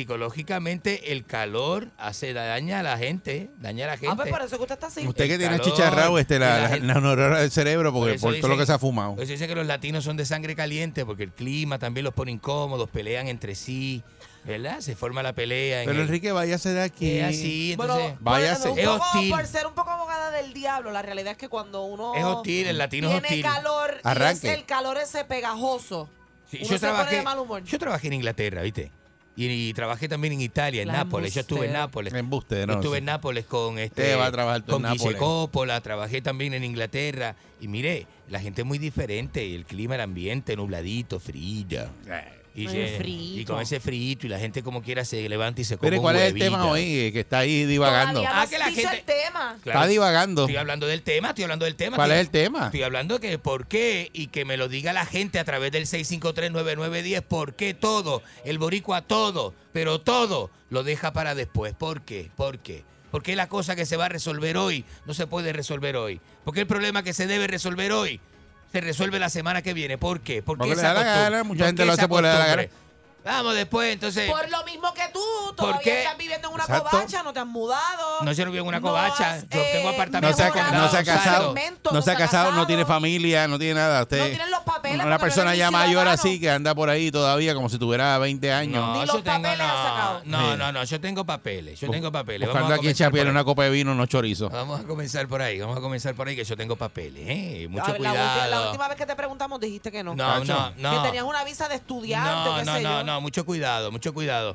S3: psicológicamente el calor hace daña a la gente, daña ¿Eh? a la gente.
S1: Ah, pues por eso que usted está así.
S2: Usted que
S3: El
S2: tiene
S3: calor,
S2: chicharrado este,
S3: y la
S2: la, la,
S3: gente-
S2: la neurona del cerebro, porque
S3: eso
S2: por todo lo
S3: dicen-
S2: que se ha fumado.
S3: Por eso dice que los latinos son de sangre caliente, porque el clima también los pone incómodos, pelean entre sí, ¿verdad? Se forma la pelea. en
S2: Pero
S3: el-
S2: Enrique, váyase de aquí.
S3: Es así,
S1: Bueno,
S3: entonces.
S2: váyase.
S3: es
S1: Poco-
S3: hostil.
S1: por ser un poco abogada del diablo, la realidad es que cuando uno
S3: Es hostil, el latino es
S1: tiene
S3: hostil.
S1: calor y es
S3: Arranque.
S1: el calor ese pegajoso.
S3: Sí,
S1: uno
S3: yo
S1: se
S3: trabajé,
S1: pone de mal humor.
S3: Yo trabajé en Inglaterra, ¿viste? Y, y trabajé también en Italia, en
S1: La
S3: Nápoles. Yo estuve en
S2: embustera.
S3: Nápoles.
S2: Embustero,
S3: Yo estuve
S2: sí.
S3: en Nápoles con este.
S2: Usted va a trabajar tú
S3: con
S2: en
S3: Guille
S2: Nápoles.
S3: Coppola, trabajé también en Inglaterra. Y mire, la gente es muy diferente. El clima, el ambiente, nubladito, frío. Y,
S2: Ay,
S3: se-
S2: frito.
S3: y con ese frío, y la gente como quiera se levanta y se come.
S2: Mire,
S3: un
S2: ¿cuál es el
S3: huevito.
S2: tema hoy eh, que está ahí divagando?
S1: Todavía no
S3: Ah,
S1: has
S3: que la
S1: dicho
S3: gente-
S1: el tema.
S3: Claro.
S2: Está divagando.
S3: Estoy hablando del tema, estoy hablando del tema.
S2: ¿Cuál
S3: Estoy-
S2: es el tema?
S3: Estoy hablando que por qué y que me lo diga la gente a través del 6539910, por qué todo, el boricua todo, pero todo lo deja para después. ¿Por qué? ¿Por qué? ¿Por qué la cosa que se va a resolver hoy no se puede resolver hoy? ¿Por qué el problema que se debe resolver hoy se resuelve la semana que viene? ¿Por qué? ¿Por qué
S2: Porque le
S3: esa
S2: da la
S3: costum-
S2: gana, mucha
S3: por
S2: gente
S3: qué
S2: lo hace
S3: esa
S2: porque le da la
S3: costumbre? Vamos después, entonces...
S1: Por lo mismo que tú,
S3: ¿Por qué?
S1: todavía estás viviendo en una
S3: Exacto.
S1: covacha, no te has mudado.
S3: No se lo vio en una
S1: No
S3: covacha.
S1: has,
S3: Yo
S2: No
S3: tengo apartamento.
S2: se, ha, no se ha casado, no se ha casado, no tiene familia, no tiene nada. Usted,
S1: tienen los papeles porque
S2: una
S1: no
S2: persona
S1: eres
S2: ya
S1: ni
S2: mayor
S1: ciudadano.
S2: así que anda por ahí todavía como si tuviera 20 años.
S3: No, yo tengo, no, no, no, no, yo tengo papeles, yo
S2: Bu-
S3: tengo papeles. Vamos
S2: Buscando
S3: a,
S2: aquí en
S3: comenzar por
S2: Chapiel
S3: ahí.
S2: una copa de vino, no chorizo.
S3: Vamos a comenzar por ahí, vamos a comenzar por ahí que yo tengo papeles, ¿eh?
S1: A
S3: Mucho
S1: ver, la, ulti-
S3: cuidado.
S1: la última vez que te preguntamos dijiste que no.
S3: No, no, no.
S1: Que tenías una visa de estudiante,
S3: no,
S1: qué
S3: no,
S1: sé
S3: no,
S1: yo.
S3: no, mucho cuidado, mucho cuidado.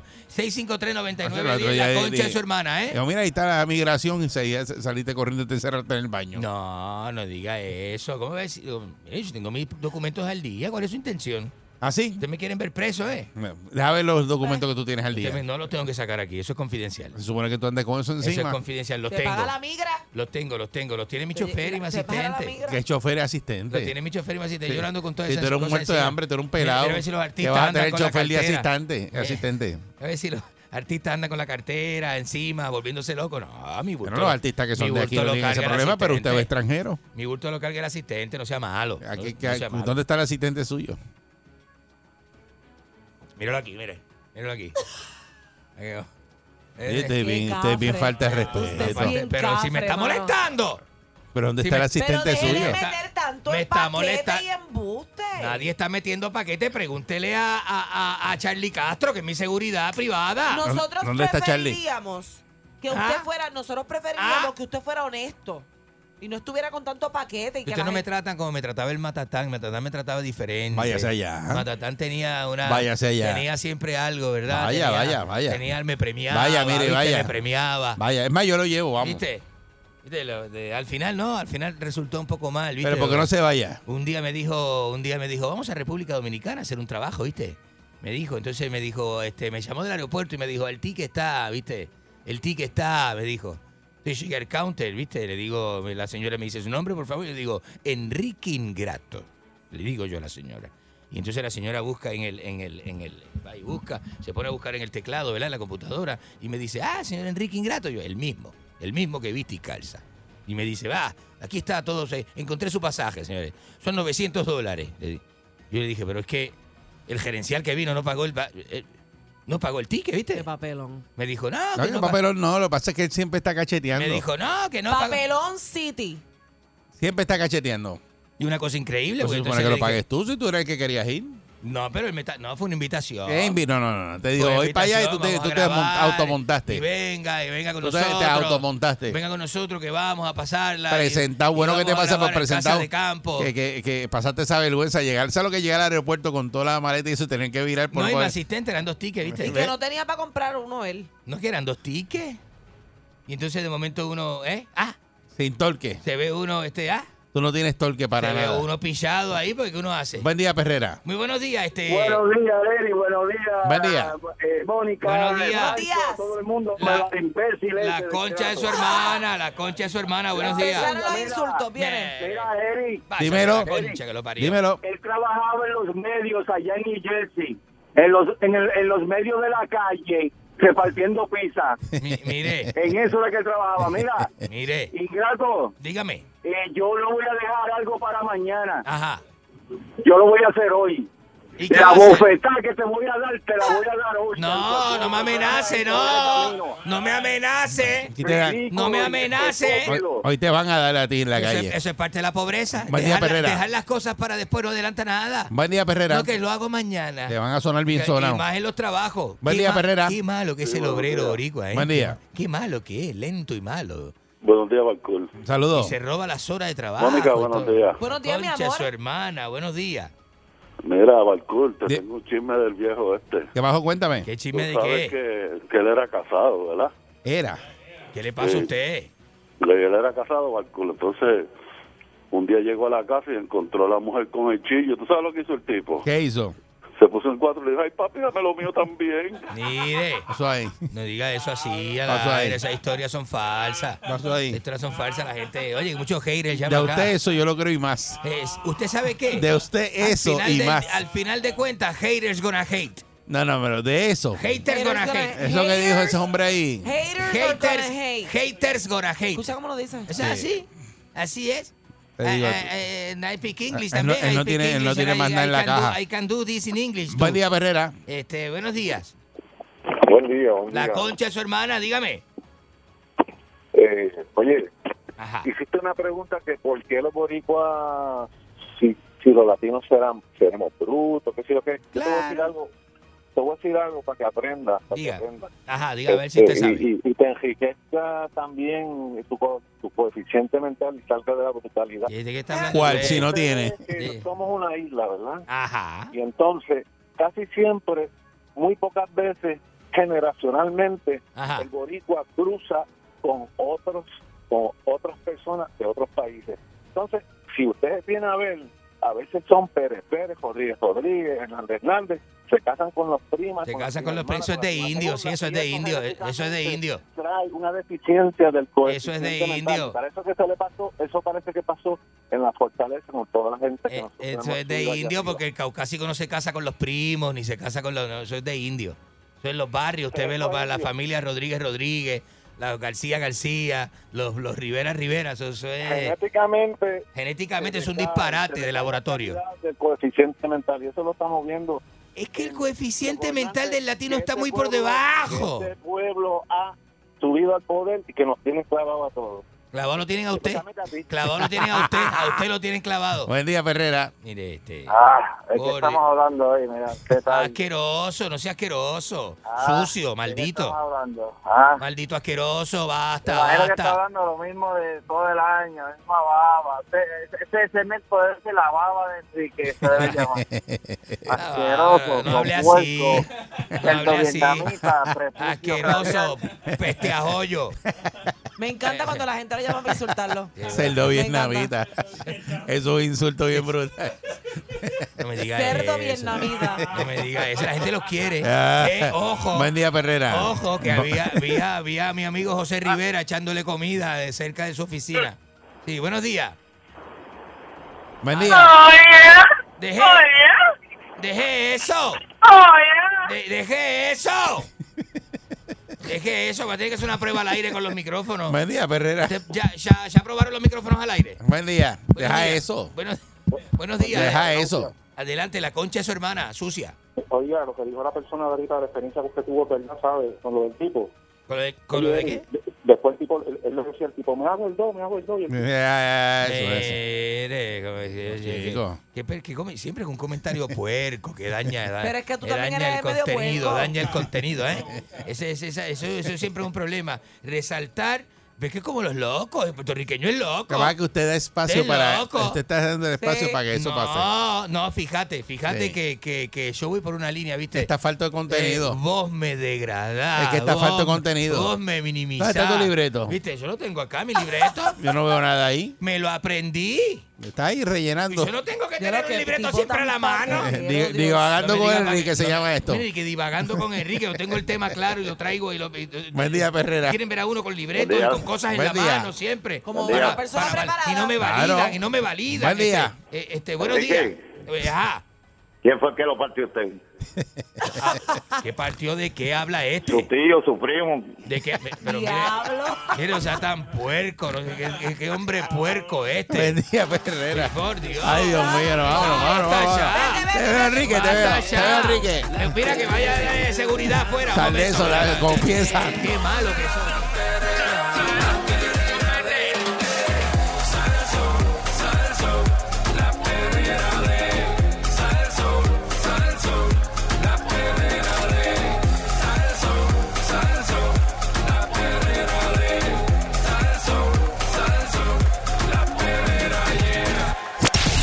S3: 653-9910,
S2: Otro día
S3: la
S2: di-
S3: concha de
S2: di-
S3: su hermana, ¿eh?
S2: Digo, mira, ahí está la migración y se- ya saliste corriendo y te encerraste en el baño.
S3: No, no diga eso. ¿Cómo ves? Yo eh, yo tengo mis documentos al día, ¿cuál es su intención?
S2: ¿Ah, sí?
S3: Ustedes me quieren ver preso, ¿eh?
S2: Deja ver los documentos que tú tienes al
S3: Ustedes me-
S2: día.
S3: no los tengo que sacar aquí, eso es confidencial.
S2: Se supone que tú andas con eso
S3: Eso es
S2: encima.
S3: confidencial, los
S1: Te
S3: tengo.
S1: paga la migra.
S3: Los tengo, los tengo, los tiene mi
S1: Te-
S3: chofer y mi
S1: te paga la
S3: asistente.
S1: migra.
S2: Que es chofer y
S3: Lo
S2: asistente.
S3: tiene mi chofer y me asistente.
S2: Sí.
S3: Yo Llorando con todo
S2: Sí,
S3: eso.
S2: tú eres un muerto de hambre, tú eres un pelado.
S3: A ver si los
S2: que
S3: artistas
S2: vas a
S3: andan
S2: tener
S3: con la
S2: chofer y
S3: cartera.
S2: asistente.
S3: Eh,
S2: asistente.
S3: A ver si los artistas andan con la cartera encima, volviéndose locos. No, mi bulto.
S2: Bueno, los artistas que
S3: mi
S2: son de aquí
S3: bulto
S2: no
S3: lo
S2: tienen ese
S3: carga el
S2: problema, pero usted
S3: asistente.
S2: es extranjero.
S3: Mi bulto lo carga el asistente, no sea malo. no-
S2: Aquí-
S3: no
S2: que-
S3: sea malo.
S2: ¿Dónde está el asistente suyo?
S3: Míralo aquí, mire. Míralo aquí. Ahí va.
S2: Oye, Usted es
S3: Eh,
S2: bien, usted es bien falta de respeto.
S3: Pero- Pero si me está
S1: mano.
S3: molestando.
S2: Pero ¿dónde
S3: Si
S2: está el
S3: me-
S2: asistente
S3: Pero déjele
S2: suyo?
S3: meter-
S1: Meter tanto
S3: Me
S1: en
S3: está
S1: paquete
S3: molesta-
S1: y embuste.
S3: Nadie está metiendo paquete. Pregúntele a, a, a- a Charlie Castro, que es mi seguridad privada.
S2: Ah,
S1: Nosotros
S2: ¿Dónde está Charlie?
S1: preferiríamos Que
S3: Ah.
S1: usted fuera, nosotros preferiríamos que usted fuera honesto y no estuviera con tanto paquete. Y que
S3: Ustedes
S1: la
S3: no me
S1: gente-
S3: tratan como me trataba el Matatán. Matatán me trataba diferente.
S2: Váyase allá.
S3: Matatán tenía una.
S2: Váyase allá.
S3: Tenía siempre algo, ¿verdad?
S2: Vaya,
S3: Tenía-
S2: vaya, vaya.
S3: Tenía, me premiaba.
S2: Vaya, mire,
S3: ¿viste?
S2: vaya.
S3: Me premiaba.
S2: Vaya, es más, yo lo llevo, vamos.
S3: ¿Viste? ¿Viste? Lo de- al final no, al final resultó un poco mal, ¿viste?
S2: Pero porque no se vaya.
S3: Un día me dijo, un día me dijo, vamos a República Dominicana a hacer un trabajo, ¿viste? Me dijo, entonces me dijo, este, me llamó del aeropuerto y me dijo, el ticket está, ¿viste? El ticket está, me dijo. Entonces llegué al counter, ¿viste? Le digo, la señora me dice su nombre, por favor. Yo le digo, Enrique Ingrato. Le digo yo a la señora. Y entonces la señora busca en el, en el, en el, va y busca, se pone a buscar en el teclado, ¿verdad? En la computadora. Y me dice, ah, señor Enrique Ingrato. Yo, el mismo, el mismo que viste y calza. Y me dice, va, aquí está todo, se- encontré su pasaje, señores. Son 900 dólares. Le di- Yo le dije, pero es que el gerencial que vino no pagó el, pa- eh, no pagó el ticket, ¿viste?
S1: papelón.
S3: Me dijo, no,
S2: No,
S3: que
S2: que
S3: no pa-
S2: papelón no, lo que pasa es que él siempre está cacheteando.
S3: Me dijo, no, que no pagó.
S1: Papelón City.
S2: Siempre está cacheteando.
S3: Y una cosa increíble.
S2: Pues se
S3: porque
S2: supone que
S3: entonces le
S2: lo
S3: dije-
S2: pagues tú si tú eras el que querías ir.
S3: No, pero él me ta- no, fue una invitación.
S2: ¿Qué invi- No, no, no. Te digo,
S3: Fue
S2: voy para allá y tú
S3: invitación,
S2: te,
S3: vamos
S2: tú
S3: a
S2: te mon-
S3: grabar,
S2: automontaste.
S3: Y venga, y venga con
S2: Tú te- te
S3: nosotros.
S2: automontaste.
S3: Venga con nosotros que vamos a pasarla. y-
S2: Presentado,
S3: y
S2: bueno que
S3: vamos
S2: te
S3: a
S2: pasa por
S3: grabar en Casa
S2: presentado.
S3: de campo.
S2: Que, que, que pasaste esa vergüenza, llegar, ¿sabes lo que llegar al aeropuerto con toda la maleta y eso, tener que virar por
S3: No, y mi
S2: cual-
S3: asistente eran dos tickets, ¿viste?
S1: Y que no tenía para comprar uno él.
S3: No, que eran dos tickets. Y entonces de momento uno, ¿eh? Ah,
S2: sin torque.
S3: se ve uno, este, ah,
S2: Tú no tienes torque para
S3: se
S2: nada.
S3: ve uno pillado ahí porque ¿qué uno hace.
S2: Buen día, Perrera.
S3: Muy buenos días, este.
S6: Buenos días, Eri, buenos días.
S2: Buen día.
S6: eh, Mónica.
S3: Buenos días.
S6: Marco, Todo el mundo.
S3: La-
S6: la imbécil ese
S3: La
S6: de
S3: concha de su
S6: Chicago.
S3: hermana, la concha de su hermana, buenos días.
S6: Empezaron los insultos,
S3: viene.
S6: Mira, Eri.
S2: Dímelo.
S3: Concha que lo parió.
S2: Dímelo.
S6: Él trabajaba en los medios allá en New Jersey. En los, en, el- en los medios de la calle, repartiendo pizza.
S3: mire.
S6: En eso era que él trabajaba. Mira,
S3: Mire,
S6: ingrato.
S3: dígame.
S6: Eh, yo lo voy a dejar algo para mañana.
S3: Ajá.
S6: Yo lo voy a hacer hoy.
S3: ¿Y qué va
S6: la
S3: a hacer?
S6: bofetada que te voy a dar, te la voy a dar hoy.
S3: No, no me amenace, no. No me amenace.
S2: Aquí te dan-
S3: No me amenace.
S2: Hoy, hoy te van a dar a ti en la
S3: Eso es,
S2: calle.
S3: eso es parte de la pobreza.
S2: Buen día,
S3: dejar, la-
S2: Perrera.
S3: dejar las cosas para después no adelanta nada.
S2: Buen día, Perrera.
S3: No, que lo hago mañana.
S2: Te van a sonar bien
S3: Que-
S2: sonado.
S3: Y más en los trabajos.
S2: Buen
S3: Qué
S2: día,
S3: ma-
S2: Perrera.
S3: Qué malo que es
S2: Sí,
S3: el
S2: buenos
S3: obrero
S2: días.
S3: boricua, ¿eh?
S2: Buen día.
S3: Qué malo que es, lento y malo.
S16: Buenos días, Balcón.
S2: Saludos.
S3: Y se roba las horas de trabajo.
S16: Mónica,
S3: y
S16: buenos
S3: todo.
S16: días.
S1: Buenos días, mi
S3: Concha,
S1: amor.
S3: su hermana, buenos días.
S16: Mira, Balcón, te tengo un chisme del viejo este.
S2: ¿Qué bajo? Cuéntame.
S3: ¿Qué
S16: Tú sabes que, que él era casado, ¿verdad?
S2: Era.
S3: ¿Qué le
S16: pasa a
S3: usted?
S16: Él era casado, Balcón. Entonces, un día llegó a la casa y encontró a la mujer con el chillo. ¿Tú sabes lo que hizo el tipo?
S2: ¿Qué hizo?
S16: Se puso en cuatro y le dijo, ay, papi, dame lo mío también.
S3: Mire.
S2: Eso ahí.
S3: No diga eso así, al
S2: Pasó ahí.
S3: aire, Esas historias son falsas. Esas historias son falsas. La gente, oye, muchos
S2: De
S3: haters llaman acá.
S2: usted eso yo lo creo y más.
S3: Es- ¿Usted sabe qué?
S2: De usted
S3: Al
S2: eso
S3: final
S2: y
S3: de-
S2: más.
S3: Al final de cuentas, haters gonna hate.
S2: No, no, pero de eso.
S3: Haters gonna hate.
S2: Eso que dijo ese hombre ahí.
S1: Haters,
S3: Haters,
S1: are gonna hate.
S3: Haters gonna hate. Escucha
S1: cómo lo dicen.
S3: Eso es así. Así es.
S2: Te digo,
S3: Ah, ah, eh, I speak English
S2: Él no-
S3: también.
S2: él
S3: I
S2: no
S3: speak
S2: tiene- él no
S3: English,
S2: tiene
S3: and I-
S2: más nada
S3: I
S2: en la
S3: can do-
S2: caja.
S3: I can do this in English. too.
S2: Buen día, Perrera.
S3: Este, buenos días.
S8: Buen día, buen
S3: La
S8: día.
S3: concha de su hermana, dígame.
S8: Eh, oye,
S3: Ajá.
S8: hiciste una pregunta que por qué los boricuas, si, si los latinos serán, seremos brutos, qué sé yo qué. Yo Te voy a decir algo, te voy a decir algo para que aprendas. para que
S3: Diga.
S8: aprendas.
S3: Ajá, diga a ver si usted
S8: Eh,
S3: sabe.
S8: Y, y- y te enriquezca también tu, co- tu coeficiente mental y salga de la brutalidad.
S3: hablando
S2: ¿Cuál? usted? Si no tiene.
S8: Eh, Somos una isla, ¿verdad?
S3: Ajá.
S8: Y entonces, casi siempre, muy pocas veces, generacionalmente,
S3: Ajá.
S8: el boricua cruza con otros, con otras personas de otros países. Entonces, si ustedes vienen a ver, a veces son Pérez Pérez, Rodríguez Rodríguez, Hernández Hernández, se casan con los primas.
S3: Se
S8: las
S3: casan con los
S8: hermanas,
S3: presos, eso es de indios, sí, eso es de indios, eso es de indios.
S8: Trae una deficiencia del coche.
S3: Eso es de indio.
S8: Para eso que se le pasó, eso parece que pasó en la fortaleza con toda la gente. que nosotros
S3: Eh, Eso
S8: hemos
S3: es de
S8: ido allá
S3: indio
S8: arriba.
S3: porque el caucásico no se casa con los primos, ni se casa con los... no, eso es de indio. Eso es los barrios, usted ve los, ba- la familia Rodríguez Rodríguez, la García García, los, los Rivera Rivera, eso, eso es...
S8: Genéticamente,
S3: Genéticamente es un disparate de laboratorio.
S8: del coeficiente mental, y eso lo estamos viendo.
S2: eh.
S3: Es que el coeficiente mental del latino está muy por debajo.
S8: Este pueblo ha subido al poder y que nos tiene clavado a todos.
S3: Clavado lo tienen a usted. Clavado lo tienen a usted. A usted lo tienen clavado.
S2: Buen día, Ferrera.
S3: Mire, este.
S17: Ah, es que
S3: Ore.
S17: estamos hablando hoy, mira. ¿Qué tal?
S3: Asqueroso, no sea asqueroso.
S17: Ah,
S3: Sucio, maldito.
S17: Estamos hablando.
S3: Maldito asqueroso,
S17: Me
S3: basta,
S17: imagino que
S3: basta.
S17: está hablando lo mismo de todo el año, la misma baba. Ese- Ese cemento es de la baba de Enrique, se debe llamar. Asqueroso,
S3: Ah, no hable
S17: con
S3: así.
S17: puerco,
S3: No hable así.
S17: centrovietnamita, prepucio,
S3: Asqueroso, peste a joyo.
S1: Me encanta cuando la gente lo llama para insultarlo.
S2: Cerdo
S1: Me
S2: vietnamita. Eso es un insulto bien brutal.
S3: No me diga
S1: Cerdo
S3: eso.
S1: vietnamita.
S3: No me diga eso. La gente los quiere.
S2: Ah.
S3: Eh, ojo.
S2: Buen día, Ferrera.
S3: Ojo, que había, había, había a mi amigo José Rivera echándole comida de cerca de su oficina. Sí, buenos días.
S2: Buen
S3: Oye.
S2: día.
S3: Dejé, dejé eso. De- dejé eso. Dejé eso. Va a tener que hacer una prueba al aire con los micrófonos.
S2: Buen día, Ferrera.
S3: Ya, ya, ya probaron los micrófonos al aire.
S2: Buen día.
S3: Buenos
S2: Deja
S3: días.
S2: eso.
S3: Buenos, buenos días.
S2: Deja eso.
S3: Adelante, la concha de su hermana, sucia.
S18: Oiga, lo que dijo la persona de ahorita, la experiencia que usted tuvo, que él no sabe, con lo del tipo.
S3: ¿Con lo de, con lo de qué?
S18: Después el tipo, él, él le decía al tipo, me hago el do, me hago el do. Y el tipo,
S2: Eh, Eso, eso.
S3: Mire, como dice-
S2: Chico.
S3: que per- que come- siempre con un comentario puerco que daña, da-
S1: Pero es que tú
S3: que
S1: también
S3: daña
S1: eres
S3: el
S1: medio
S3: contenido,
S1: puerco.
S3: daña el contenido, ¿eh? Ese- ese- esa- eso, eso siempre es un problema. Resaltar, ves que es como los locos, el puertorriqueño es loco.
S2: Capaz que usted da espacio
S3: Usted es
S2: para.
S3: loco.
S2: Usted está dando el espacio
S3: Sí.
S2: para que eso
S3: no,
S2: pase.
S3: No, fíjate, fíjate
S2: Sí.
S3: que, que, que yo voy por una línea, ¿viste?
S2: Está falta de contenido.
S3: Eh, vos me degradás.
S2: Es que está
S3: vos-
S2: falta de contenido.
S3: Vos me minimizás.
S2: ¿Dónde está tu libreto?
S3: ¿Viste? Yo lo tengo acá, mi libreto.
S2: Yo no veo nada ahí.
S3: me lo aprendí.
S2: Está ahí
S3: Y
S2: rellenando.
S3: yo no tengo que tener un libreto siempre a la mano.
S2: Eh, digo- divagando
S3: No me
S2: con
S3: digas-
S2: Enrique se llama esto.
S3: Mire, que divagando con Enrique, yo tengo el tema claro y lo traigo y lo... y-
S2: Buen día, Perrera.
S3: Quieren ver a uno con libretos
S2: Buen día.
S3: y con cosas en
S2: Buen
S3: la
S2: día.
S3: mano siempre.
S1: Como
S2: Buen
S3: Para-
S2: día.
S1: persona
S3: para- Y no me
S2: Claro.
S3: validan, y no me validan.
S2: Buen día.
S3: Este, eh, este, buenos días.
S16: Enrique.
S3: Eh, ajá.
S16: ¿Quién fue el que lo partió usted?
S3: ¿Qué partió de qué habla este?
S16: Su tío, su primo.
S3: ¿De qué? Pero mire,
S1: Diablo.
S3: mire, o sea, tan puerco. ¿no? ¿Qué, qué- qué hombre puerco este?
S2: Buen día, Ferrera.
S3: Por Dios.
S2: Ay, Dios mío, no, vámonos, vámonos, vámonos. Te veo, Enrique, te veo. Te veo, Enrique.
S3: Eh, Mira que vaya de seguridad afuera.
S2: Sal de
S3: Jorge,
S2: eso, la confiesa.
S3: Qué malo que son.
S10: Sale el sol, sale el sol, la perrera de Sale el sol, sale el sol, la perrera de Sale el sol, sale el sol, la perrera de Sale el sol, sale el sol, la perrera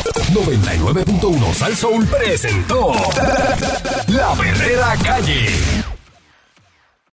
S10: llena.
S9: 99.1 Sal Soul presentó La Verdadera Calle.